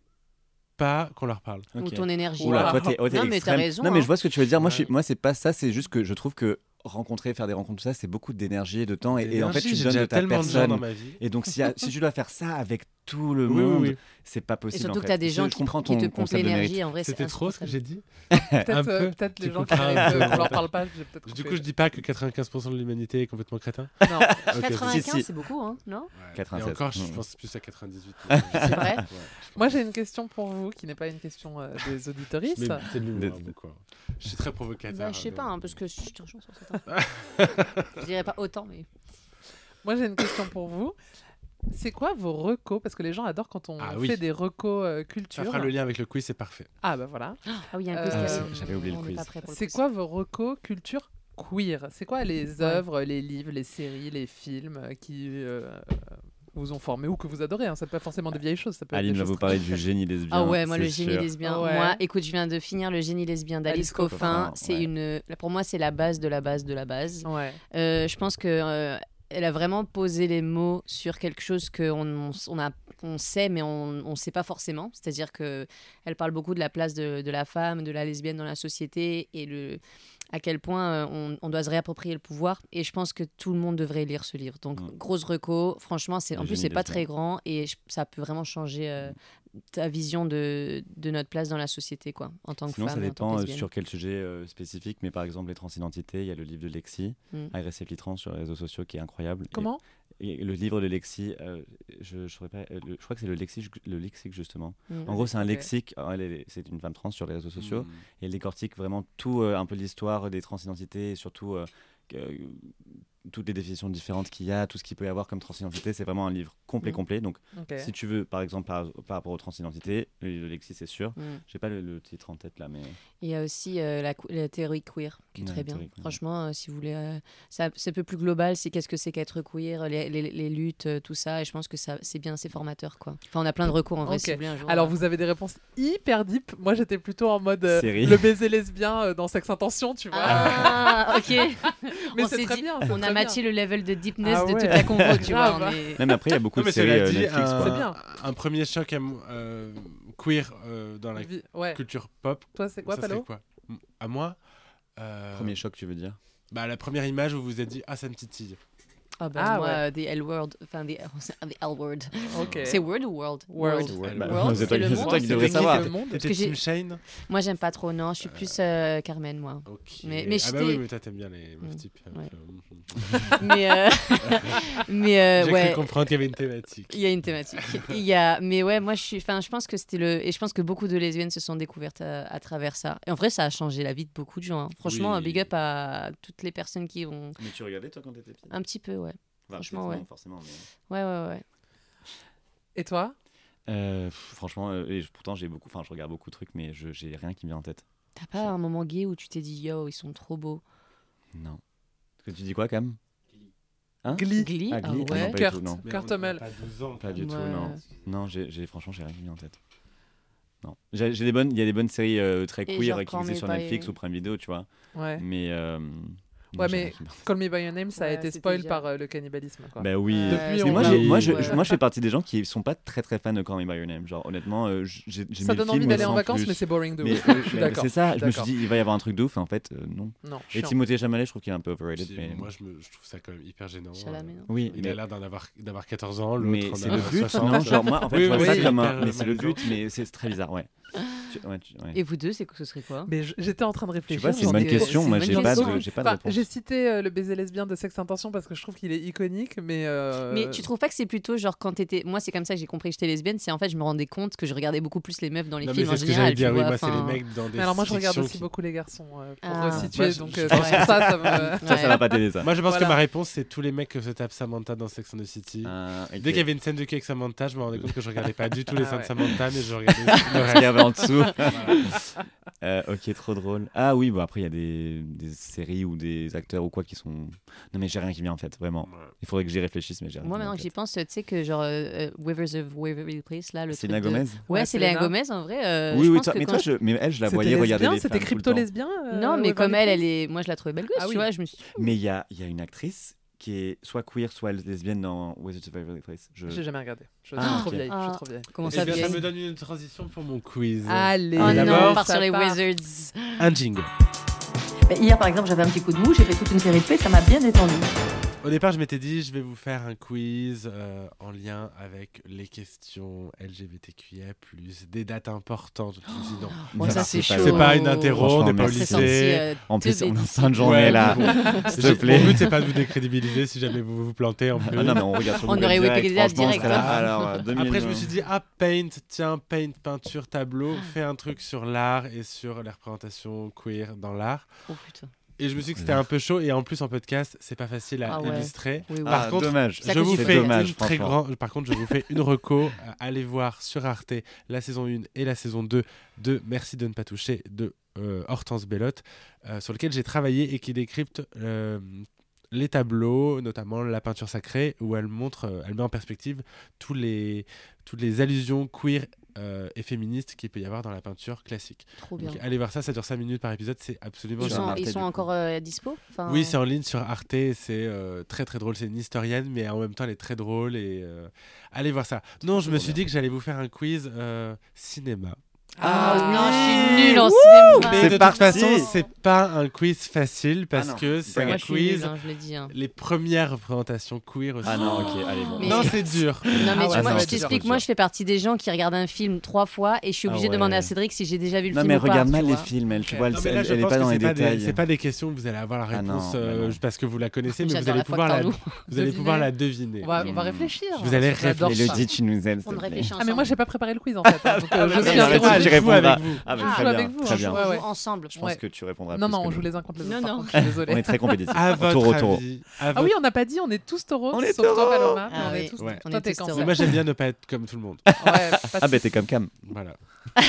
[SPEAKER 1] pas qu'on leur parle.
[SPEAKER 4] Ok.
[SPEAKER 3] Ou ton énergie. euh,
[SPEAKER 4] Oula,
[SPEAKER 2] Wow.
[SPEAKER 4] toi, t'es, oh, t'es
[SPEAKER 3] Non, mais t'as
[SPEAKER 4] extrême.
[SPEAKER 3] raison,
[SPEAKER 4] Non, mais
[SPEAKER 3] hein.
[SPEAKER 4] je vois ce que tu veux dire. Moi, je suis-
[SPEAKER 1] Ouais.
[SPEAKER 4] moi, c'est pas ça. C'est juste que je trouve que rencontrer, faire des rencontres, tout ça, c'est beaucoup d'énergie et de temps. Et, et en fait, tu
[SPEAKER 1] j'ai
[SPEAKER 4] donnes
[SPEAKER 1] déjà
[SPEAKER 4] de ta
[SPEAKER 1] tellement de gens dans
[SPEAKER 4] personne.
[SPEAKER 1] ma vie.
[SPEAKER 4] Et donc, si, si tu dois faire ça avec tout le
[SPEAKER 1] Oui, oui,
[SPEAKER 4] monde,
[SPEAKER 1] oui.
[SPEAKER 4] c'est pas possible.
[SPEAKER 3] Et surtout que
[SPEAKER 4] en fait.
[SPEAKER 3] t'as des
[SPEAKER 4] Je-
[SPEAKER 3] gens
[SPEAKER 4] je comprends
[SPEAKER 3] qui
[SPEAKER 4] ton
[SPEAKER 3] te pompent
[SPEAKER 4] concept de mérite.
[SPEAKER 3] l'énergie en vrai. c'est
[SPEAKER 1] C'était trop ce que
[SPEAKER 3] insupportable.
[SPEAKER 1] j'ai dit.
[SPEAKER 2] Peut-être
[SPEAKER 1] peu.
[SPEAKER 2] euh, peut-être les
[SPEAKER 1] Tu
[SPEAKER 2] gens qui
[SPEAKER 1] couperas un
[SPEAKER 2] arrivent,
[SPEAKER 1] peu.
[SPEAKER 2] euh, qu'on leur parle pas, j'ai peut-être
[SPEAKER 1] Du
[SPEAKER 2] coupé.
[SPEAKER 1] coup, je dis pas que 95% de l'humanité est complètement crétin.
[SPEAKER 2] Non.
[SPEAKER 1] Ok,
[SPEAKER 4] Si, si.
[SPEAKER 3] 95, c'est beaucoup, hein Non
[SPEAKER 1] Ouais.
[SPEAKER 4] 96.
[SPEAKER 1] Et encore, je
[SPEAKER 4] Mm.
[SPEAKER 1] pense plus à 98.
[SPEAKER 3] C'est vrai
[SPEAKER 1] Ouais, je
[SPEAKER 2] Moi,
[SPEAKER 1] pense.
[SPEAKER 2] j'ai une question pour vous qui n'est pas une question euh, des
[SPEAKER 1] Mais
[SPEAKER 2] auditoristes.
[SPEAKER 1] c'est de l'humour,
[SPEAKER 4] Des-
[SPEAKER 1] moi, quoi. Je suis très provocateur. euh,
[SPEAKER 3] Bah, Je sais
[SPEAKER 1] mais-
[SPEAKER 3] pas, hein, parce que je te rejoins sur certains points. Je dirais pas autant, mais.
[SPEAKER 2] Moi, j'ai une question pour vous. C'est quoi vos recos Parce que les gens adorent quand on
[SPEAKER 1] Ah
[SPEAKER 2] fait
[SPEAKER 1] oui.
[SPEAKER 2] des recos euh, culture.
[SPEAKER 1] Ça fera le lien avec le quiz, c'est parfait.
[SPEAKER 2] Ah bah voilà.
[SPEAKER 3] Ah oui, il y a un quiz.
[SPEAKER 2] Euh,
[SPEAKER 3] qui arrive.
[SPEAKER 4] j'avais oublié le
[SPEAKER 3] On est
[SPEAKER 4] quiz.
[SPEAKER 3] pas prêt pour le
[SPEAKER 2] C'est
[SPEAKER 3] quiz.
[SPEAKER 2] quoi vos recos culture queer C'est quoi les œuvres, les livres, les séries, les films euh, qui euh, vous ont formé ou que vous adorez hein. Ça peut pas forcément des vieilles choses. Ça peut être
[SPEAKER 4] Aline
[SPEAKER 2] des
[SPEAKER 4] va
[SPEAKER 2] choses
[SPEAKER 4] vous
[SPEAKER 2] très-
[SPEAKER 4] parler du génie lesbien.
[SPEAKER 3] euh, Ah ouais, moi le
[SPEAKER 4] c'est
[SPEAKER 3] génie
[SPEAKER 4] sûr.
[SPEAKER 3] lesbien.
[SPEAKER 2] Ouais.
[SPEAKER 3] Moi, écoute, je viens de finir le génie lesbien
[SPEAKER 2] Alice
[SPEAKER 3] d'Alice
[SPEAKER 2] Coffin,
[SPEAKER 3] Coffin. C'est
[SPEAKER 4] ouais.
[SPEAKER 3] une, pour moi, c'est la base de la base de la base.
[SPEAKER 2] Ouais.
[SPEAKER 3] Euh, je pense que euh, elle a vraiment posé les mots sur quelque chose qu'on on, on a on sait mais on ne sait pas forcément c'est-à-dire que elle parle beaucoup de la place de, de la femme de la lesbienne dans la société et le à quel point euh, on, on doit se réapproprier le pouvoir et je pense que tout le monde devrait lire ce livre donc
[SPEAKER 4] Mm.
[SPEAKER 3] grosse reco franchement c'est en
[SPEAKER 4] Le
[SPEAKER 3] plus
[SPEAKER 4] génie
[SPEAKER 3] c'est pas
[SPEAKER 4] lesbien.
[SPEAKER 3] très grand et je- ça peut vraiment changer euh, ta vision de, de notre place dans la société quoi en tant que
[SPEAKER 4] Sinon,
[SPEAKER 3] femme
[SPEAKER 4] ça
[SPEAKER 3] et en tant que
[SPEAKER 4] dépend euh,
[SPEAKER 3] lesbienne.
[SPEAKER 4] sur quel sujet euh, spécifique, mais par exemple, les transidentités, il y a le livre de Lexi,
[SPEAKER 3] Mm.
[SPEAKER 4] Agresser Trans sur les réseaux sociaux, qui est incroyable. Et-
[SPEAKER 2] Comment
[SPEAKER 4] et le livre de Lexi, euh, je, je saurais pas, euh, le- je crois que c'est le lexique, le lexique justement.
[SPEAKER 3] Mm.
[SPEAKER 4] En gros, c'est un
[SPEAKER 2] Ok.
[SPEAKER 4] lexique, euh, elle est- c'est une femme
[SPEAKER 3] Hmm.
[SPEAKER 4] trans sur les réseaux sociaux, et elle décortique vraiment tout, euh, un peu l'histoire des transidentités, et surtout euh, euh, toutes les définitions différentes qu'il y a, tout ce qu'il peut y avoir comme transidentité. C'est vraiment un livre complet,
[SPEAKER 3] Hmm.
[SPEAKER 2] Mhm.
[SPEAKER 4] complet. Donc,
[SPEAKER 2] Ok.
[SPEAKER 4] si tu veux, par exemple, par, par rapport aux transidentités, le Lexi, c'est sûr.
[SPEAKER 3] Mm.
[SPEAKER 4] J'ai pas le, le titre en tête là, mais.
[SPEAKER 3] Il y a aussi euh, la, cou- la théorie queer, qui est
[SPEAKER 4] Ouais,
[SPEAKER 3] très
[SPEAKER 4] la
[SPEAKER 3] bien.
[SPEAKER 4] théorie queer, ouais.
[SPEAKER 3] Franchement, euh, si vous voulez, euh, ça- c'est un peu plus global, c'est qu'est-ce que c'est qu'être queer, les, les- les luttes, euh, tout ça. Et je pense que ça, c'est bien, c'est formateur, quoi. Enfin, on a plein de recours en vrai,
[SPEAKER 2] Ok.
[SPEAKER 3] si vous voulez un jour.
[SPEAKER 2] Alors
[SPEAKER 3] euh,
[SPEAKER 2] vous avez des réponses hyper deep. Moi j'étais plutôt en mode euh,
[SPEAKER 4] Série.
[SPEAKER 2] le baiser lesbien euh, dans Sex Intention, tu vois.
[SPEAKER 3] Ah, ok.
[SPEAKER 2] mais
[SPEAKER 3] on
[SPEAKER 2] c'est
[SPEAKER 3] s'est
[SPEAKER 2] très
[SPEAKER 3] dit,
[SPEAKER 2] bien. c'est
[SPEAKER 3] On a
[SPEAKER 2] très
[SPEAKER 3] matché le level de deepness
[SPEAKER 2] Ah
[SPEAKER 3] de toute
[SPEAKER 2] ouais. Ah bah.
[SPEAKER 3] la convo, tu vois.
[SPEAKER 2] Grave.
[SPEAKER 3] on est-
[SPEAKER 4] Même après, il y a beaucoup
[SPEAKER 1] Non,
[SPEAKER 4] de
[SPEAKER 1] mais
[SPEAKER 4] séries
[SPEAKER 1] cela
[SPEAKER 4] euh,
[SPEAKER 1] dit,
[SPEAKER 4] Netflix.
[SPEAKER 1] un,
[SPEAKER 4] quoi.
[SPEAKER 2] C'est bien.
[SPEAKER 1] un premier choc euh, queer euh, dans la
[SPEAKER 2] bien. Vi- Ouais.
[SPEAKER 1] culture pop,
[SPEAKER 2] Toi c'est quoi
[SPEAKER 1] ça serait
[SPEAKER 2] Palo
[SPEAKER 1] quoi M- À moi euh,
[SPEAKER 4] Premier choc, tu veux dire
[SPEAKER 1] bah, La première image où vous vous êtes dit « Ah, ça me titille
[SPEAKER 3] Ah bah,
[SPEAKER 2] Ah
[SPEAKER 3] moi,
[SPEAKER 2] ouais.
[SPEAKER 3] euh, the L word, enfin, the, the L word.
[SPEAKER 2] Ok.
[SPEAKER 3] C'est word ou world
[SPEAKER 2] World.
[SPEAKER 1] World.
[SPEAKER 4] Bah,
[SPEAKER 3] World,
[SPEAKER 4] c'est toi,
[SPEAKER 3] c'est le
[SPEAKER 4] c'est
[SPEAKER 3] monde,
[SPEAKER 4] toi qui
[SPEAKER 3] c'est
[SPEAKER 4] devrais
[SPEAKER 3] le
[SPEAKER 4] savoir.
[SPEAKER 2] Le » monde.
[SPEAKER 1] T'étais
[SPEAKER 3] que j'ai-
[SPEAKER 1] Team Shane
[SPEAKER 3] Moi, j'aime pas trop, non. Je suis plus euh, Carmen, moi.
[SPEAKER 1] Ok.
[SPEAKER 3] Mais- mais
[SPEAKER 1] ah bah
[SPEAKER 3] j'étais-
[SPEAKER 1] oui, mais toi t'aimes bien les meufs
[SPEAKER 3] Mm.
[SPEAKER 1] types. un
[SPEAKER 3] Ouais.
[SPEAKER 1] peu. Mhm.
[SPEAKER 3] Mais, euh, mais euh,
[SPEAKER 1] J'ai
[SPEAKER 3] ouais.
[SPEAKER 1] cru comprendre qu'il y avait une thématique.
[SPEAKER 3] Il y a une thématique. Il y a, mais ouais, moi je suis. Enfin, je pense que c'était le. Et je pense que beaucoup de lesbiennes se sont découvertes à, à travers ça. Et en vrai, ça a changé la vie de beaucoup de gens. hein. Franchement,
[SPEAKER 4] Oui.
[SPEAKER 3] un big up à toutes les personnes qui ont.
[SPEAKER 4] Mais tu regardais toi quand t'étais petite
[SPEAKER 3] Un petit peu, ouais. Ah, franchement, ouais.
[SPEAKER 4] Forcément, mais...
[SPEAKER 3] Ouais, ouais, ouais.
[SPEAKER 2] Et toi
[SPEAKER 4] Euh, pff, franchement, euh, et je- pourtant j'ai beaucoup, enfin je regarde beaucoup de trucs, mais je j'ai rien qui me vient en tête.
[SPEAKER 3] T'as pas un moment gay où tu t'es dit yo, ils sont trop beaux.
[SPEAKER 4] Non. Parce que tu dis quoi quand même Hein
[SPEAKER 2] Glee.
[SPEAKER 3] Glee,
[SPEAKER 4] Ah, Glee,
[SPEAKER 3] ah ouais.
[SPEAKER 4] non, pas du
[SPEAKER 2] Kurt.
[SPEAKER 4] tout, non.
[SPEAKER 1] Mais
[SPEAKER 2] Kurt
[SPEAKER 1] on- on a
[SPEAKER 2] Hummel.
[SPEAKER 1] Pas 12 ans.
[SPEAKER 4] Pas du tout,
[SPEAKER 3] Ouais.
[SPEAKER 4] non. Non, j'ai j'ai- franchement j'ai rien qui me vient en tête. Non. J'ai j'ai des bonnes, il y a des bonnes séries euh, très
[SPEAKER 3] Et
[SPEAKER 4] queer
[SPEAKER 3] genre
[SPEAKER 4] euh, qui
[SPEAKER 3] Call Me
[SPEAKER 4] existaient sur
[SPEAKER 3] By-
[SPEAKER 4] Netflix ou Prime Video, tu vois.
[SPEAKER 2] Ouais.
[SPEAKER 4] Mais. euh,
[SPEAKER 2] Ouais,
[SPEAKER 4] non, j'ai
[SPEAKER 2] mais-
[SPEAKER 4] rien qui me vient.
[SPEAKER 2] Call Me by Your Name, ça a
[SPEAKER 3] Ouais,
[SPEAKER 2] été
[SPEAKER 3] c'était
[SPEAKER 2] spoil
[SPEAKER 3] déjà-
[SPEAKER 2] par euh, le cannibalisme. Quoi.
[SPEAKER 4] Bah oui.
[SPEAKER 3] Euh,
[SPEAKER 4] Parce que
[SPEAKER 3] on
[SPEAKER 4] moi,
[SPEAKER 3] l'a
[SPEAKER 4] j'ai-
[SPEAKER 3] eu,
[SPEAKER 4] moi, je,
[SPEAKER 3] ouais.
[SPEAKER 4] je- moi, je fais partie des gens qui sont pas très très fans de Call Me By Your Name. Genre, honnêtement, euh, j'ai j'ai
[SPEAKER 2] ça
[SPEAKER 4] mis le
[SPEAKER 2] donne envie
[SPEAKER 4] film,
[SPEAKER 2] d'aller en
[SPEAKER 4] sans
[SPEAKER 2] vacances,
[SPEAKER 4] plus.
[SPEAKER 2] mais c'est boring de
[SPEAKER 4] Mais-
[SPEAKER 2] ouf.
[SPEAKER 4] mais
[SPEAKER 2] Je suis d'accord.
[SPEAKER 4] C'est ça, je me suis
[SPEAKER 2] d'accord.
[SPEAKER 4] dit, il va y avoir un truc de ouf, et en fait, euh, non.
[SPEAKER 2] Non,
[SPEAKER 4] Et
[SPEAKER 2] chiant.
[SPEAKER 4] Timothée Chalamet, je trouve qu'il est un peu overrated.
[SPEAKER 1] Puis,
[SPEAKER 4] Mais...
[SPEAKER 1] Moi, je, me- je trouve ça quand même hyper gênant. euh.
[SPEAKER 3] Chalamet, non
[SPEAKER 4] Oui,
[SPEAKER 1] Il
[SPEAKER 4] mais-
[SPEAKER 1] a l'air d'en avoir, d'avoir 14 ans, Oh, l'autre bah.
[SPEAKER 4] mais
[SPEAKER 1] en
[SPEAKER 4] c'est
[SPEAKER 1] a
[SPEAKER 4] le but,
[SPEAKER 1] 60.
[SPEAKER 4] non Genre moi, en fait,
[SPEAKER 1] Oui,
[SPEAKER 4] je vois
[SPEAKER 1] oui,
[SPEAKER 4] ça
[SPEAKER 1] oui,
[SPEAKER 4] comme
[SPEAKER 1] hyper,
[SPEAKER 4] un...
[SPEAKER 1] euh,
[SPEAKER 4] Mais c'est le
[SPEAKER 1] malaisant.
[SPEAKER 4] but, mais c'est c'est très bizarre, ouais. Tu- ouais, tu- ouais.
[SPEAKER 3] Et vous deux, c'est que ce serait quoi
[SPEAKER 2] Mais je- j'étais en train de
[SPEAKER 4] Je sais
[SPEAKER 2] réfléchir.
[SPEAKER 4] pas, c'est
[SPEAKER 2] j'en
[SPEAKER 4] une bonne
[SPEAKER 2] ai-
[SPEAKER 4] question,
[SPEAKER 3] c'est
[SPEAKER 4] moi
[SPEAKER 3] une
[SPEAKER 4] j'ai
[SPEAKER 3] bonne
[SPEAKER 4] pas,
[SPEAKER 3] question.
[SPEAKER 4] de- j'ai pas de
[SPEAKER 2] Enfin,
[SPEAKER 4] réponse.
[SPEAKER 2] J'ai cité euh, le baiser lesbien de Sex Intention parce que je trouve qu'il est iconique, mais. euh,
[SPEAKER 3] Mais tu trouves pas que c'est plutôt genre quand t'étais. Moi, c'est comme ça que j'ai compris que j'étais lesbienne. C'est en fait, je me rendais compte que je regardais beaucoup plus les meufs dans les
[SPEAKER 1] Non, mais
[SPEAKER 3] films en
[SPEAKER 1] c'est ce que
[SPEAKER 3] général.
[SPEAKER 1] j'allais
[SPEAKER 3] tu
[SPEAKER 1] dire. Oui,
[SPEAKER 3] vois,
[SPEAKER 1] moi, c'est les
[SPEAKER 3] enfin.
[SPEAKER 1] mecs dans des.
[SPEAKER 2] Mais alors moi je regarde
[SPEAKER 1] fictions
[SPEAKER 2] aussi
[SPEAKER 1] qui-
[SPEAKER 2] beaucoup les garçons euh, pour
[SPEAKER 3] Ah.
[SPEAKER 2] resituer,
[SPEAKER 1] Moi, je-
[SPEAKER 2] donc
[SPEAKER 1] je
[SPEAKER 2] euh,
[SPEAKER 1] pense
[SPEAKER 2] c'est pour
[SPEAKER 3] que-
[SPEAKER 2] ça, ça me...
[SPEAKER 4] Ça, Ah, ça
[SPEAKER 3] Ouais.
[SPEAKER 4] va pas t'aider, ça.
[SPEAKER 1] Moi, je pense
[SPEAKER 2] Voilà.
[SPEAKER 1] que ma réponse, c'est tous les mecs que se tape Samantha dans Sex and the City.
[SPEAKER 4] Ah, ok.
[SPEAKER 1] Dès qu'il y avait une scène de cul avec Samantha, je me rendais compte que je regardais pas du tout les
[SPEAKER 2] Ah
[SPEAKER 1] seins
[SPEAKER 2] ouais.
[SPEAKER 1] de Samantha, mais je regardais le
[SPEAKER 4] Ce qu'il y
[SPEAKER 1] reste.
[SPEAKER 4] avait en dessous.
[SPEAKER 1] Voilà.
[SPEAKER 4] Euh, ok, trop drôle. Ah oui, bon après il y a des, des séries ou des acteurs ou quoi qui sont. Non mais j'ai rien qui vient en fait, vraiment. Il faudrait que j'y réfléchisse, mais j'ai rien.
[SPEAKER 3] Moi,
[SPEAKER 4] qui me vient
[SPEAKER 3] maintenant
[SPEAKER 4] en
[SPEAKER 3] que j'y
[SPEAKER 4] tête.
[SPEAKER 3] pense, euh, tu sais que genre euh, euh, Weavers of Waverly Place, là, le
[SPEAKER 4] Selena
[SPEAKER 3] truc de-
[SPEAKER 4] Gomez
[SPEAKER 3] Ouais,
[SPEAKER 2] Ouais,
[SPEAKER 3] c'est Léa
[SPEAKER 2] Selena.
[SPEAKER 3] Gomez en vrai. euh,
[SPEAKER 4] Oui,
[SPEAKER 3] je
[SPEAKER 4] oui,
[SPEAKER 3] pense
[SPEAKER 4] toi-
[SPEAKER 3] que
[SPEAKER 4] mais
[SPEAKER 3] quand
[SPEAKER 4] toi,
[SPEAKER 3] je-
[SPEAKER 4] je... mais elle, je la
[SPEAKER 2] C'était
[SPEAKER 4] voyais regarder
[SPEAKER 2] lesbien,
[SPEAKER 4] les
[SPEAKER 2] C'était
[SPEAKER 4] femmes tout le temps.
[SPEAKER 2] crypto-lesbien
[SPEAKER 6] euh,
[SPEAKER 3] Non, mais comme elle, elle est. Moi, je la trouvais belle gosse,
[SPEAKER 2] Ah
[SPEAKER 3] tu
[SPEAKER 2] oui.
[SPEAKER 3] vois. Je me suis dit,
[SPEAKER 4] Mais il y a, il y a une actrice qui est soit queer, soit lesbienne dans Wizards of Waverly Place. Je...
[SPEAKER 2] J'ai jamais regardé. Je
[SPEAKER 4] Ah,
[SPEAKER 2] suis trop
[SPEAKER 4] ok.
[SPEAKER 2] vieille. Je
[SPEAKER 3] Ah.
[SPEAKER 2] suis trop vieille.
[SPEAKER 3] comment
[SPEAKER 1] Eh
[SPEAKER 3] ça
[SPEAKER 1] bien,
[SPEAKER 3] vieille
[SPEAKER 1] ça Ah. me donne une transition pour mon quiz.
[SPEAKER 2] Allez,
[SPEAKER 3] Oh non,
[SPEAKER 1] d'abord,
[SPEAKER 3] on part
[SPEAKER 2] ça
[SPEAKER 3] sur les
[SPEAKER 2] part.
[SPEAKER 3] Wizards.
[SPEAKER 1] Un jingle.
[SPEAKER 6] Ben, Hier, par exemple, j'avais un petit coup de mou, j'ai fait toute une série de faits, ça m'a bien détendu.
[SPEAKER 1] Au départ, je m'étais dit, je vais vous faire un quiz euh, en lien avec les questions LGBTQIA+, des dates importantes. Je me suis dit, non,
[SPEAKER 3] Bon, Oh,
[SPEAKER 4] Non,
[SPEAKER 3] ça, c'est
[SPEAKER 4] pas-
[SPEAKER 3] chaud.
[SPEAKER 1] c'est pas une interro,
[SPEAKER 4] Franchement,
[SPEAKER 1] on n'est pas au
[SPEAKER 4] merci.
[SPEAKER 3] C'est
[SPEAKER 1] lycée.
[SPEAKER 3] senti euh,
[SPEAKER 4] En plus,
[SPEAKER 3] Te
[SPEAKER 4] on est en
[SPEAKER 3] bêtise.
[SPEAKER 4] fin de journée
[SPEAKER 1] Ouais,
[SPEAKER 4] là.
[SPEAKER 1] mais bon.
[SPEAKER 4] S'il te
[SPEAKER 1] Je-
[SPEAKER 4] plaît.
[SPEAKER 1] Mon but, c'est pas de vous décrédibiliser si jamais vous vous plantez en plus.
[SPEAKER 4] Ah non, mais on regarde sur
[SPEAKER 3] On
[SPEAKER 4] Google
[SPEAKER 3] aurait
[SPEAKER 4] direct,
[SPEAKER 3] Wikipédia
[SPEAKER 4] franchement, on
[SPEAKER 3] direct,
[SPEAKER 4] serait là.
[SPEAKER 3] hein.
[SPEAKER 4] Alors, euh, 2000,
[SPEAKER 1] Après, je me suis
[SPEAKER 4] euh,
[SPEAKER 1] dit, ah, paint, tiens, paint, peinture, tableau,
[SPEAKER 3] Ah.
[SPEAKER 1] fais un truc sur l'art et sur les représentations queer dans l'art.
[SPEAKER 3] Oh putain.
[SPEAKER 1] Et je me suis dit que c'était un peu chaud, et en plus, en podcast, c'est pas facile à
[SPEAKER 3] Ah ouais.
[SPEAKER 1] illustrer.
[SPEAKER 3] Oui, oui.
[SPEAKER 1] Ah, par contre,
[SPEAKER 4] dommage.
[SPEAKER 3] Ça
[SPEAKER 1] je vous
[SPEAKER 3] coûte
[SPEAKER 1] fais
[SPEAKER 3] cher.
[SPEAKER 1] une
[SPEAKER 4] Dommage,
[SPEAKER 1] très
[SPEAKER 4] franchement.
[SPEAKER 1] grande. Par contre, je vous fais une reco. Euh, Allez voir sur Arte la saison 1 et la saison 2 de Merci de ne pas toucher de euh, Hortense Bellotte, euh, sur lequel j'ai travaillé et qui décrypte euh, les tableaux, notamment la peinture sacrée, où elle montre, euh, elle met en perspective tous les, toutes les allusions queer. euh, et féministes qu'il peut y avoir dans la peinture classique.
[SPEAKER 3] Trop bien.
[SPEAKER 1] Donc, allez voir ça, ça dure 5 minutes par épisode, c'est absolument
[SPEAKER 3] Ils
[SPEAKER 4] sur
[SPEAKER 3] sont,
[SPEAKER 1] génial.
[SPEAKER 4] Arte,
[SPEAKER 3] ils
[SPEAKER 4] du
[SPEAKER 3] sont
[SPEAKER 4] coup.
[SPEAKER 3] encore euh, dispo Enfin,
[SPEAKER 1] Oui, c'est en ligne sur Arte, et c'est euh, très très drôle. C'est une historienne, mais en même temps, elle est très drôle. Et euh, allez voir ça. Non, je me
[SPEAKER 4] trop
[SPEAKER 1] suis dit que j'allais vous faire un quiz euh, cinéma.
[SPEAKER 3] Ah,
[SPEAKER 2] oui.
[SPEAKER 3] non, je suis nulle en
[SPEAKER 1] Mais
[SPEAKER 2] Oh,
[SPEAKER 3] cinéma.
[SPEAKER 4] C'est
[SPEAKER 1] de
[SPEAKER 4] parti.
[SPEAKER 1] toute façon, c'est pas un quiz facile parce
[SPEAKER 4] Ah non,
[SPEAKER 1] que c'est
[SPEAKER 4] bring
[SPEAKER 1] un
[SPEAKER 3] Moi, je suis nulle,
[SPEAKER 1] quiz.
[SPEAKER 3] hein, je le dis. hein.
[SPEAKER 1] Les premières représentations queer aussi.
[SPEAKER 4] Ah
[SPEAKER 2] Oh,
[SPEAKER 4] non, ok, allez. bon.
[SPEAKER 3] Mais-
[SPEAKER 1] Non, c'est dur.
[SPEAKER 3] Non,
[SPEAKER 2] Ah
[SPEAKER 3] mais tu-
[SPEAKER 2] ouais,
[SPEAKER 3] moi,
[SPEAKER 2] ça va
[SPEAKER 3] je
[SPEAKER 4] être dur,
[SPEAKER 3] t'explique,
[SPEAKER 4] dur.
[SPEAKER 3] moi, je fais partie des gens qui regardent un film trois fois et je suis
[SPEAKER 4] Ah
[SPEAKER 3] obligée de demander à
[SPEAKER 4] ouais.
[SPEAKER 3] Cédric si j'ai déjà vu le
[SPEAKER 4] Non,
[SPEAKER 3] film.
[SPEAKER 4] mais
[SPEAKER 3] ou pas,
[SPEAKER 4] regarde
[SPEAKER 3] tu
[SPEAKER 4] mal les
[SPEAKER 3] vois.
[SPEAKER 4] films, elle, tu
[SPEAKER 2] Ok.
[SPEAKER 4] vois, elle,
[SPEAKER 1] Non, mais là,
[SPEAKER 4] elle-
[SPEAKER 1] je
[SPEAKER 4] elle est
[SPEAKER 1] pense
[SPEAKER 4] pas
[SPEAKER 1] que
[SPEAKER 4] dans les
[SPEAKER 1] c'est pas des-
[SPEAKER 4] détails.
[SPEAKER 1] c'est pas des questions où vous allez avoir la
[SPEAKER 4] Ah non,
[SPEAKER 1] réponse
[SPEAKER 4] bah
[SPEAKER 1] euh,
[SPEAKER 4] non.
[SPEAKER 1] parce que vous la connaissez, mais vous
[SPEAKER 3] J'adore
[SPEAKER 1] allez
[SPEAKER 3] la
[SPEAKER 1] pouvoir
[SPEAKER 3] fois
[SPEAKER 1] la,
[SPEAKER 3] que
[SPEAKER 1] vous
[SPEAKER 3] t'en
[SPEAKER 1] allez
[SPEAKER 2] Deviner.
[SPEAKER 1] pouvoir la deviner.
[SPEAKER 2] On va, on va
[SPEAKER 4] Mm.
[SPEAKER 2] réfléchir.
[SPEAKER 1] Vous allez
[SPEAKER 2] J'adore
[SPEAKER 1] réfléchir.
[SPEAKER 2] ça.
[SPEAKER 4] Elodie, tu nous aides. s'il
[SPEAKER 3] On
[SPEAKER 4] te plaît.
[SPEAKER 3] réfléchit ensemble.
[SPEAKER 2] Ah mais moi j'ai pas préparé le quiz en fait. hein, donc, euh, je suis
[SPEAKER 4] mais
[SPEAKER 2] interrompue.
[SPEAKER 4] arrête, j'y
[SPEAKER 1] je joue
[SPEAKER 4] répondrai.
[SPEAKER 1] avec vous.
[SPEAKER 4] Ah, bah,
[SPEAKER 2] Ah, on
[SPEAKER 4] très
[SPEAKER 2] joue
[SPEAKER 4] bien,
[SPEAKER 2] avec vous,
[SPEAKER 4] très
[SPEAKER 2] on
[SPEAKER 4] bien.
[SPEAKER 2] joue. Ouais, ouais.
[SPEAKER 3] ensemble.
[SPEAKER 4] Je pense
[SPEAKER 2] Ouais.
[SPEAKER 4] que tu répondras
[SPEAKER 2] Non,
[SPEAKER 4] plus
[SPEAKER 2] non,
[SPEAKER 4] que
[SPEAKER 2] on joue
[SPEAKER 4] nous.
[SPEAKER 2] les uns contre les
[SPEAKER 3] Non,
[SPEAKER 2] autres. par
[SPEAKER 3] non.
[SPEAKER 2] contre, je suis désolée.
[SPEAKER 4] On est très compétitifs.
[SPEAKER 1] À
[SPEAKER 4] Au
[SPEAKER 1] votre
[SPEAKER 4] tour, au tour.
[SPEAKER 1] avis, à
[SPEAKER 2] Ah oui,
[SPEAKER 1] votre-
[SPEAKER 2] on n'a pas dit, on est tous taureaux,
[SPEAKER 4] On est
[SPEAKER 2] sauf toi,
[SPEAKER 4] taureaux.
[SPEAKER 2] Paloma, mais
[SPEAKER 3] Ah
[SPEAKER 2] on est
[SPEAKER 3] oui.
[SPEAKER 2] tous.
[SPEAKER 1] Ouais.
[SPEAKER 3] On
[SPEAKER 2] Toi,
[SPEAKER 3] est
[SPEAKER 2] t'es
[SPEAKER 3] tous
[SPEAKER 2] cancer.
[SPEAKER 1] Mais moi, j'aime bien ne pas être comme tout le monde.
[SPEAKER 2] Ouais, pas
[SPEAKER 4] Ah,
[SPEAKER 2] de
[SPEAKER 4] bah t'es comme Cam,
[SPEAKER 1] Voilà.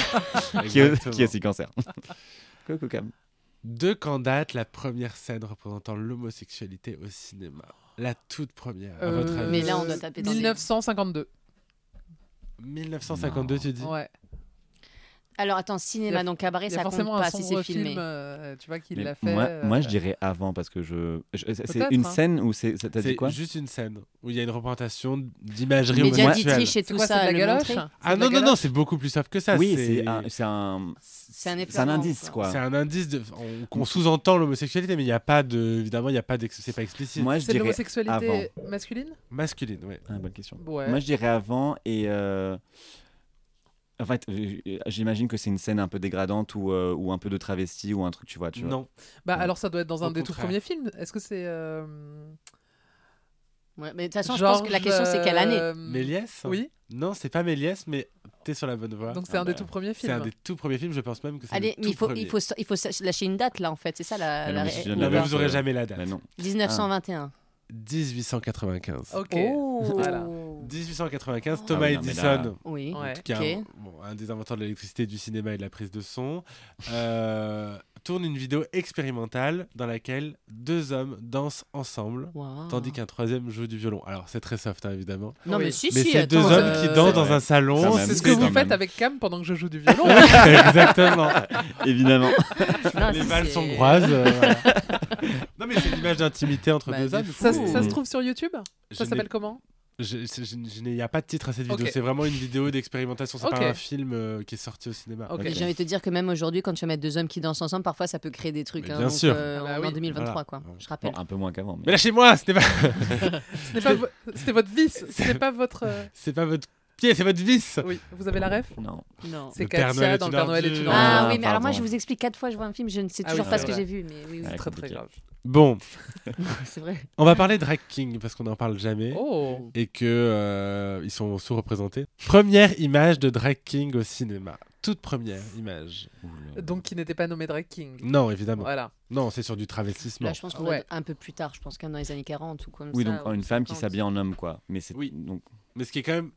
[SPEAKER 4] qui est,
[SPEAKER 1] Exactement.
[SPEAKER 4] qui est aussi cancer. Coucou Cam.
[SPEAKER 1] De quand date la première scène représentant l'homosexualité au cinéma La toute première, à votre
[SPEAKER 2] Euh,
[SPEAKER 1] avis.
[SPEAKER 3] Mais là, on doit taper dans des-
[SPEAKER 2] 1952.
[SPEAKER 1] 1952, tu dis
[SPEAKER 2] Ouais.
[SPEAKER 3] Alors
[SPEAKER 2] Il
[SPEAKER 3] attends,
[SPEAKER 2] y
[SPEAKER 3] cinéma,
[SPEAKER 2] a-
[SPEAKER 3] donc cabaret,
[SPEAKER 2] Il y a
[SPEAKER 3] ça compte
[SPEAKER 2] forcément un
[SPEAKER 3] pas si
[SPEAKER 2] sombre
[SPEAKER 3] c'est
[SPEAKER 2] film,
[SPEAKER 3] filmé.
[SPEAKER 2] euh, tu vois, qui
[SPEAKER 4] Mais
[SPEAKER 2] l'a fait.
[SPEAKER 4] moi,
[SPEAKER 2] euh,
[SPEAKER 4] moi, je dirais avant parce que je. je- c'est
[SPEAKER 2] Peut-être,
[SPEAKER 4] une
[SPEAKER 2] hein.
[SPEAKER 4] scène où c'est. T'as dit
[SPEAKER 1] C'est
[SPEAKER 4] quoi
[SPEAKER 1] juste une scène où il y a une représentation d'imagerie homosexuelle.
[SPEAKER 3] Médiatrice et
[SPEAKER 2] C'est
[SPEAKER 3] tout
[SPEAKER 2] quoi, c'est
[SPEAKER 3] ça,
[SPEAKER 2] de la
[SPEAKER 3] le
[SPEAKER 2] galoche
[SPEAKER 3] montrer.
[SPEAKER 1] Ah
[SPEAKER 2] C'est de la
[SPEAKER 1] non, non, non,
[SPEAKER 2] galoche
[SPEAKER 1] c'est beaucoup plus simple que ça.
[SPEAKER 4] Oui, c'est un, c'est un,
[SPEAKER 3] C'est un
[SPEAKER 4] c'est un
[SPEAKER 3] effleurement,
[SPEAKER 4] indice quoi.
[SPEAKER 1] C'est un indice de- on- qu'on sous-entend l'homosexualité, mais il n'y a pas de. Évidemment, il n'y a pas d'ex- C'est pas explicite.
[SPEAKER 4] Moi, je
[SPEAKER 2] C'est de
[SPEAKER 4] dirais.
[SPEAKER 2] l'homosexualité masculine
[SPEAKER 1] Masculine, ouais.
[SPEAKER 4] Ah, bonne question.
[SPEAKER 2] Ouais.
[SPEAKER 4] Moi, je dirais avant et. euh, En fait, euh, j'imagine que c'est une scène un peu dégradante ou, euh, ou un peu de travesti ou un truc, tu vois. Tu vois.
[SPEAKER 1] non.
[SPEAKER 2] Bah
[SPEAKER 4] Ouais.
[SPEAKER 2] alors ça doit être dans
[SPEAKER 1] Au
[SPEAKER 2] un des tout
[SPEAKER 1] contraire.
[SPEAKER 2] premiers films. Est-ce que c'est euh,
[SPEAKER 3] Ouais, mais de toute façon, je
[SPEAKER 2] Georges,
[SPEAKER 3] pense que la question c'est quelle année.
[SPEAKER 2] euh,
[SPEAKER 1] Méliès
[SPEAKER 2] Oui.
[SPEAKER 1] Non, c'est pas Méliès, mais t'es sur la bonne voie.
[SPEAKER 2] Donc c'est
[SPEAKER 4] Ah
[SPEAKER 2] un des
[SPEAKER 4] bah,
[SPEAKER 2] tout premiers
[SPEAKER 1] C'est
[SPEAKER 2] films.
[SPEAKER 1] un des tout premiers films, je pense même que c'est
[SPEAKER 3] hein. Allez,
[SPEAKER 1] le
[SPEAKER 3] mais
[SPEAKER 1] tout
[SPEAKER 3] il faut,
[SPEAKER 1] premier.
[SPEAKER 3] il, faut, il faut se- lâcher une date là en fait, c'est ça la,
[SPEAKER 4] Mais non,
[SPEAKER 3] la-
[SPEAKER 4] mais si je donne
[SPEAKER 1] Non, mais
[SPEAKER 4] la
[SPEAKER 1] vous aurez
[SPEAKER 4] date,
[SPEAKER 1] jamais la
[SPEAKER 4] Mais
[SPEAKER 1] date.
[SPEAKER 4] non.
[SPEAKER 3] 1921.
[SPEAKER 1] 1895.
[SPEAKER 2] Ok.
[SPEAKER 3] Oh
[SPEAKER 2] Voilà.
[SPEAKER 1] 1895,
[SPEAKER 3] Ah
[SPEAKER 1] Thomas
[SPEAKER 4] oui, non, mais là-
[SPEAKER 1] Edison,
[SPEAKER 3] Oui.
[SPEAKER 2] Ouais.
[SPEAKER 1] qui est
[SPEAKER 3] Ok.
[SPEAKER 1] un, bon, un des inventeurs de l'électricité, du cinéma et de la prise de son, euh, tourne une vidéo expérimentale dans laquelle deux hommes dansent ensemble,
[SPEAKER 3] Wow.
[SPEAKER 1] tandis qu'un troisième joue du violon. Alors c'est très soft, hein, évidemment.
[SPEAKER 3] Non,
[SPEAKER 2] Oui.
[SPEAKER 3] mais si,
[SPEAKER 1] Mais
[SPEAKER 3] si.
[SPEAKER 1] c'est deux
[SPEAKER 3] attends,
[SPEAKER 1] hommes
[SPEAKER 3] euh,
[SPEAKER 1] qui dansent dans
[SPEAKER 4] Ouais.
[SPEAKER 1] un salon.
[SPEAKER 4] Quand
[SPEAKER 2] C'est
[SPEAKER 4] même.
[SPEAKER 2] ce que vous
[SPEAKER 4] Quand
[SPEAKER 2] faites
[SPEAKER 4] même.
[SPEAKER 2] avec Cam pendant que je joue du violon.
[SPEAKER 1] Exactement.
[SPEAKER 4] Évidemment.
[SPEAKER 3] non,
[SPEAKER 1] Les
[SPEAKER 3] si,
[SPEAKER 1] balles
[SPEAKER 3] c'est-
[SPEAKER 1] sont croises. euh, voilà. Non mais c'est l'image d'intimité entre
[SPEAKER 3] Bah,
[SPEAKER 1] deux
[SPEAKER 3] de
[SPEAKER 1] hommes.
[SPEAKER 2] ça,
[SPEAKER 1] c'est-
[SPEAKER 2] ça se trouve sur YouTube
[SPEAKER 1] Oh. Je
[SPEAKER 2] Ça
[SPEAKER 1] n'ai-
[SPEAKER 2] s'appelle comment
[SPEAKER 1] je- c'est- je- je n'ai- Il n'y a pas de titre à cette vidéo.
[SPEAKER 2] Ok.
[SPEAKER 1] C'est vraiment une vidéo d'expérimentation. C'est
[SPEAKER 2] Ok.
[SPEAKER 1] pas un film euh, qui est sorti au cinéma.
[SPEAKER 2] Ok.
[SPEAKER 3] J'ai envie de te dire que même aujourd'hui, quand tu vas mettre deux hommes qui dansent ensemble, parfois ça peut créer des trucs.
[SPEAKER 1] Mais
[SPEAKER 3] hein,
[SPEAKER 1] bien
[SPEAKER 3] donc,
[SPEAKER 1] sûr.
[SPEAKER 3] euh,
[SPEAKER 2] Ah bah
[SPEAKER 3] on est en
[SPEAKER 2] oui.
[SPEAKER 3] 2023,
[SPEAKER 1] Voilà.
[SPEAKER 3] quoi.
[SPEAKER 1] Ouais.
[SPEAKER 3] Je rappelle.
[SPEAKER 4] Bon, un peu moins qu'avant.
[SPEAKER 1] Mais
[SPEAKER 4] Mais...
[SPEAKER 1] lâchez-moi, c'était pas,
[SPEAKER 2] Ce n'est pas vo- C'était votre vice. C'était pas votre. euh,
[SPEAKER 1] c'est pas votre pied, c'est votre vis.
[SPEAKER 2] Oui. Vous avez la ref
[SPEAKER 4] Non.
[SPEAKER 3] Non.
[SPEAKER 2] C'est
[SPEAKER 1] Le Père Noël
[SPEAKER 2] Katia
[SPEAKER 1] est
[SPEAKER 2] dans
[SPEAKER 1] une
[SPEAKER 2] Le Père Noël est une
[SPEAKER 1] ordure.
[SPEAKER 2] ordure.
[SPEAKER 3] Ah
[SPEAKER 4] Ah,
[SPEAKER 3] oui, mais alors moi
[SPEAKER 4] pardon.
[SPEAKER 3] je vous explique quatre fois, je vois un film, je ne sais
[SPEAKER 2] Ah oui,
[SPEAKER 3] toujours
[SPEAKER 2] c'est
[SPEAKER 3] pas ce que
[SPEAKER 2] vrai.
[SPEAKER 3] j'ai vu, mais oui, oui,
[SPEAKER 4] Ouais.
[SPEAKER 2] C'est très très
[SPEAKER 4] compliqué.
[SPEAKER 2] grave.
[SPEAKER 1] Bon,
[SPEAKER 3] c'est vrai.
[SPEAKER 1] on va parler de Drag King parce qu'on n'en parle jamais.
[SPEAKER 2] Oh.
[SPEAKER 1] Et que euh, ils sont sous-représentés. Première image de Drag King au cinéma. Toute première image.
[SPEAKER 4] Oula.
[SPEAKER 2] Donc qui n'était pas nommé Drag King.
[SPEAKER 1] Non, évidemment.
[SPEAKER 2] Voilà.
[SPEAKER 1] Non, c'est sur du travestissement.
[SPEAKER 3] Là, je pense qu'on
[SPEAKER 2] Ouais.
[SPEAKER 3] est un peu plus tard, je pense quand même dans les années 40 ou comme
[SPEAKER 4] Oui,
[SPEAKER 3] ça.
[SPEAKER 4] donc
[SPEAKER 3] ou
[SPEAKER 4] une femme qui
[SPEAKER 3] 50.
[SPEAKER 4] s'habille en homme, quoi. Mais c'est.
[SPEAKER 1] Oui.
[SPEAKER 4] Donc,
[SPEAKER 1] Mais ce qui est quand même.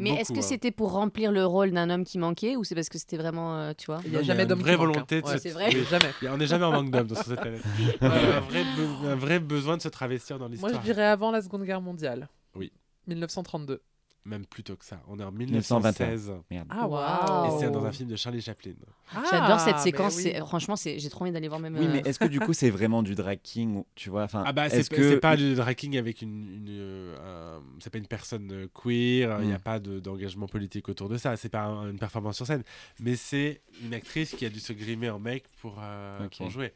[SPEAKER 3] Mais est-ce que
[SPEAKER 1] beaucoup, hein.
[SPEAKER 3] c'était pour remplir le rôle d'un homme qui manquait ou c'est parce que c'était vraiment, euh, tu vois
[SPEAKER 2] Il n'y
[SPEAKER 1] Non,
[SPEAKER 2] a
[SPEAKER 1] il y
[SPEAKER 2] jamais
[SPEAKER 1] a une
[SPEAKER 2] d'homme
[SPEAKER 1] vraie
[SPEAKER 2] qui manque, hein.
[SPEAKER 1] volonté de
[SPEAKER 2] Ouais.
[SPEAKER 1] se-
[SPEAKER 3] C'est vrai.
[SPEAKER 2] Jamais. Euh,
[SPEAKER 1] Et On n'est jamais en manque d'hommes sur cette planète. Il y a un vrai, be- un vrai besoin de se travestir dans
[SPEAKER 2] Moi, je
[SPEAKER 1] l'histoire.
[SPEAKER 2] dirais avant la Seconde Guerre mondiale.
[SPEAKER 1] Oui.
[SPEAKER 2] 1932.
[SPEAKER 1] Même plus tôt que ça. On est en
[SPEAKER 4] 1921.
[SPEAKER 1] 1916.
[SPEAKER 4] merde.
[SPEAKER 2] Ah,
[SPEAKER 1] Et
[SPEAKER 3] waouh.
[SPEAKER 1] c'est
[SPEAKER 4] Oh.
[SPEAKER 1] dans un film de Charlie Chaplin.
[SPEAKER 3] J'adore cette séquence.
[SPEAKER 2] bah
[SPEAKER 3] c'est- Franchement, c'est- j'ai trop envie d'aller voir même.
[SPEAKER 4] Oui,
[SPEAKER 3] euh,
[SPEAKER 4] mais est-ce que du coup, c'est vraiment du drag king ou- Tu vois enfin,
[SPEAKER 1] Ah bah c'est
[SPEAKER 4] est-ce
[SPEAKER 1] pas-
[SPEAKER 4] que...
[SPEAKER 1] c'est pas du dracking avec une, une, euh, un- c'est pas une personne euh, queer, il n'y a
[SPEAKER 4] Mm.
[SPEAKER 1] pas de- d'engagement politique autour de ça, c'est pas un- une performance sur scène, mais c'est une actrice qui a dû se grimer en mec pour, euh,
[SPEAKER 4] Ok.
[SPEAKER 1] pour jouer.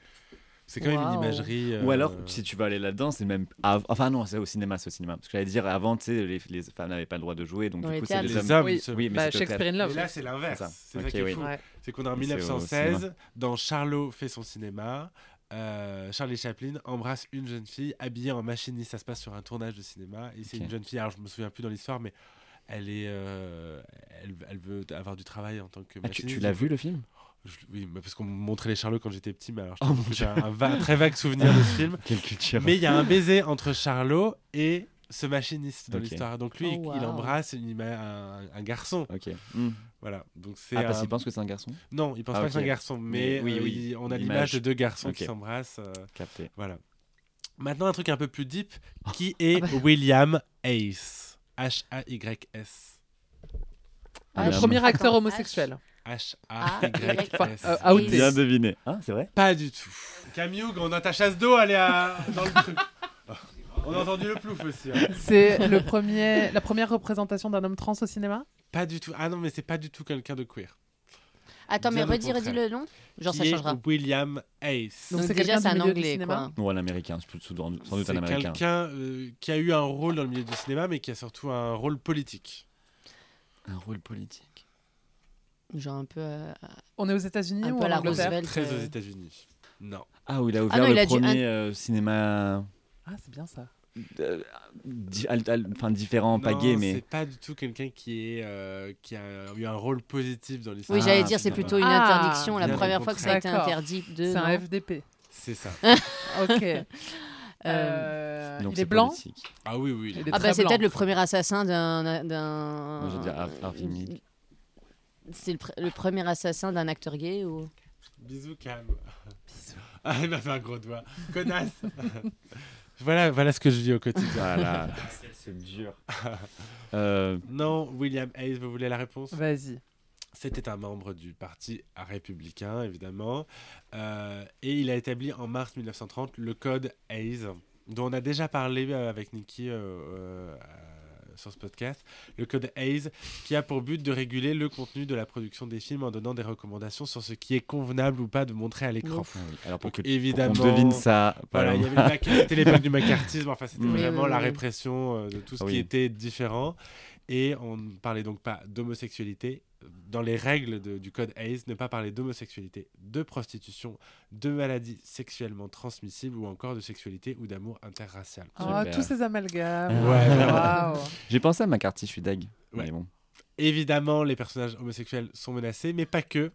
[SPEAKER 1] C'est quand même une
[SPEAKER 3] Waouh.
[SPEAKER 1] imagerie.
[SPEAKER 4] Ou
[SPEAKER 1] euh,
[SPEAKER 4] alors, si tu veux aller là-dedans, c'est même. av- Enfin, non, c'est au cinéma, c'est au cinéma. Parce que j'allais dire, avant, tu sais, les, les femmes n'avaient pas le droit de jouer, donc
[SPEAKER 3] Dans
[SPEAKER 4] du
[SPEAKER 3] les
[SPEAKER 4] coup, c'est
[SPEAKER 1] les
[SPEAKER 4] des
[SPEAKER 1] hommes.
[SPEAKER 4] hommes.
[SPEAKER 2] Oui.
[SPEAKER 1] se-
[SPEAKER 4] Oui, mais
[SPEAKER 2] Bah,
[SPEAKER 4] c'est au théâtre.
[SPEAKER 2] Shakespeare in
[SPEAKER 1] Mais
[SPEAKER 2] Love.
[SPEAKER 1] là c'est l'inverse,
[SPEAKER 4] C'est ça.
[SPEAKER 1] c'est ça,
[SPEAKER 4] Ok,
[SPEAKER 1] qui est
[SPEAKER 4] oui.
[SPEAKER 1] fou.
[SPEAKER 2] Ouais.
[SPEAKER 1] C'est qu'on est en
[SPEAKER 4] Mais c'est hein. au
[SPEAKER 1] 1916,
[SPEAKER 4] cinéma.
[SPEAKER 1] dans Charlot fait son cinéma, euh, Charlie Chaplin embrasse une jeune fille habillée en machiniste. Ça se passe sur un tournage de cinéma. Et c'est
[SPEAKER 4] Ok.
[SPEAKER 1] une jeune fille, alors je me souviens plus dans l'histoire, mais elle, est, euh, elle, elle veut avoir du travail en tant que
[SPEAKER 4] Ah, tu
[SPEAKER 1] machiniste.
[SPEAKER 4] tu l'as vu le film
[SPEAKER 1] Je- Oui, mais parce qu'on me montrait les Charlots quand j'étais petit, mais alors je
[SPEAKER 4] Oh
[SPEAKER 1] trouve
[SPEAKER 4] mon
[SPEAKER 1] que j'ai
[SPEAKER 4] Dieu.
[SPEAKER 1] un, va- très vague souvenir de ce film.
[SPEAKER 4] Quelle culture
[SPEAKER 1] Mais il y a un baiser entre Charlot et ce machiniste dans
[SPEAKER 4] Ok.
[SPEAKER 1] l'histoire. Donc lui,
[SPEAKER 3] Oh,
[SPEAKER 1] il- il
[SPEAKER 3] wow.
[SPEAKER 1] embrasse une ima- un, un garçon.
[SPEAKER 4] Ok. Hmm.
[SPEAKER 1] Voilà. Donc c'est
[SPEAKER 4] Ah, parce
[SPEAKER 1] un-
[SPEAKER 4] qu'il pense que c'est un garçon
[SPEAKER 1] non, il pense
[SPEAKER 4] Ah,
[SPEAKER 1] pas que
[SPEAKER 4] ok.
[SPEAKER 1] c'est un garçon, mais,
[SPEAKER 4] Mais oui,
[SPEAKER 1] euh,
[SPEAKER 4] oui,
[SPEAKER 1] il- on a l'image
[SPEAKER 4] l'image.
[SPEAKER 1] de deux garçons qui
[SPEAKER 4] Ok.
[SPEAKER 1] s'embrassent. euh,
[SPEAKER 4] Capté.
[SPEAKER 1] voilà. Maintenant, un truc un peu plus deep. Qui
[SPEAKER 4] Ah
[SPEAKER 1] est
[SPEAKER 4] bah.
[SPEAKER 1] William Ace H-A-Y-S.
[SPEAKER 3] Ah,
[SPEAKER 4] Un
[SPEAKER 2] Le
[SPEAKER 4] homme.
[SPEAKER 2] premier acteur
[SPEAKER 3] Attends,
[SPEAKER 2] homosexuel. Enfin,
[SPEAKER 1] H-A-Y-S.
[SPEAKER 2] euh, outé.
[SPEAKER 4] Bien deviné. Ah, c'est vrai
[SPEAKER 1] Pas du tout. Camille Hugues, on a ta chasse d'eau, elle est à- dans le truc. On a entendu le plouf aussi. hein.
[SPEAKER 2] C'est le premier, la première représentation d'un homme trans au cinéma
[SPEAKER 1] Pas du tout. Ah non, mais c'est pas du tout quelqu'un de queer.
[SPEAKER 3] Attends, mais
[SPEAKER 1] Bien au
[SPEAKER 3] redis, redis
[SPEAKER 1] contraire.
[SPEAKER 3] le nom. Genre,
[SPEAKER 1] Qui
[SPEAKER 3] ça
[SPEAKER 1] est
[SPEAKER 3] changera.
[SPEAKER 1] William Ace.
[SPEAKER 2] Donc,
[SPEAKER 3] Donc,
[SPEAKER 2] c'est
[SPEAKER 3] déjà,
[SPEAKER 2] quelqu'un
[SPEAKER 3] c'est
[SPEAKER 2] du
[SPEAKER 3] un
[SPEAKER 2] milieu du
[SPEAKER 3] anglais,
[SPEAKER 2] cinéma
[SPEAKER 3] quoi.
[SPEAKER 4] Ou un américain, c'est plutôt- sans doute un
[SPEAKER 1] C'est
[SPEAKER 4] américain.
[SPEAKER 1] quelqu'un euh, qui a eu un rôle dans le milieu du cinéma, mais qui a surtout un rôle politique.
[SPEAKER 4] Un rôle politique.
[SPEAKER 3] Genre un peu. euh,
[SPEAKER 2] On est aux États-Unis
[SPEAKER 3] Un
[SPEAKER 2] ou
[SPEAKER 3] peu à
[SPEAKER 2] en
[SPEAKER 3] la
[SPEAKER 2] Angleterre
[SPEAKER 3] Roosevelt.
[SPEAKER 1] Très aux
[SPEAKER 3] euh,
[SPEAKER 1] États-Unis. Non.
[SPEAKER 4] Ah, où il a ouvert
[SPEAKER 3] non, il
[SPEAKER 4] le
[SPEAKER 3] a dû-
[SPEAKER 4] premier euh, cinéma.
[SPEAKER 2] Ah, c'est bien ça.
[SPEAKER 4] euh, di- al- al- enfin, différent, pas
[SPEAKER 1] Non,
[SPEAKER 4] gay, mais.
[SPEAKER 1] C'est pas du tout quelqu'un qui, est, euh, qui a eu un rôle positif dans l'histoire.
[SPEAKER 3] Oui,
[SPEAKER 4] Ah,
[SPEAKER 3] j'allais dire, c'est
[SPEAKER 4] putain.
[SPEAKER 3] plutôt une
[SPEAKER 2] Ah.
[SPEAKER 3] interdiction. La
[SPEAKER 1] Bien au
[SPEAKER 3] première fois que ça a été
[SPEAKER 2] contraire.
[SPEAKER 3] interdit de.
[SPEAKER 2] C'est
[SPEAKER 3] non
[SPEAKER 2] un FDP.
[SPEAKER 1] C'est ça.
[SPEAKER 3] Hein
[SPEAKER 2] Ok.
[SPEAKER 3] Euh,
[SPEAKER 2] Euh, il
[SPEAKER 4] Donc
[SPEAKER 2] est
[SPEAKER 4] c'est
[SPEAKER 2] blanc.
[SPEAKER 4] politique.
[SPEAKER 1] Ah oui, oui.
[SPEAKER 2] Il est
[SPEAKER 3] Ah,
[SPEAKER 2] très
[SPEAKER 3] bah, c'est
[SPEAKER 2] blanc.
[SPEAKER 3] peut-être le premier assassin d'un. d'un- Euh,
[SPEAKER 4] Non, je veux dire, Har- Harvey Milk.
[SPEAKER 3] C'est le, pr- le premier assassin d'un acteur gay ou.
[SPEAKER 1] Bisous, Cam. Ah, il m'a fait un gros doigt. Connasse voilà, voilà ce que je vis au quotidien.
[SPEAKER 4] Voilà. Euh, c'est dur.
[SPEAKER 1] Non, William Hayes, vous voulez la réponse
[SPEAKER 2] Vas-y.
[SPEAKER 1] C'était un membre du parti républicain, évidemment. Euh, et il a établi en mars 1930 le code Hayes, dont on a déjà parlé euh, avec Nikki euh, euh, sur ce podcast. Le code Hayes, qui a pour but de réguler le contenu de la production des films en donnant des recommandations sur ce qui est convenable ou pas de montrer à l'écran.
[SPEAKER 4] Alors pour
[SPEAKER 1] Donc,
[SPEAKER 4] que
[SPEAKER 1] évidemment,
[SPEAKER 4] on devine ça.
[SPEAKER 1] Voilà,
[SPEAKER 4] voilà.
[SPEAKER 1] il y avait le Mac- c'était l'époque du macartisme, enfin c'était
[SPEAKER 4] Oui, oui,
[SPEAKER 1] vraiment la
[SPEAKER 3] oui.
[SPEAKER 1] répression euh, de tout ce
[SPEAKER 4] Ah
[SPEAKER 1] qui
[SPEAKER 4] oui.
[SPEAKER 1] était différent. Et on ne parlait donc pas d'homosexualité. Dans les règles de- du code Hayes, ne pas parler d'homosexualité, de prostitution, de maladies sexuellement transmissibles ou encore de sexualité ou d'amour interracial.
[SPEAKER 2] Oh,
[SPEAKER 4] Super.
[SPEAKER 2] tous ces amalgames.
[SPEAKER 1] Ouais, vraiment.
[SPEAKER 2] Waouh.
[SPEAKER 4] J'ai pensé à McCarthy, je suis dag.
[SPEAKER 1] Ouais.
[SPEAKER 4] Mais bon.
[SPEAKER 1] Évidemment, les personnages homosexuels sont menacés, mais pas que.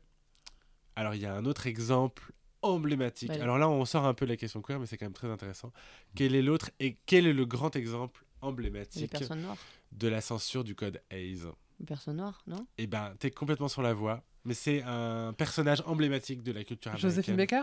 [SPEAKER 1] Alors, il y a un autre exemple emblématique.
[SPEAKER 3] Vas-y.
[SPEAKER 1] Alors là, on sort un peu de la question queer, mais c'est quand même très intéressant. Quel est l'autre et quel est le grand exemple
[SPEAKER 3] Les
[SPEAKER 1] emblématique
[SPEAKER 3] personnes noires.
[SPEAKER 1] de la censure du code Hayes
[SPEAKER 3] Les personnes noires, non
[SPEAKER 1] Eh ben, t'es complètement sur la voie, mais c'est un personnage emblématique de la culture américaine.
[SPEAKER 2] Joséphine Baker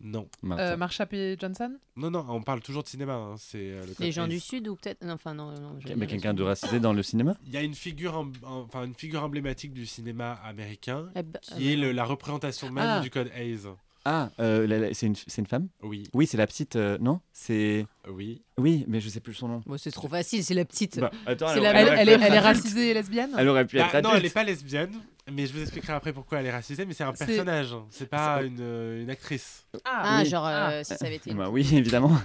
[SPEAKER 1] Non,
[SPEAKER 4] Martha.
[SPEAKER 2] euh, Marsha P. Johnson
[SPEAKER 1] non, non, on parle toujours de cinéma. hein, C'est euh, le code
[SPEAKER 3] Les gens
[SPEAKER 1] Hayes.
[SPEAKER 3] du Sud ou peut-être. Non, enfin, non. non je-
[SPEAKER 4] mais quelqu'un de racisé dans le cinéma
[SPEAKER 1] Il y a une figure, em- en- enfin une figure emblématique du cinéma américain
[SPEAKER 3] Eh ben,
[SPEAKER 1] qui
[SPEAKER 3] euh,
[SPEAKER 1] est le- la représentation même
[SPEAKER 2] Ah.
[SPEAKER 1] du code Hayes.
[SPEAKER 4] Ah, euh, la- la- c'est une, c'est une femme
[SPEAKER 1] Oui,
[SPEAKER 4] Oui, c'est la petite. euh, non C'est.
[SPEAKER 1] oui.
[SPEAKER 4] Oui, mais je sais plus son nom.
[SPEAKER 3] euh, bon, c'est trop facile, c'est la petite.
[SPEAKER 4] attends,
[SPEAKER 3] C'est elle la- aurait
[SPEAKER 2] elle,
[SPEAKER 3] aurait
[SPEAKER 2] elle est, elle est racisée et lesbienne
[SPEAKER 4] Elle aurait pu
[SPEAKER 1] Bah,
[SPEAKER 4] être adulte.
[SPEAKER 1] non, elle n'est pas lesbienne, mais je vous expliquerai après pourquoi elle est racisée. Mais c'est un
[SPEAKER 2] C'est-
[SPEAKER 1] personnage, hein, c'est pas une, euh, une actrice.
[SPEAKER 3] Ah,
[SPEAKER 4] oui.
[SPEAKER 3] genre, euh,
[SPEAKER 2] Ah.
[SPEAKER 3] si ça avait été.
[SPEAKER 4] Eh ben oui, évidemment.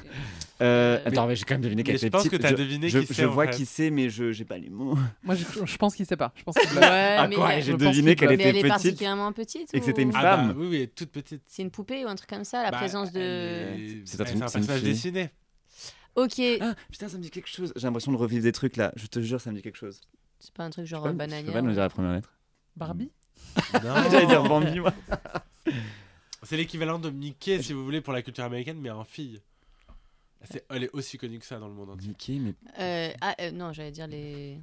[SPEAKER 4] Euh,
[SPEAKER 3] Mais-
[SPEAKER 4] attends, mais j'ai quand même deviné
[SPEAKER 1] Mais
[SPEAKER 4] qu'elle
[SPEAKER 1] je
[SPEAKER 4] était
[SPEAKER 1] pense
[SPEAKER 4] petite.
[SPEAKER 1] que t'as
[SPEAKER 4] Je-
[SPEAKER 1] deviné
[SPEAKER 4] je,
[SPEAKER 1] qui
[SPEAKER 4] je
[SPEAKER 1] c'est, en
[SPEAKER 4] vois
[SPEAKER 1] fait.
[SPEAKER 4] qui c'est, mais je j'ai pas les mots.
[SPEAKER 2] Moi, je, je pense qu'il sait pas. Je pense qu'il
[SPEAKER 3] Bah Ouais,
[SPEAKER 2] blague.
[SPEAKER 1] Ah,
[SPEAKER 3] mais,
[SPEAKER 4] quoi,
[SPEAKER 3] elle-
[SPEAKER 4] j'ai
[SPEAKER 2] Ah, je pense
[SPEAKER 4] deviné
[SPEAKER 2] qu'il
[SPEAKER 4] qu'elle
[SPEAKER 2] doit-
[SPEAKER 3] mais elle est
[SPEAKER 4] était petite.
[SPEAKER 3] particulièrement petite.
[SPEAKER 4] et que c'était une
[SPEAKER 3] ou-
[SPEAKER 4] femme.
[SPEAKER 1] bah, oui, oui, toute petite.
[SPEAKER 3] C'est une poupée ou un truc comme ça, la
[SPEAKER 1] Bah,
[SPEAKER 3] présence de.
[SPEAKER 1] elle est-
[SPEAKER 4] C'est
[SPEAKER 1] elle,
[SPEAKER 4] un-
[SPEAKER 1] C'est
[SPEAKER 4] c'est
[SPEAKER 1] un
[SPEAKER 4] une
[SPEAKER 1] personnage
[SPEAKER 4] fille.
[SPEAKER 1] dessiné.
[SPEAKER 3] Ok,
[SPEAKER 4] Ah putain, ça me dit quelque chose. J'ai l'impression de revivre des trucs là. Je te jure, ça me dit quelque chose.
[SPEAKER 3] c'est pas un truc
[SPEAKER 2] Oh,
[SPEAKER 4] Tu
[SPEAKER 3] genre
[SPEAKER 4] peux,
[SPEAKER 3] euh,
[SPEAKER 4] tu peux pas nous
[SPEAKER 3] bananière.
[SPEAKER 4] dire la première lettre
[SPEAKER 2] Barbie
[SPEAKER 1] Non.
[SPEAKER 4] J'allais dire Bambi, moi.
[SPEAKER 1] C'est l'équivalent de Mickey, si vous voulez, pour la culture américaine, mais en fille. C'est- elle est aussi connue que ça dans le monde entier.
[SPEAKER 4] Mickey, mais.
[SPEAKER 3] Euh, ah, euh, non, j'allais dire les.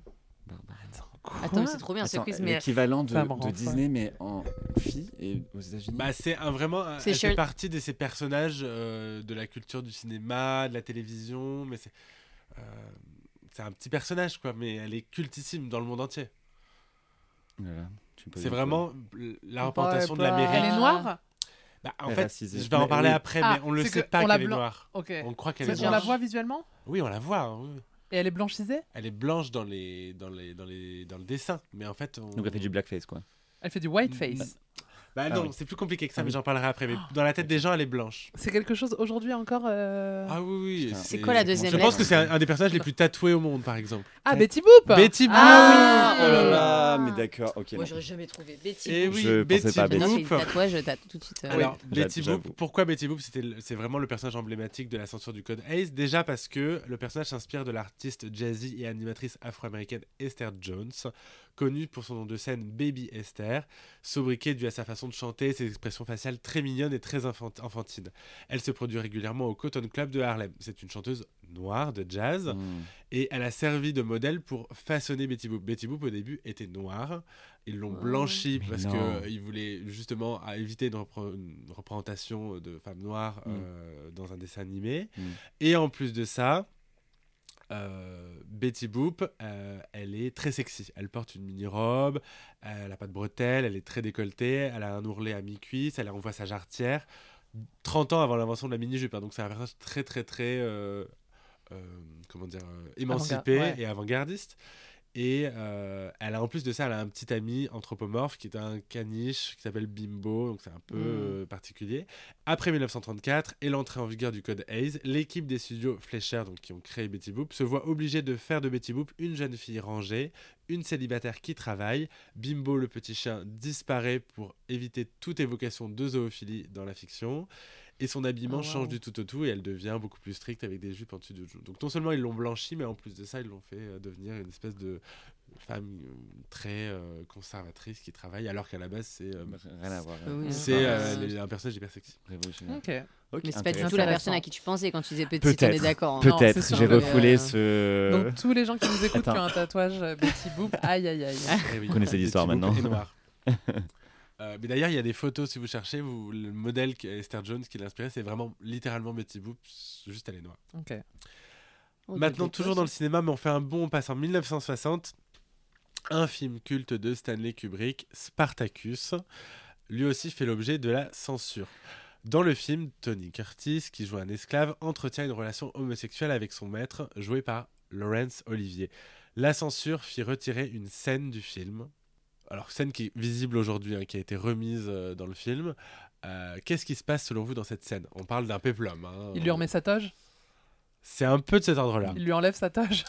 [SPEAKER 2] Quoi
[SPEAKER 3] Attends, mais c'est trop bien ce
[SPEAKER 4] Attends,
[SPEAKER 3] quiz, mais.
[SPEAKER 4] l'équivalent de,
[SPEAKER 2] Ça me rend
[SPEAKER 4] de
[SPEAKER 2] folle.
[SPEAKER 4] Disney, mais en fille et aux États-Unis.
[SPEAKER 1] Bah, c'est un, vraiment. un-
[SPEAKER 3] C'est
[SPEAKER 1] Elle fait
[SPEAKER 3] Shirley-
[SPEAKER 1] partie de ces personnages euh, de la culture du cinéma, de la télévision, mais c'est. euh, c'est un petit personnage, quoi, mais elle est cultissime dans le monde entier.
[SPEAKER 4] Voilà, tu me poses
[SPEAKER 1] C'est
[SPEAKER 4] un peu-
[SPEAKER 1] vraiment la représentation de
[SPEAKER 3] pas-
[SPEAKER 1] l'Amérique.
[SPEAKER 2] Elle est noire
[SPEAKER 1] Bah, en
[SPEAKER 4] Elle est
[SPEAKER 1] fait,
[SPEAKER 4] racisée.
[SPEAKER 1] je vais en
[SPEAKER 4] Mais
[SPEAKER 1] parler
[SPEAKER 4] oui.
[SPEAKER 1] après,
[SPEAKER 2] Ah,
[SPEAKER 1] mais on le
[SPEAKER 2] c'est
[SPEAKER 1] sait
[SPEAKER 2] que
[SPEAKER 1] pas
[SPEAKER 2] on la
[SPEAKER 1] qu'elle est
[SPEAKER 2] blan-
[SPEAKER 1] noire.
[SPEAKER 2] Ok.
[SPEAKER 1] On croit Oh, qu'elle est
[SPEAKER 2] On la
[SPEAKER 1] blanche.
[SPEAKER 2] voit visuellement
[SPEAKER 1] Oui, on la voit. hein, oui.
[SPEAKER 2] Et elle est blanchisée
[SPEAKER 1] Elle est blanche dans, les, dans, les, dans, les, dans le dessin, mais en fait. On...
[SPEAKER 4] Donc elle fait du blackface, quoi.
[SPEAKER 2] Elle fait du whiteface.
[SPEAKER 1] Bah
[SPEAKER 4] Ah
[SPEAKER 1] non,
[SPEAKER 4] oui.
[SPEAKER 1] c'est plus compliqué que ça,
[SPEAKER 4] Ah
[SPEAKER 1] mais
[SPEAKER 4] oui.
[SPEAKER 1] j'en parlerai après. Mais dans la tête des gens, elle est blanche.
[SPEAKER 2] C'est quelque chose aujourd'hui encore. euh,
[SPEAKER 1] Ah oui, oui.
[SPEAKER 4] Putain.
[SPEAKER 3] C'est quoi la deuxième
[SPEAKER 1] Je pense
[SPEAKER 3] lettre
[SPEAKER 1] que c'est un, un des personnages les plus tatoués au monde, par exemple.
[SPEAKER 2] Ah, Betty Boop
[SPEAKER 1] Betty Boop
[SPEAKER 3] Ah
[SPEAKER 4] Oh là
[SPEAKER 3] oui.
[SPEAKER 4] là, mais d'accord, ok.
[SPEAKER 3] Moi,
[SPEAKER 4] non.
[SPEAKER 3] j'aurais jamais trouvé. Betty.
[SPEAKER 1] Eh
[SPEAKER 3] Boop.
[SPEAKER 1] oui,
[SPEAKER 4] Je pensais
[SPEAKER 1] Betty
[SPEAKER 4] pas à
[SPEAKER 3] Maintenant, je
[SPEAKER 1] Boop
[SPEAKER 3] fais des tatouages, je tatoue tout de suite. euh,
[SPEAKER 1] Alors,
[SPEAKER 4] J'a-
[SPEAKER 1] Betty
[SPEAKER 4] j'avoue.
[SPEAKER 1] Boop, pourquoi Betty Boop c'était le- C'est vraiment le personnage emblématique de la censure du code Hayes. Déjà parce que le personnage s'inspire de l'artiste jazzy et animatrice afro-américaine Esther Jones, connue pour son nom de scène Baby Esther, sobriquet dû à sa façon de chanter, ses expressions faciales très mignonnes et très infan- enfantines. Elle se produit régulièrement au Cotton Club de Harlem. C'est une chanteuse noire de jazz
[SPEAKER 4] Hmm.
[SPEAKER 1] et elle a servi de modèle pour façonner Betty Boop. Betty Boop au début était noire, ils l'ont
[SPEAKER 3] Oh.
[SPEAKER 1] blanchie
[SPEAKER 4] Mais
[SPEAKER 1] parce
[SPEAKER 4] non.
[SPEAKER 1] que euh, ils voulaient justement à éviter une, repre- une représentation de femme noire
[SPEAKER 4] Mm.
[SPEAKER 1] euh, dans un dessin animé.
[SPEAKER 4] Mm.
[SPEAKER 1] Et en plus de ça, euh, Betty Boop, euh, elle est très sexy. Elle porte une mini-robe, elle n'a pas de bretelles, elle est très décolletée, elle a un ourlet à mi-cuisse, elle a- on voit sa jarretière. 30 ans avant l'invention de la mini-jupe, hein, donc c'est un personnage très très très euh, euh, comment dire, euh, émancipée
[SPEAKER 2] ouais.
[SPEAKER 1] et avant-gardiste. Et euh, elle a en plus de ça, elle a un petit ami anthropomorphe qui est un caniche qui s'appelle Bimbo, donc c'est un peu
[SPEAKER 3] Mm.
[SPEAKER 1] euh, particulier. Après 1934 et l'entrée en vigueur du code Hayes, l'équipe des studios Fleischer, donc qui ont créé Betty Boop, se voit obligée de faire de Betty Boop une jeune fille rangée, une célibataire qui travaille. Bimbo, le petit chien, disparaît pour éviter toute évocation de zoophilie dans la fiction. Et son habillement
[SPEAKER 2] Ah,
[SPEAKER 1] change
[SPEAKER 2] waouh.
[SPEAKER 1] du tout au tout et elle devient beaucoup plus stricte avec des jupes en dessus de joues. Donc non seulement ils l'ont blanchie, mais en plus de ça, ils l'ont fait euh, devenir une espèce de femme euh, très euh, conservatrice qui travaille, alors qu'à la base, c'est euh,
[SPEAKER 4] Bah, Rien à voir.
[SPEAKER 3] Oui.
[SPEAKER 1] c'est
[SPEAKER 3] Ah,
[SPEAKER 1] euh,
[SPEAKER 3] ouais.
[SPEAKER 1] elle est un personnage hyper sexy.
[SPEAKER 4] Révolutionnaire.
[SPEAKER 1] Euh,
[SPEAKER 2] Ok.
[SPEAKER 4] Ok,
[SPEAKER 3] Mais c'est pas du tout la
[SPEAKER 2] intéressant.
[SPEAKER 3] personne à qui tu pensais quand tu disais petite, on est
[SPEAKER 4] Peut-être.
[SPEAKER 3] d'accord. hein.
[SPEAKER 2] Non, c'est
[SPEAKER 4] Peut-être,
[SPEAKER 2] sûr,
[SPEAKER 4] j'ai
[SPEAKER 2] mais,
[SPEAKER 4] refoulé
[SPEAKER 3] euh,
[SPEAKER 4] ce.
[SPEAKER 2] Donc tous les gens qui nous écoutent qui
[SPEAKER 4] Attends.
[SPEAKER 2] ont un tatouage euh, Betty Boop, aïe aïe aïe.
[SPEAKER 1] Eh oui.
[SPEAKER 4] Vous connaissez
[SPEAKER 1] Des
[SPEAKER 4] l'histoire
[SPEAKER 1] petits
[SPEAKER 4] maintenant.
[SPEAKER 1] boucles et noirs. Euh, mais d'ailleurs, il y a des photos, si vous cherchez, vous, le modèle que- Esther Jones qui l'a inspiré, c'est vraiment littéralement Betty Boop, juste elle est noire.
[SPEAKER 2] Ok.
[SPEAKER 3] Oh,
[SPEAKER 1] Maintenant,
[SPEAKER 3] quelque
[SPEAKER 1] toujours
[SPEAKER 3] chose.
[SPEAKER 1] dans le cinéma, mais on fait un bond, on passe en 1960. Un film culte de Stanley Kubrick, Spartacus, lui aussi fait l'objet de la censure. Dans le film, Tony Curtis, qui joue un esclave, entretient une relation homosexuelle avec son maître, joué par Laurence Olivier. La censure fit retirer une scène du film. Alors, scène qui est visible aujourd'hui, hein, qui a été remise euh, dans le film. Euh, Qu'est-ce qui se passe selon vous dans cette scène On parle d'un péplum. hein.
[SPEAKER 2] Il lui remet sa toge
[SPEAKER 1] C'est un peu de cet ordre-là.
[SPEAKER 2] Il lui enlève sa toge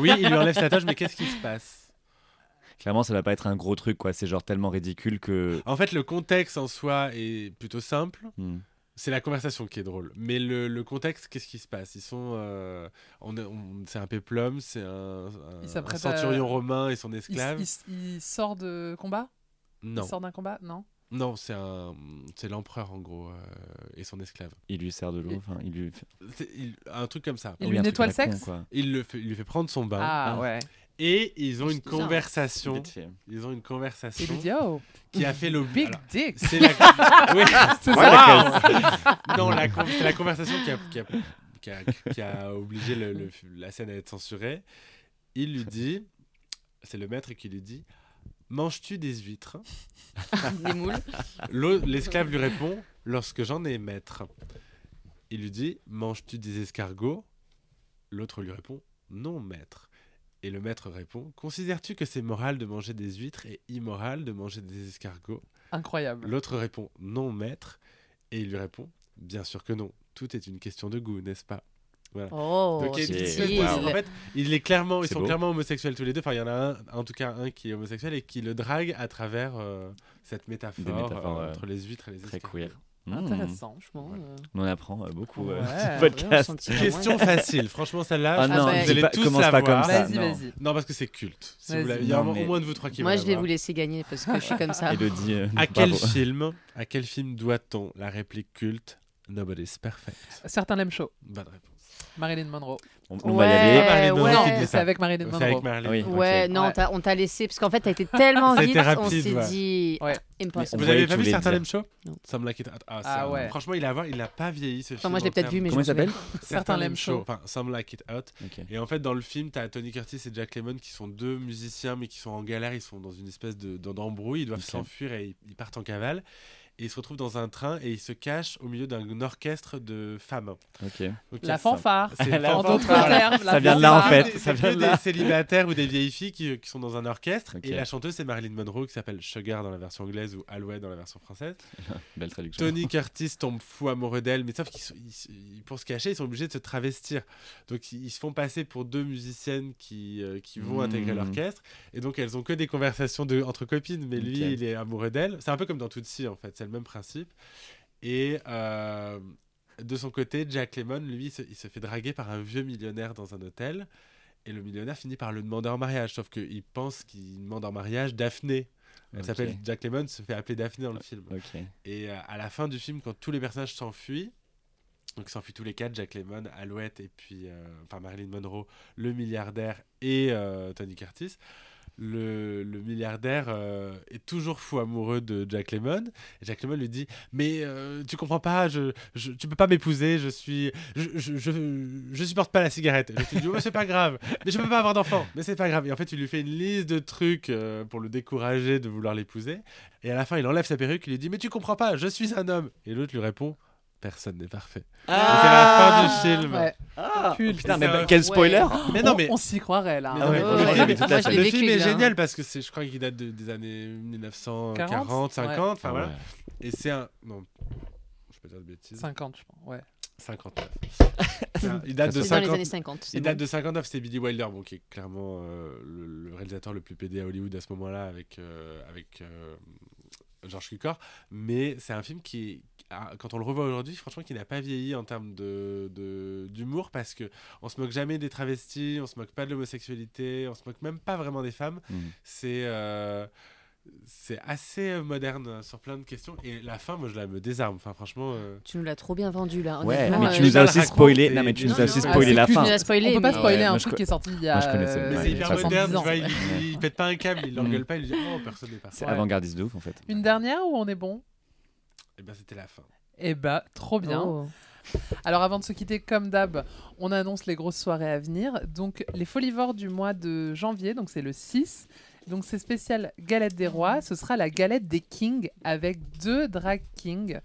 [SPEAKER 1] Oui, il lui enlève sa toge, mais qu'est-ce qui se passe
[SPEAKER 4] Clairement, ça va pas être un gros truc, quoi. C'est genre tellement ridicule que.
[SPEAKER 1] En fait, le contexte en soi est plutôt simple.
[SPEAKER 4] Hmm.
[SPEAKER 1] C'est la conversation qui est drôle. Mais le, le contexte, qu'est-ce qui se passe Ils sont. euh, on, on- c'est un péplum, c'est un, un-
[SPEAKER 2] Ils
[SPEAKER 1] un
[SPEAKER 2] s'apprêtent à-
[SPEAKER 1] centurion romain et son
[SPEAKER 2] il,
[SPEAKER 1] esclave.
[SPEAKER 2] il- il sort de combat
[SPEAKER 1] Non,
[SPEAKER 2] Il sort d'un combat Non
[SPEAKER 1] non c'est, un, c'est l'empereur en gros euh, et son esclave.
[SPEAKER 4] Il lui sert de l'eau. enfin, Il lui.
[SPEAKER 1] C'est- il- un truc comme ça.
[SPEAKER 2] Il
[SPEAKER 4] Oui,
[SPEAKER 2] lui
[SPEAKER 4] un truc
[SPEAKER 2] nettoie
[SPEAKER 4] à
[SPEAKER 2] le
[SPEAKER 4] la con,
[SPEAKER 2] sexe
[SPEAKER 4] quoi.
[SPEAKER 1] Il, le fait- il lui fait prendre son bain.
[SPEAKER 2] Ah
[SPEAKER 4] ah.
[SPEAKER 2] ouais.
[SPEAKER 1] Et ils ont une
[SPEAKER 3] C'est bizarre.
[SPEAKER 1] conversation.
[SPEAKER 4] Vite fait.
[SPEAKER 1] Ils ont une
[SPEAKER 2] Il
[SPEAKER 1] conversation
[SPEAKER 2] lui dit oh,
[SPEAKER 1] qui a fait l'objet.
[SPEAKER 2] big dick
[SPEAKER 1] C'est la... Oui.
[SPEAKER 2] C'est
[SPEAKER 1] Voilà.
[SPEAKER 2] ça
[SPEAKER 1] non, la, con- c'est la conversation qui a, qui a- qui a- qui a obligé le- le- la scène à être censurée. Il lui dit, c'est le maître qui lui dit, manges-tu des huîtres
[SPEAKER 3] Des moules.
[SPEAKER 1] L'au- L'esclave lui répond, lorsque j'en ai maître. Il lui dit, manges-tu des escargots L'autre lui répond, non maître. Et le maître répond, considères-tu que c'est moral de manger des huîtres et immoral de manger des escargots
[SPEAKER 2] Incroyable.
[SPEAKER 1] L'autre répond non, maître. Et il lui répond bien sûr que non. Tout est une question de goût, n'est-ce pas
[SPEAKER 3] Oh, euh,
[SPEAKER 1] Donc, il y a une
[SPEAKER 4] c'est-
[SPEAKER 1] espèce de-
[SPEAKER 3] subtil.
[SPEAKER 4] waouh.
[SPEAKER 1] En fait, il est clairement, ils
[SPEAKER 4] C'est
[SPEAKER 1] sont
[SPEAKER 4] beau.
[SPEAKER 1] clairement homosexuels tous les deux. Enfin, il y en a un, en tout cas un qui est homosexuel et qui le drague à travers euh, cette métaphore,
[SPEAKER 4] Des métaphores,
[SPEAKER 1] euh,
[SPEAKER 4] ouais.
[SPEAKER 1] entre les huîtres et les
[SPEAKER 4] Très
[SPEAKER 1] escargots.
[SPEAKER 4] queer. Hmm.
[SPEAKER 2] Intéressant.
[SPEAKER 3] Franchement, euh,
[SPEAKER 4] On en apprend euh, beaucoup. euh,
[SPEAKER 2] Ouais.
[SPEAKER 4] ce podcast.
[SPEAKER 3] on sent le petit
[SPEAKER 1] Question facile, franchement celle-là,
[SPEAKER 4] Ah
[SPEAKER 1] je
[SPEAKER 3] non,
[SPEAKER 1] pense que
[SPEAKER 3] dis
[SPEAKER 1] vous allez
[SPEAKER 4] pas-
[SPEAKER 1] tous
[SPEAKER 4] commence
[SPEAKER 1] la
[SPEAKER 4] pas comme
[SPEAKER 1] voir.
[SPEAKER 4] ça.
[SPEAKER 2] Vas-y,
[SPEAKER 4] non.
[SPEAKER 2] vas-y.
[SPEAKER 1] Ah, Non parce que c'est culte. Si vous
[SPEAKER 2] Vas-y.
[SPEAKER 1] l'avez- il y a
[SPEAKER 4] Non,
[SPEAKER 1] au
[SPEAKER 4] mais-
[SPEAKER 1] moins de vous trois qui
[SPEAKER 3] Moi,
[SPEAKER 1] vont
[SPEAKER 3] je
[SPEAKER 1] la
[SPEAKER 3] vais
[SPEAKER 1] voir.
[SPEAKER 3] vous laisser gagner parce que je suis comme
[SPEAKER 2] Ah.
[SPEAKER 3] ça.
[SPEAKER 4] Et le dit. euh,
[SPEAKER 1] À quel
[SPEAKER 4] bravo.
[SPEAKER 1] film, à quel film doit-on la réplique culte Nobody's perfect.
[SPEAKER 2] Certains l'aiment chaud.
[SPEAKER 1] Bonne réponse.
[SPEAKER 2] Marilyn Monroe.
[SPEAKER 4] On, on va y aller.
[SPEAKER 1] Marilyn
[SPEAKER 3] ouais,
[SPEAKER 1] Monroe qui
[SPEAKER 2] Non,
[SPEAKER 1] dit
[SPEAKER 2] c'est
[SPEAKER 1] ça.
[SPEAKER 2] avec Marilyn
[SPEAKER 1] C'est avec
[SPEAKER 2] Monroe.
[SPEAKER 1] Marilyn.
[SPEAKER 4] Ah oui.
[SPEAKER 3] Ouais,
[SPEAKER 4] Ok.
[SPEAKER 3] non,
[SPEAKER 2] Ouais.
[SPEAKER 3] t'as- on t'a laissé parce qu'en fait, t'as été tellement
[SPEAKER 1] C'était
[SPEAKER 3] vite, on
[SPEAKER 1] rapide,
[SPEAKER 3] s'est
[SPEAKER 1] ouais.
[SPEAKER 3] dit
[SPEAKER 2] Ouais.
[SPEAKER 3] impossible.
[SPEAKER 1] Vous
[SPEAKER 4] voyez
[SPEAKER 1] avez
[SPEAKER 4] que
[SPEAKER 1] pas
[SPEAKER 4] tu
[SPEAKER 1] vu
[SPEAKER 4] voulais
[SPEAKER 1] Certain
[SPEAKER 4] le
[SPEAKER 1] Lame Show
[SPEAKER 3] Non.
[SPEAKER 1] Ça me like it hot. Ah,
[SPEAKER 2] Ah
[SPEAKER 1] ça-
[SPEAKER 2] ouais.
[SPEAKER 1] Franchement, il a, il n'a pas vieilli ce film.
[SPEAKER 3] Enfin, moi, je l'ai
[SPEAKER 1] en
[SPEAKER 3] peut-être
[SPEAKER 1] termes-
[SPEAKER 3] vu, mais
[SPEAKER 4] Comment il
[SPEAKER 3] je me
[SPEAKER 4] s'appelle
[SPEAKER 3] souviens.
[SPEAKER 1] Certain Lame
[SPEAKER 2] Lame Show.
[SPEAKER 1] Show. Enfin, Some Like It Hot.
[SPEAKER 4] Ok.
[SPEAKER 1] Et en fait, dans le film, t'as Tony Curtis et Jack Lemmon qui sont deux musiciens, mais qui sont en galère. Ils sont dans une espèce de- d'en- d'embrouille. Ils doivent
[SPEAKER 4] Ok.
[SPEAKER 1] s'enfuir et ils, ils partent en cavale. Et ils se retrouvent dans un train et ils se cachent au milieu d'un orchestre de femmes.
[SPEAKER 4] Ok.
[SPEAKER 1] Ok.
[SPEAKER 2] La fanfare.
[SPEAKER 1] C'est
[SPEAKER 4] La
[SPEAKER 2] En d'autres
[SPEAKER 1] fanfare.
[SPEAKER 2] termes, la
[SPEAKER 4] Ça vient de là, en
[SPEAKER 2] fanfare.
[SPEAKER 4] fait.
[SPEAKER 1] C'est-
[SPEAKER 4] ça
[SPEAKER 1] c'est
[SPEAKER 4] vient
[SPEAKER 1] que
[SPEAKER 4] de là.
[SPEAKER 1] des célibataires ou des vieilles filles qui, qui sont dans un orchestre.
[SPEAKER 4] Ok.
[SPEAKER 1] Et la chanteuse, c'est Marilyn Monroe qui s'appelle Sugar dans la version anglaise ou Alouette dans la version française.
[SPEAKER 4] Belle traduction.
[SPEAKER 1] Tony Curtis tombe fou amoureux d'elle, mais sauf qu'ils sont- ils- ils- pour se cacher, ils sont obligés de se travestir. Donc ils, ils se font passer pour deux musiciennes qui, euh, qui vont
[SPEAKER 4] Mhm.
[SPEAKER 1] intégrer l'orchestre. Et donc elles ont que des conversations de, entre copines, mais lui,
[SPEAKER 4] Ok.
[SPEAKER 1] il est amoureux d'elle. C'est un peu comme dans Tootsie, en fait, c'est le même principe. Et euh, de son côté, Jack Lemmon, lui, il se, il se fait draguer par un vieux millionnaire dans un hôtel. Et le millionnaire finit par le demander en mariage, sauf qu'il pense qu'il demande en mariage Daphné. Elle
[SPEAKER 4] Ok.
[SPEAKER 1] s'appelle Jack Lemmon, se fait appeler Daphné dans le film.
[SPEAKER 4] Ok.
[SPEAKER 1] Et euh, à la fin du film, quand tous les personnages s'enfuient, donc s'enfuient tous les quatre, Jack Lemmon, Alouette et puis euh, enfin Marilyn Monroe, le milliardaire et euh, Tony Curtis. Le, le milliardaire euh, est toujours fou amoureux de Jack Lemmon. Et Jack Lemmon lui dit mais euh, tu comprends pas, je, je- tu peux pas m'épouser, je suis, je, je, je- je supporte pas la cigarette. Et Je te dis, oh, c'est pas grave, mais je peux pas avoir d'enfant, mais c'est pas grave. Et en fait, tu lui fais une liste de trucs euh, pour le décourager de vouloir l'épouser. Et à la fin, il enlève sa perruque, il lui dit, mais tu comprends pas, je suis un homme. Et l'autre lui répond, personne n'est parfait. Et c'est la fin du film.
[SPEAKER 2] Ouais.
[SPEAKER 4] Ah,
[SPEAKER 2] Putain,
[SPEAKER 4] putain,
[SPEAKER 1] mais
[SPEAKER 4] mais
[SPEAKER 1] bah,
[SPEAKER 4] quel spoiler
[SPEAKER 3] spoiler
[SPEAKER 1] Mais non,
[SPEAKER 2] On-
[SPEAKER 1] mais. Ah
[SPEAKER 2] On s'y croirait là.
[SPEAKER 1] mais
[SPEAKER 2] hein.
[SPEAKER 1] non, mais-
[SPEAKER 3] ouais,
[SPEAKER 1] le
[SPEAKER 3] ouais,
[SPEAKER 1] film,
[SPEAKER 3] mais
[SPEAKER 1] est tout à
[SPEAKER 3] moi, je
[SPEAKER 1] fait-
[SPEAKER 3] l'ai
[SPEAKER 1] le
[SPEAKER 3] vécu,
[SPEAKER 1] film est
[SPEAKER 3] là.
[SPEAKER 1] génial parce que c'est, je crois qu'il date de- des années 1940, 50, enfin voilà.
[SPEAKER 3] Ah
[SPEAKER 1] Et c'est un. Non, je peux dire de bêtises.
[SPEAKER 2] 50, je pense. Ouais.
[SPEAKER 1] 59. C'est un- il date de
[SPEAKER 3] Ah, C'est dans les
[SPEAKER 1] 50.
[SPEAKER 3] années 50. c'est
[SPEAKER 1] Il
[SPEAKER 3] bon.
[SPEAKER 1] date de 59, c'est Billy Wilder, bon, qui est clairement euh, le, le réalisateur le plus pédé à Hollywood à ce moment-là, avec, euh, avec euh, Georges Cukor, mais c'est un film qui, ah, quand on le revoit aujourd'hui, franchement, qui n'a pas vieilli en termes de de- d'humour parce que on se moque jamais des travestis, on se moque pas de l'homosexualité, on se moque même pas vraiment des femmes.
[SPEAKER 3] Mmh.
[SPEAKER 4] Mhm.
[SPEAKER 1] C'est euh, c'est assez euh, moderne euh, sur plein de questions et la fin, moi, je la me désarme. Enfin, franchement, euh,
[SPEAKER 3] Tu nous l'as trop bien vendu là.
[SPEAKER 4] Ouais,
[SPEAKER 3] honnêtement,
[SPEAKER 4] mais
[SPEAKER 3] euh,
[SPEAKER 4] tu nous
[SPEAKER 3] je-
[SPEAKER 1] la
[SPEAKER 4] as aussi
[SPEAKER 1] raconte
[SPEAKER 4] spoilé.
[SPEAKER 1] et-
[SPEAKER 4] Non, mais tu
[SPEAKER 1] Non,
[SPEAKER 4] nous as
[SPEAKER 1] non,
[SPEAKER 4] aussi
[SPEAKER 1] ah,
[SPEAKER 4] spoilé
[SPEAKER 2] c'est
[SPEAKER 4] la
[SPEAKER 2] plus
[SPEAKER 4] fin.
[SPEAKER 3] Tu nous as spoilé.
[SPEAKER 2] On peut pas
[SPEAKER 3] mais-
[SPEAKER 4] spoiler,
[SPEAKER 2] spoiler
[SPEAKER 4] Ouais,
[SPEAKER 2] un
[SPEAKER 4] moi,
[SPEAKER 2] truc
[SPEAKER 4] je-
[SPEAKER 2] qui est sorti il y a.
[SPEAKER 4] moi, je connaissais,
[SPEAKER 1] mais
[SPEAKER 4] Euh, ouais,
[SPEAKER 1] c'est hyper
[SPEAKER 4] ça prend
[SPEAKER 1] moderne.
[SPEAKER 2] 10 ans.
[SPEAKER 1] tu vois, il,
[SPEAKER 4] Ouais.
[SPEAKER 1] il pète pas un câble,
[SPEAKER 3] Mmh.
[SPEAKER 1] il l'engueule
[SPEAKER 4] Mhm.
[SPEAKER 1] pas, il lui dit oh personne n'est parfait.
[SPEAKER 4] C'est
[SPEAKER 2] Ouais.
[SPEAKER 4] avant-gardiste de ouf, en fait.
[SPEAKER 2] Une dernière ou on est bon
[SPEAKER 1] Et ben c'était la fin.
[SPEAKER 2] Eh bah, trop bien.
[SPEAKER 3] Oh.
[SPEAKER 2] Alors avant de se quitter, comme d'hab, on annonce les grosses soirées à venir. Donc les Folivores du mois de janvier, donc c'est le 6. Donc c'est spécial Galette des Rois. Ce sera la Galette des Kings avec deux drag kings.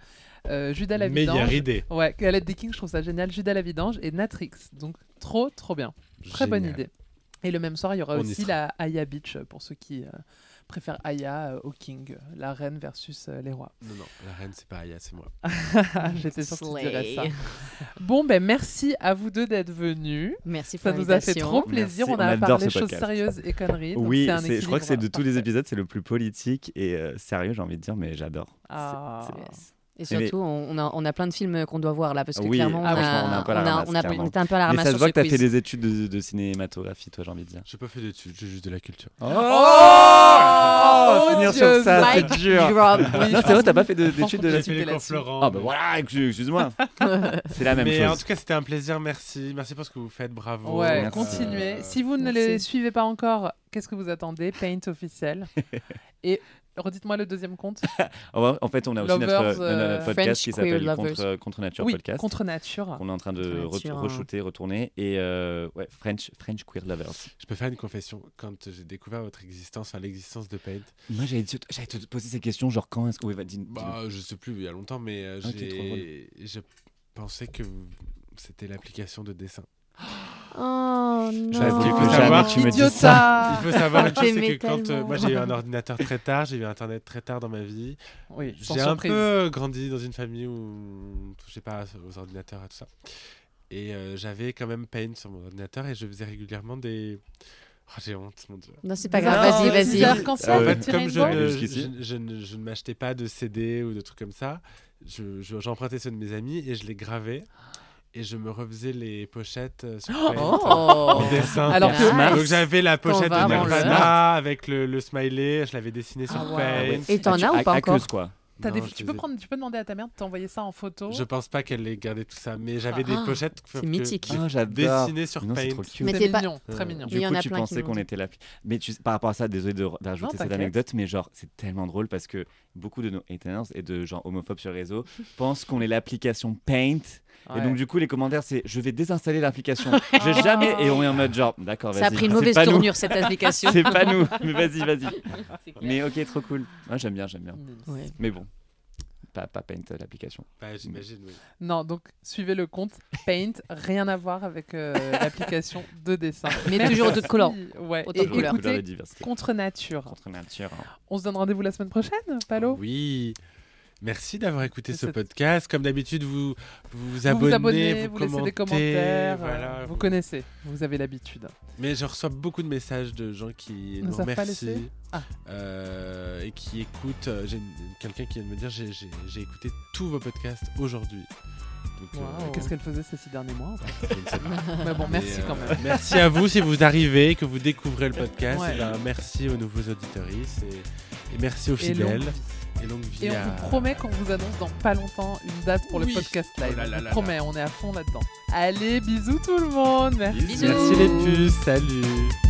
[SPEAKER 2] Euh, Judas
[SPEAKER 1] Meilleure
[SPEAKER 2] Lavidange.
[SPEAKER 1] idée.
[SPEAKER 2] Ouais, Galette des Kings, je trouve ça génial. Judas Lavidange et Natrix. Donc trop, trop bien. Très bonne
[SPEAKER 1] Génial.
[SPEAKER 2] idée. Et le même soir, il y aura
[SPEAKER 1] On y
[SPEAKER 2] aussi
[SPEAKER 1] sera.
[SPEAKER 2] la Aya Beach pour ceux qui euh, préfèrent Aya euh, au King, euh, la reine versus euh, les rois. Ah,
[SPEAKER 1] Non, non, la reine, c'est pareil, c'est moi.
[SPEAKER 2] J'étais sûre que tu dirais ça.
[SPEAKER 3] Slay.
[SPEAKER 2] Bon, ben merci à vous deux d'être venus.
[SPEAKER 3] Merci pour
[SPEAKER 2] Ça nous a fait
[SPEAKER 3] l'invitation.
[SPEAKER 2] trop plaisir. On
[SPEAKER 4] Merci,
[SPEAKER 2] a
[SPEAKER 4] on adore
[SPEAKER 2] parlé
[SPEAKER 4] ce
[SPEAKER 2] choses
[SPEAKER 4] podcast.
[SPEAKER 2] sérieuses et conneries. donc
[SPEAKER 4] Oui,
[SPEAKER 2] c'est un
[SPEAKER 4] c'est- je crois que c'est de tous les
[SPEAKER 2] équilibre
[SPEAKER 4] épisodes, c'est le plus politique et euh, sérieux, j'ai envie de dire, mais j'adore.
[SPEAKER 2] parfait. Ah.
[SPEAKER 3] Yes. Et surtout,
[SPEAKER 4] Mais-
[SPEAKER 3] on a, on a plein de films qu'on doit voir là, parce que
[SPEAKER 4] Oui,
[SPEAKER 3] clairement, on,
[SPEAKER 4] ah
[SPEAKER 2] oui.
[SPEAKER 3] a,
[SPEAKER 4] franchement, on est un peu à la
[SPEAKER 3] on a-
[SPEAKER 4] ramasse,
[SPEAKER 3] on a- on
[SPEAKER 4] clairement.
[SPEAKER 3] était un peu
[SPEAKER 2] Ah,
[SPEAKER 3] à la
[SPEAKER 4] mais
[SPEAKER 3] ramasse
[SPEAKER 4] ça
[SPEAKER 3] sur
[SPEAKER 4] se voit
[SPEAKER 3] ce
[SPEAKER 4] que t'as
[SPEAKER 3] quiz.
[SPEAKER 4] fait des études de, de cinématographie, toi, j'ai envie de dire.
[SPEAKER 1] J'ai pas fait d'études, j'ai juste de la culture.
[SPEAKER 4] Oh,
[SPEAKER 2] Oh,
[SPEAKER 4] Finir
[SPEAKER 2] Dieu,
[SPEAKER 4] sur ça,
[SPEAKER 3] Mike
[SPEAKER 4] c'est dur.
[SPEAKER 3] Drop.
[SPEAKER 2] Oui, je
[SPEAKER 4] Non, Ah, c'est vrai,
[SPEAKER 2] pense
[SPEAKER 4] t'as pas fait de-
[SPEAKER 2] Franchement,
[SPEAKER 4] d'études de
[SPEAKER 2] j'ai
[SPEAKER 4] la
[SPEAKER 1] J'ai fait
[SPEAKER 2] fait
[SPEAKER 1] l'école
[SPEAKER 2] là-dessus.
[SPEAKER 1] Florent.
[SPEAKER 4] Ah bah voilà, excuse- excuse-moi. c'est la même
[SPEAKER 1] mais en
[SPEAKER 4] chose.
[SPEAKER 1] tout cas, c'était un plaisir. Merci. Merci pour ce que vous faites. Bravo.
[SPEAKER 2] Ouais,
[SPEAKER 4] Oh, Merci.
[SPEAKER 2] continuez.
[SPEAKER 1] Euh,
[SPEAKER 2] Si vous ne
[SPEAKER 3] Merci.
[SPEAKER 2] les suivez pas encore, qu'est-ce que vous attendez Paint officiel. Et redites-moi le deuxième compte.
[SPEAKER 4] On va- en fait, on a aussi notre,
[SPEAKER 2] Lovers,
[SPEAKER 4] notre- notre
[SPEAKER 2] euh,
[SPEAKER 4] podcast
[SPEAKER 3] French
[SPEAKER 4] qui
[SPEAKER 3] Queer
[SPEAKER 4] s'appelle
[SPEAKER 3] Lovers.
[SPEAKER 4] Contre, Contre Nature
[SPEAKER 2] oui,
[SPEAKER 4] Podcast.
[SPEAKER 2] contre nature.
[SPEAKER 4] qu'on est en train de
[SPEAKER 3] Contre
[SPEAKER 4] re-
[SPEAKER 3] Nature, hein.
[SPEAKER 4] re-shooter, retourner. Et euh, ouais, French, French Queer Lovers.
[SPEAKER 1] Je peux faire une confession. Quand j'ai découvert votre existence, enfin l'existence de Paint,
[SPEAKER 4] Moi, j'allais te, j'allais te poser ces questions, genre quand est-ce que. Oui, va- dis- dis-le.
[SPEAKER 1] bah, je sais plus, il y a longtemps, mais euh,
[SPEAKER 4] Ah, t'es trop
[SPEAKER 1] j'ai- je pensais que vous- c'était l'application de dessin.
[SPEAKER 3] Oh non.
[SPEAKER 4] J'aurais voulu
[SPEAKER 1] faut
[SPEAKER 4] que
[SPEAKER 1] savoir-
[SPEAKER 4] jamais tu me dises ça.
[SPEAKER 2] Idiota
[SPEAKER 1] Il faut savoir une
[SPEAKER 3] Ah,
[SPEAKER 1] chose,
[SPEAKER 3] t'aimais
[SPEAKER 1] c'est que quand euh,
[SPEAKER 3] tellement.
[SPEAKER 1] moi j'ai eu un ordinateur très tard, j'ai eu internet très tard dans ma vie.
[SPEAKER 2] Oui, sans
[SPEAKER 1] J'ai un
[SPEAKER 2] surprise.
[SPEAKER 1] peu grandi dans une famille où on touchait pas aux ordinateurs et tout ça. Et euh, j'avais quand même Paint sur mon ordinateur et je faisais régulièrement des. Oh, j'ai honte, mon dieu. Euh,
[SPEAKER 3] Non, c'est pas
[SPEAKER 2] Des
[SPEAKER 3] grave.
[SPEAKER 2] arts-
[SPEAKER 3] Vas-y,
[SPEAKER 2] des
[SPEAKER 3] vas-y.
[SPEAKER 2] arcs-en-ciel,
[SPEAKER 4] Ah ouais.
[SPEAKER 2] des petits
[SPEAKER 1] comme je
[SPEAKER 2] rainbows.
[SPEAKER 1] ne,
[SPEAKER 4] Jusqu'ici.
[SPEAKER 1] je- je ne- je ne m'achetais pas de CD ou de trucs comme ça, je- je- j'empruntais ceux de mes amis et je les gravais. Et je me refaisais les pochettes euh, sur Paint,
[SPEAKER 3] Oh.
[SPEAKER 1] en dessin.
[SPEAKER 2] Alors que-
[SPEAKER 4] Ah,
[SPEAKER 1] Donc j'avais la pochette de
[SPEAKER 3] va,
[SPEAKER 4] branleur.
[SPEAKER 1] Nirvana avec le, le smiley, je l'avais dessiné sur
[SPEAKER 3] Ah ouais.
[SPEAKER 1] Paint.
[SPEAKER 4] ouais.
[SPEAKER 3] Et t'en
[SPEAKER 4] Ah, tu-
[SPEAKER 3] as ou
[SPEAKER 4] ac-
[SPEAKER 3] pas
[SPEAKER 4] accuse,
[SPEAKER 3] encore
[SPEAKER 4] quoi.
[SPEAKER 2] T'as
[SPEAKER 1] Non,
[SPEAKER 2] des-
[SPEAKER 1] je
[SPEAKER 2] tu,
[SPEAKER 1] les
[SPEAKER 2] peux
[SPEAKER 1] ai-
[SPEAKER 2] prendre, tu peux demander à ta mère de t'envoyer ça en photo.
[SPEAKER 1] Je pense pas qu'elle les gardait tout ça, mais j'avais des
[SPEAKER 3] Ah,
[SPEAKER 1] pochettes que-
[SPEAKER 3] c'est
[SPEAKER 1] que-
[SPEAKER 3] mythique.
[SPEAKER 1] que
[SPEAKER 4] Ah, j'adore.
[SPEAKER 1] dessinées sur
[SPEAKER 4] Non, c'est
[SPEAKER 1] Paint.
[SPEAKER 4] trop
[SPEAKER 2] C'est
[SPEAKER 4] cute.
[SPEAKER 3] Mais t'es pas-
[SPEAKER 2] mignon, très
[SPEAKER 1] Euh,
[SPEAKER 2] mignon.
[SPEAKER 3] Il
[SPEAKER 4] Du
[SPEAKER 3] y en
[SPEAKER 4] coup,
[SPEAKER 3] a
[SPEAKER 4] tu
[SPEAKER 3] plein qui Oh,
[SPEAKER 4] pensais
[SPEAKER 3] nous
[SPEAKER 4] qu'on
[SPEAKER 3] ont
[SPEAKER 4] était la fille. Mais tu, par rapport à ça, désolé de r-
[SPEAKER 2] Non,
[SPEAKER 4] rajouter cette
[SPEAKER 2] t'inquiète.
[SPEAKER 4] anecdote, mais genre, c'est tellement drôle parce que beaucoup de nos haters et de gens homophobes sur les réseaux pensent qu'on est l'application Paint. Et
[SPEAKER 2] Ouais.
[SPEAKER 4] donc, du coup, les commentaires, c'est je vais désinstaller l'application. J'ai jamais. Et on est en mode genre, d'accord, vas-y.
[SPEAKER 3] Ça a pris une
[SPEAKER 4] c'est
[SPEAKER 3] mauvaise
[SPEAKER 4] pas nous.
[SPEAKER 3] tournure cette application.
[SPEAKER 4] C'est pas nous. Mais vas-y, vas-y. Mais ok, trop cool. Moi, j'aime bien, j'aime bien.
[SPEAKER 3] Ouais.
[SPEAKER 4] Mais bon, pas, pas Paint, euh, l'application.
[SPEAKER 1] Bah, J'imagine, oui.
[SPEAKER 2] Non, donc suivez le compte Paint, rien à voir avec euh, l'application de dessin.
[SPEAKER 3] Mais
[SPEAKER 2] Merci.
[SPEAKER 3] toujours autocollant.
[SPEAKER 2] Ouais, et
[SPEAKER 3] Autocollant.
[SPEAKER 4] Toujours la couleur de
[SPEAKER 2] écoutez
[SPEAKER 4] diversité.
[SPEAKER 2] Contre Nature.
[SPEAKER 4] Contre nature. hein.
[SPEAKER 2] On se donne rendez-vous la semaine prochaine, Palo
[SPEAKER 1] Oui. Merci d'avoir écouté ce
[SPEAKER 2] C'est-
[SPEAKER 1] podcast. Comme d'habitude, vous vous, vous
[SPEAKER 2] Vous vous
[SPEAKER 1] abonnez,
[SPEAKER 2] abonnez,
[SPEAKER 1] vous,
[SPEAKER 2] vous
[SPEAKER 1] commentez,
[SPEAKER 2] laissez des commentaires.
[SPEAKER 1] voilà,
[SPEAKER 2] euh, vous
[SPEAKER 1] vous-
[SPEAKER 2] connaissez, vous avez l'habitude.
[SPEAKER 1] Mais je reçois beaucoup de messages de gens qui
[SPEAKER 2] Ne
[SPEAKER 1] nous
[SPEAKER 2] savent pas
[SPEAKER 1] remercient
[SPEAKER 2] laisser Ah.
[SPEAKER 1] euh, et qui écoutent. euh, j'ai une- Quelqu'un qui vient de me dire j'ai- j'ai j'ai écouté tous vos podcasts aujourd'hui. Donc, euh,
[SPEAKER 2] Waouh. Qu'est-ce qu'elle faisait ces six derniers mois en fait
[SPEAKER 1] je ne sais pas.
[SPEAKER 2] Mais bon,
[SPEAKER 1] Mais,
[SPEAKER 2] merci
[SPEAKER 1] euh,
[SPEAKER 2] quand même.
[SPEAKER 1] Merci à vous si vous arrivez, que vous découvrez le podcast.
[SPEAKER 2] Ouais.
[SPEAKER 1] Eh ben, merci aux nouveaux auditeurs et, et merci aux
[SPEAKER 2] Et longue
[SPEAKER 1] fidèles.
[SPEAKER 2] vie.
[SPEAKER 1] Et longue vie
[SPEAKER 2] Et on
[SPEAKER 1] à-
[SPEAKER 2] vous promet qu'on vous annonce dans pas longtemps une date pour le
[SPEAKER 1] Oui.
[SPEAKER 2] podcast
[SPEAKER 1] Oh
[SPEAKER 2] live.
[SPEAKER 1] là là
[SPEAKER 2] on vous
[SPEAKER 1] là
[SPEAKER 2] promet, on est à fond là-dedans. Allez, bisous tout le monde. Merci.
[SPEAKER 3] Bisous.
[SPEAKER 1] Merci les puces, salut.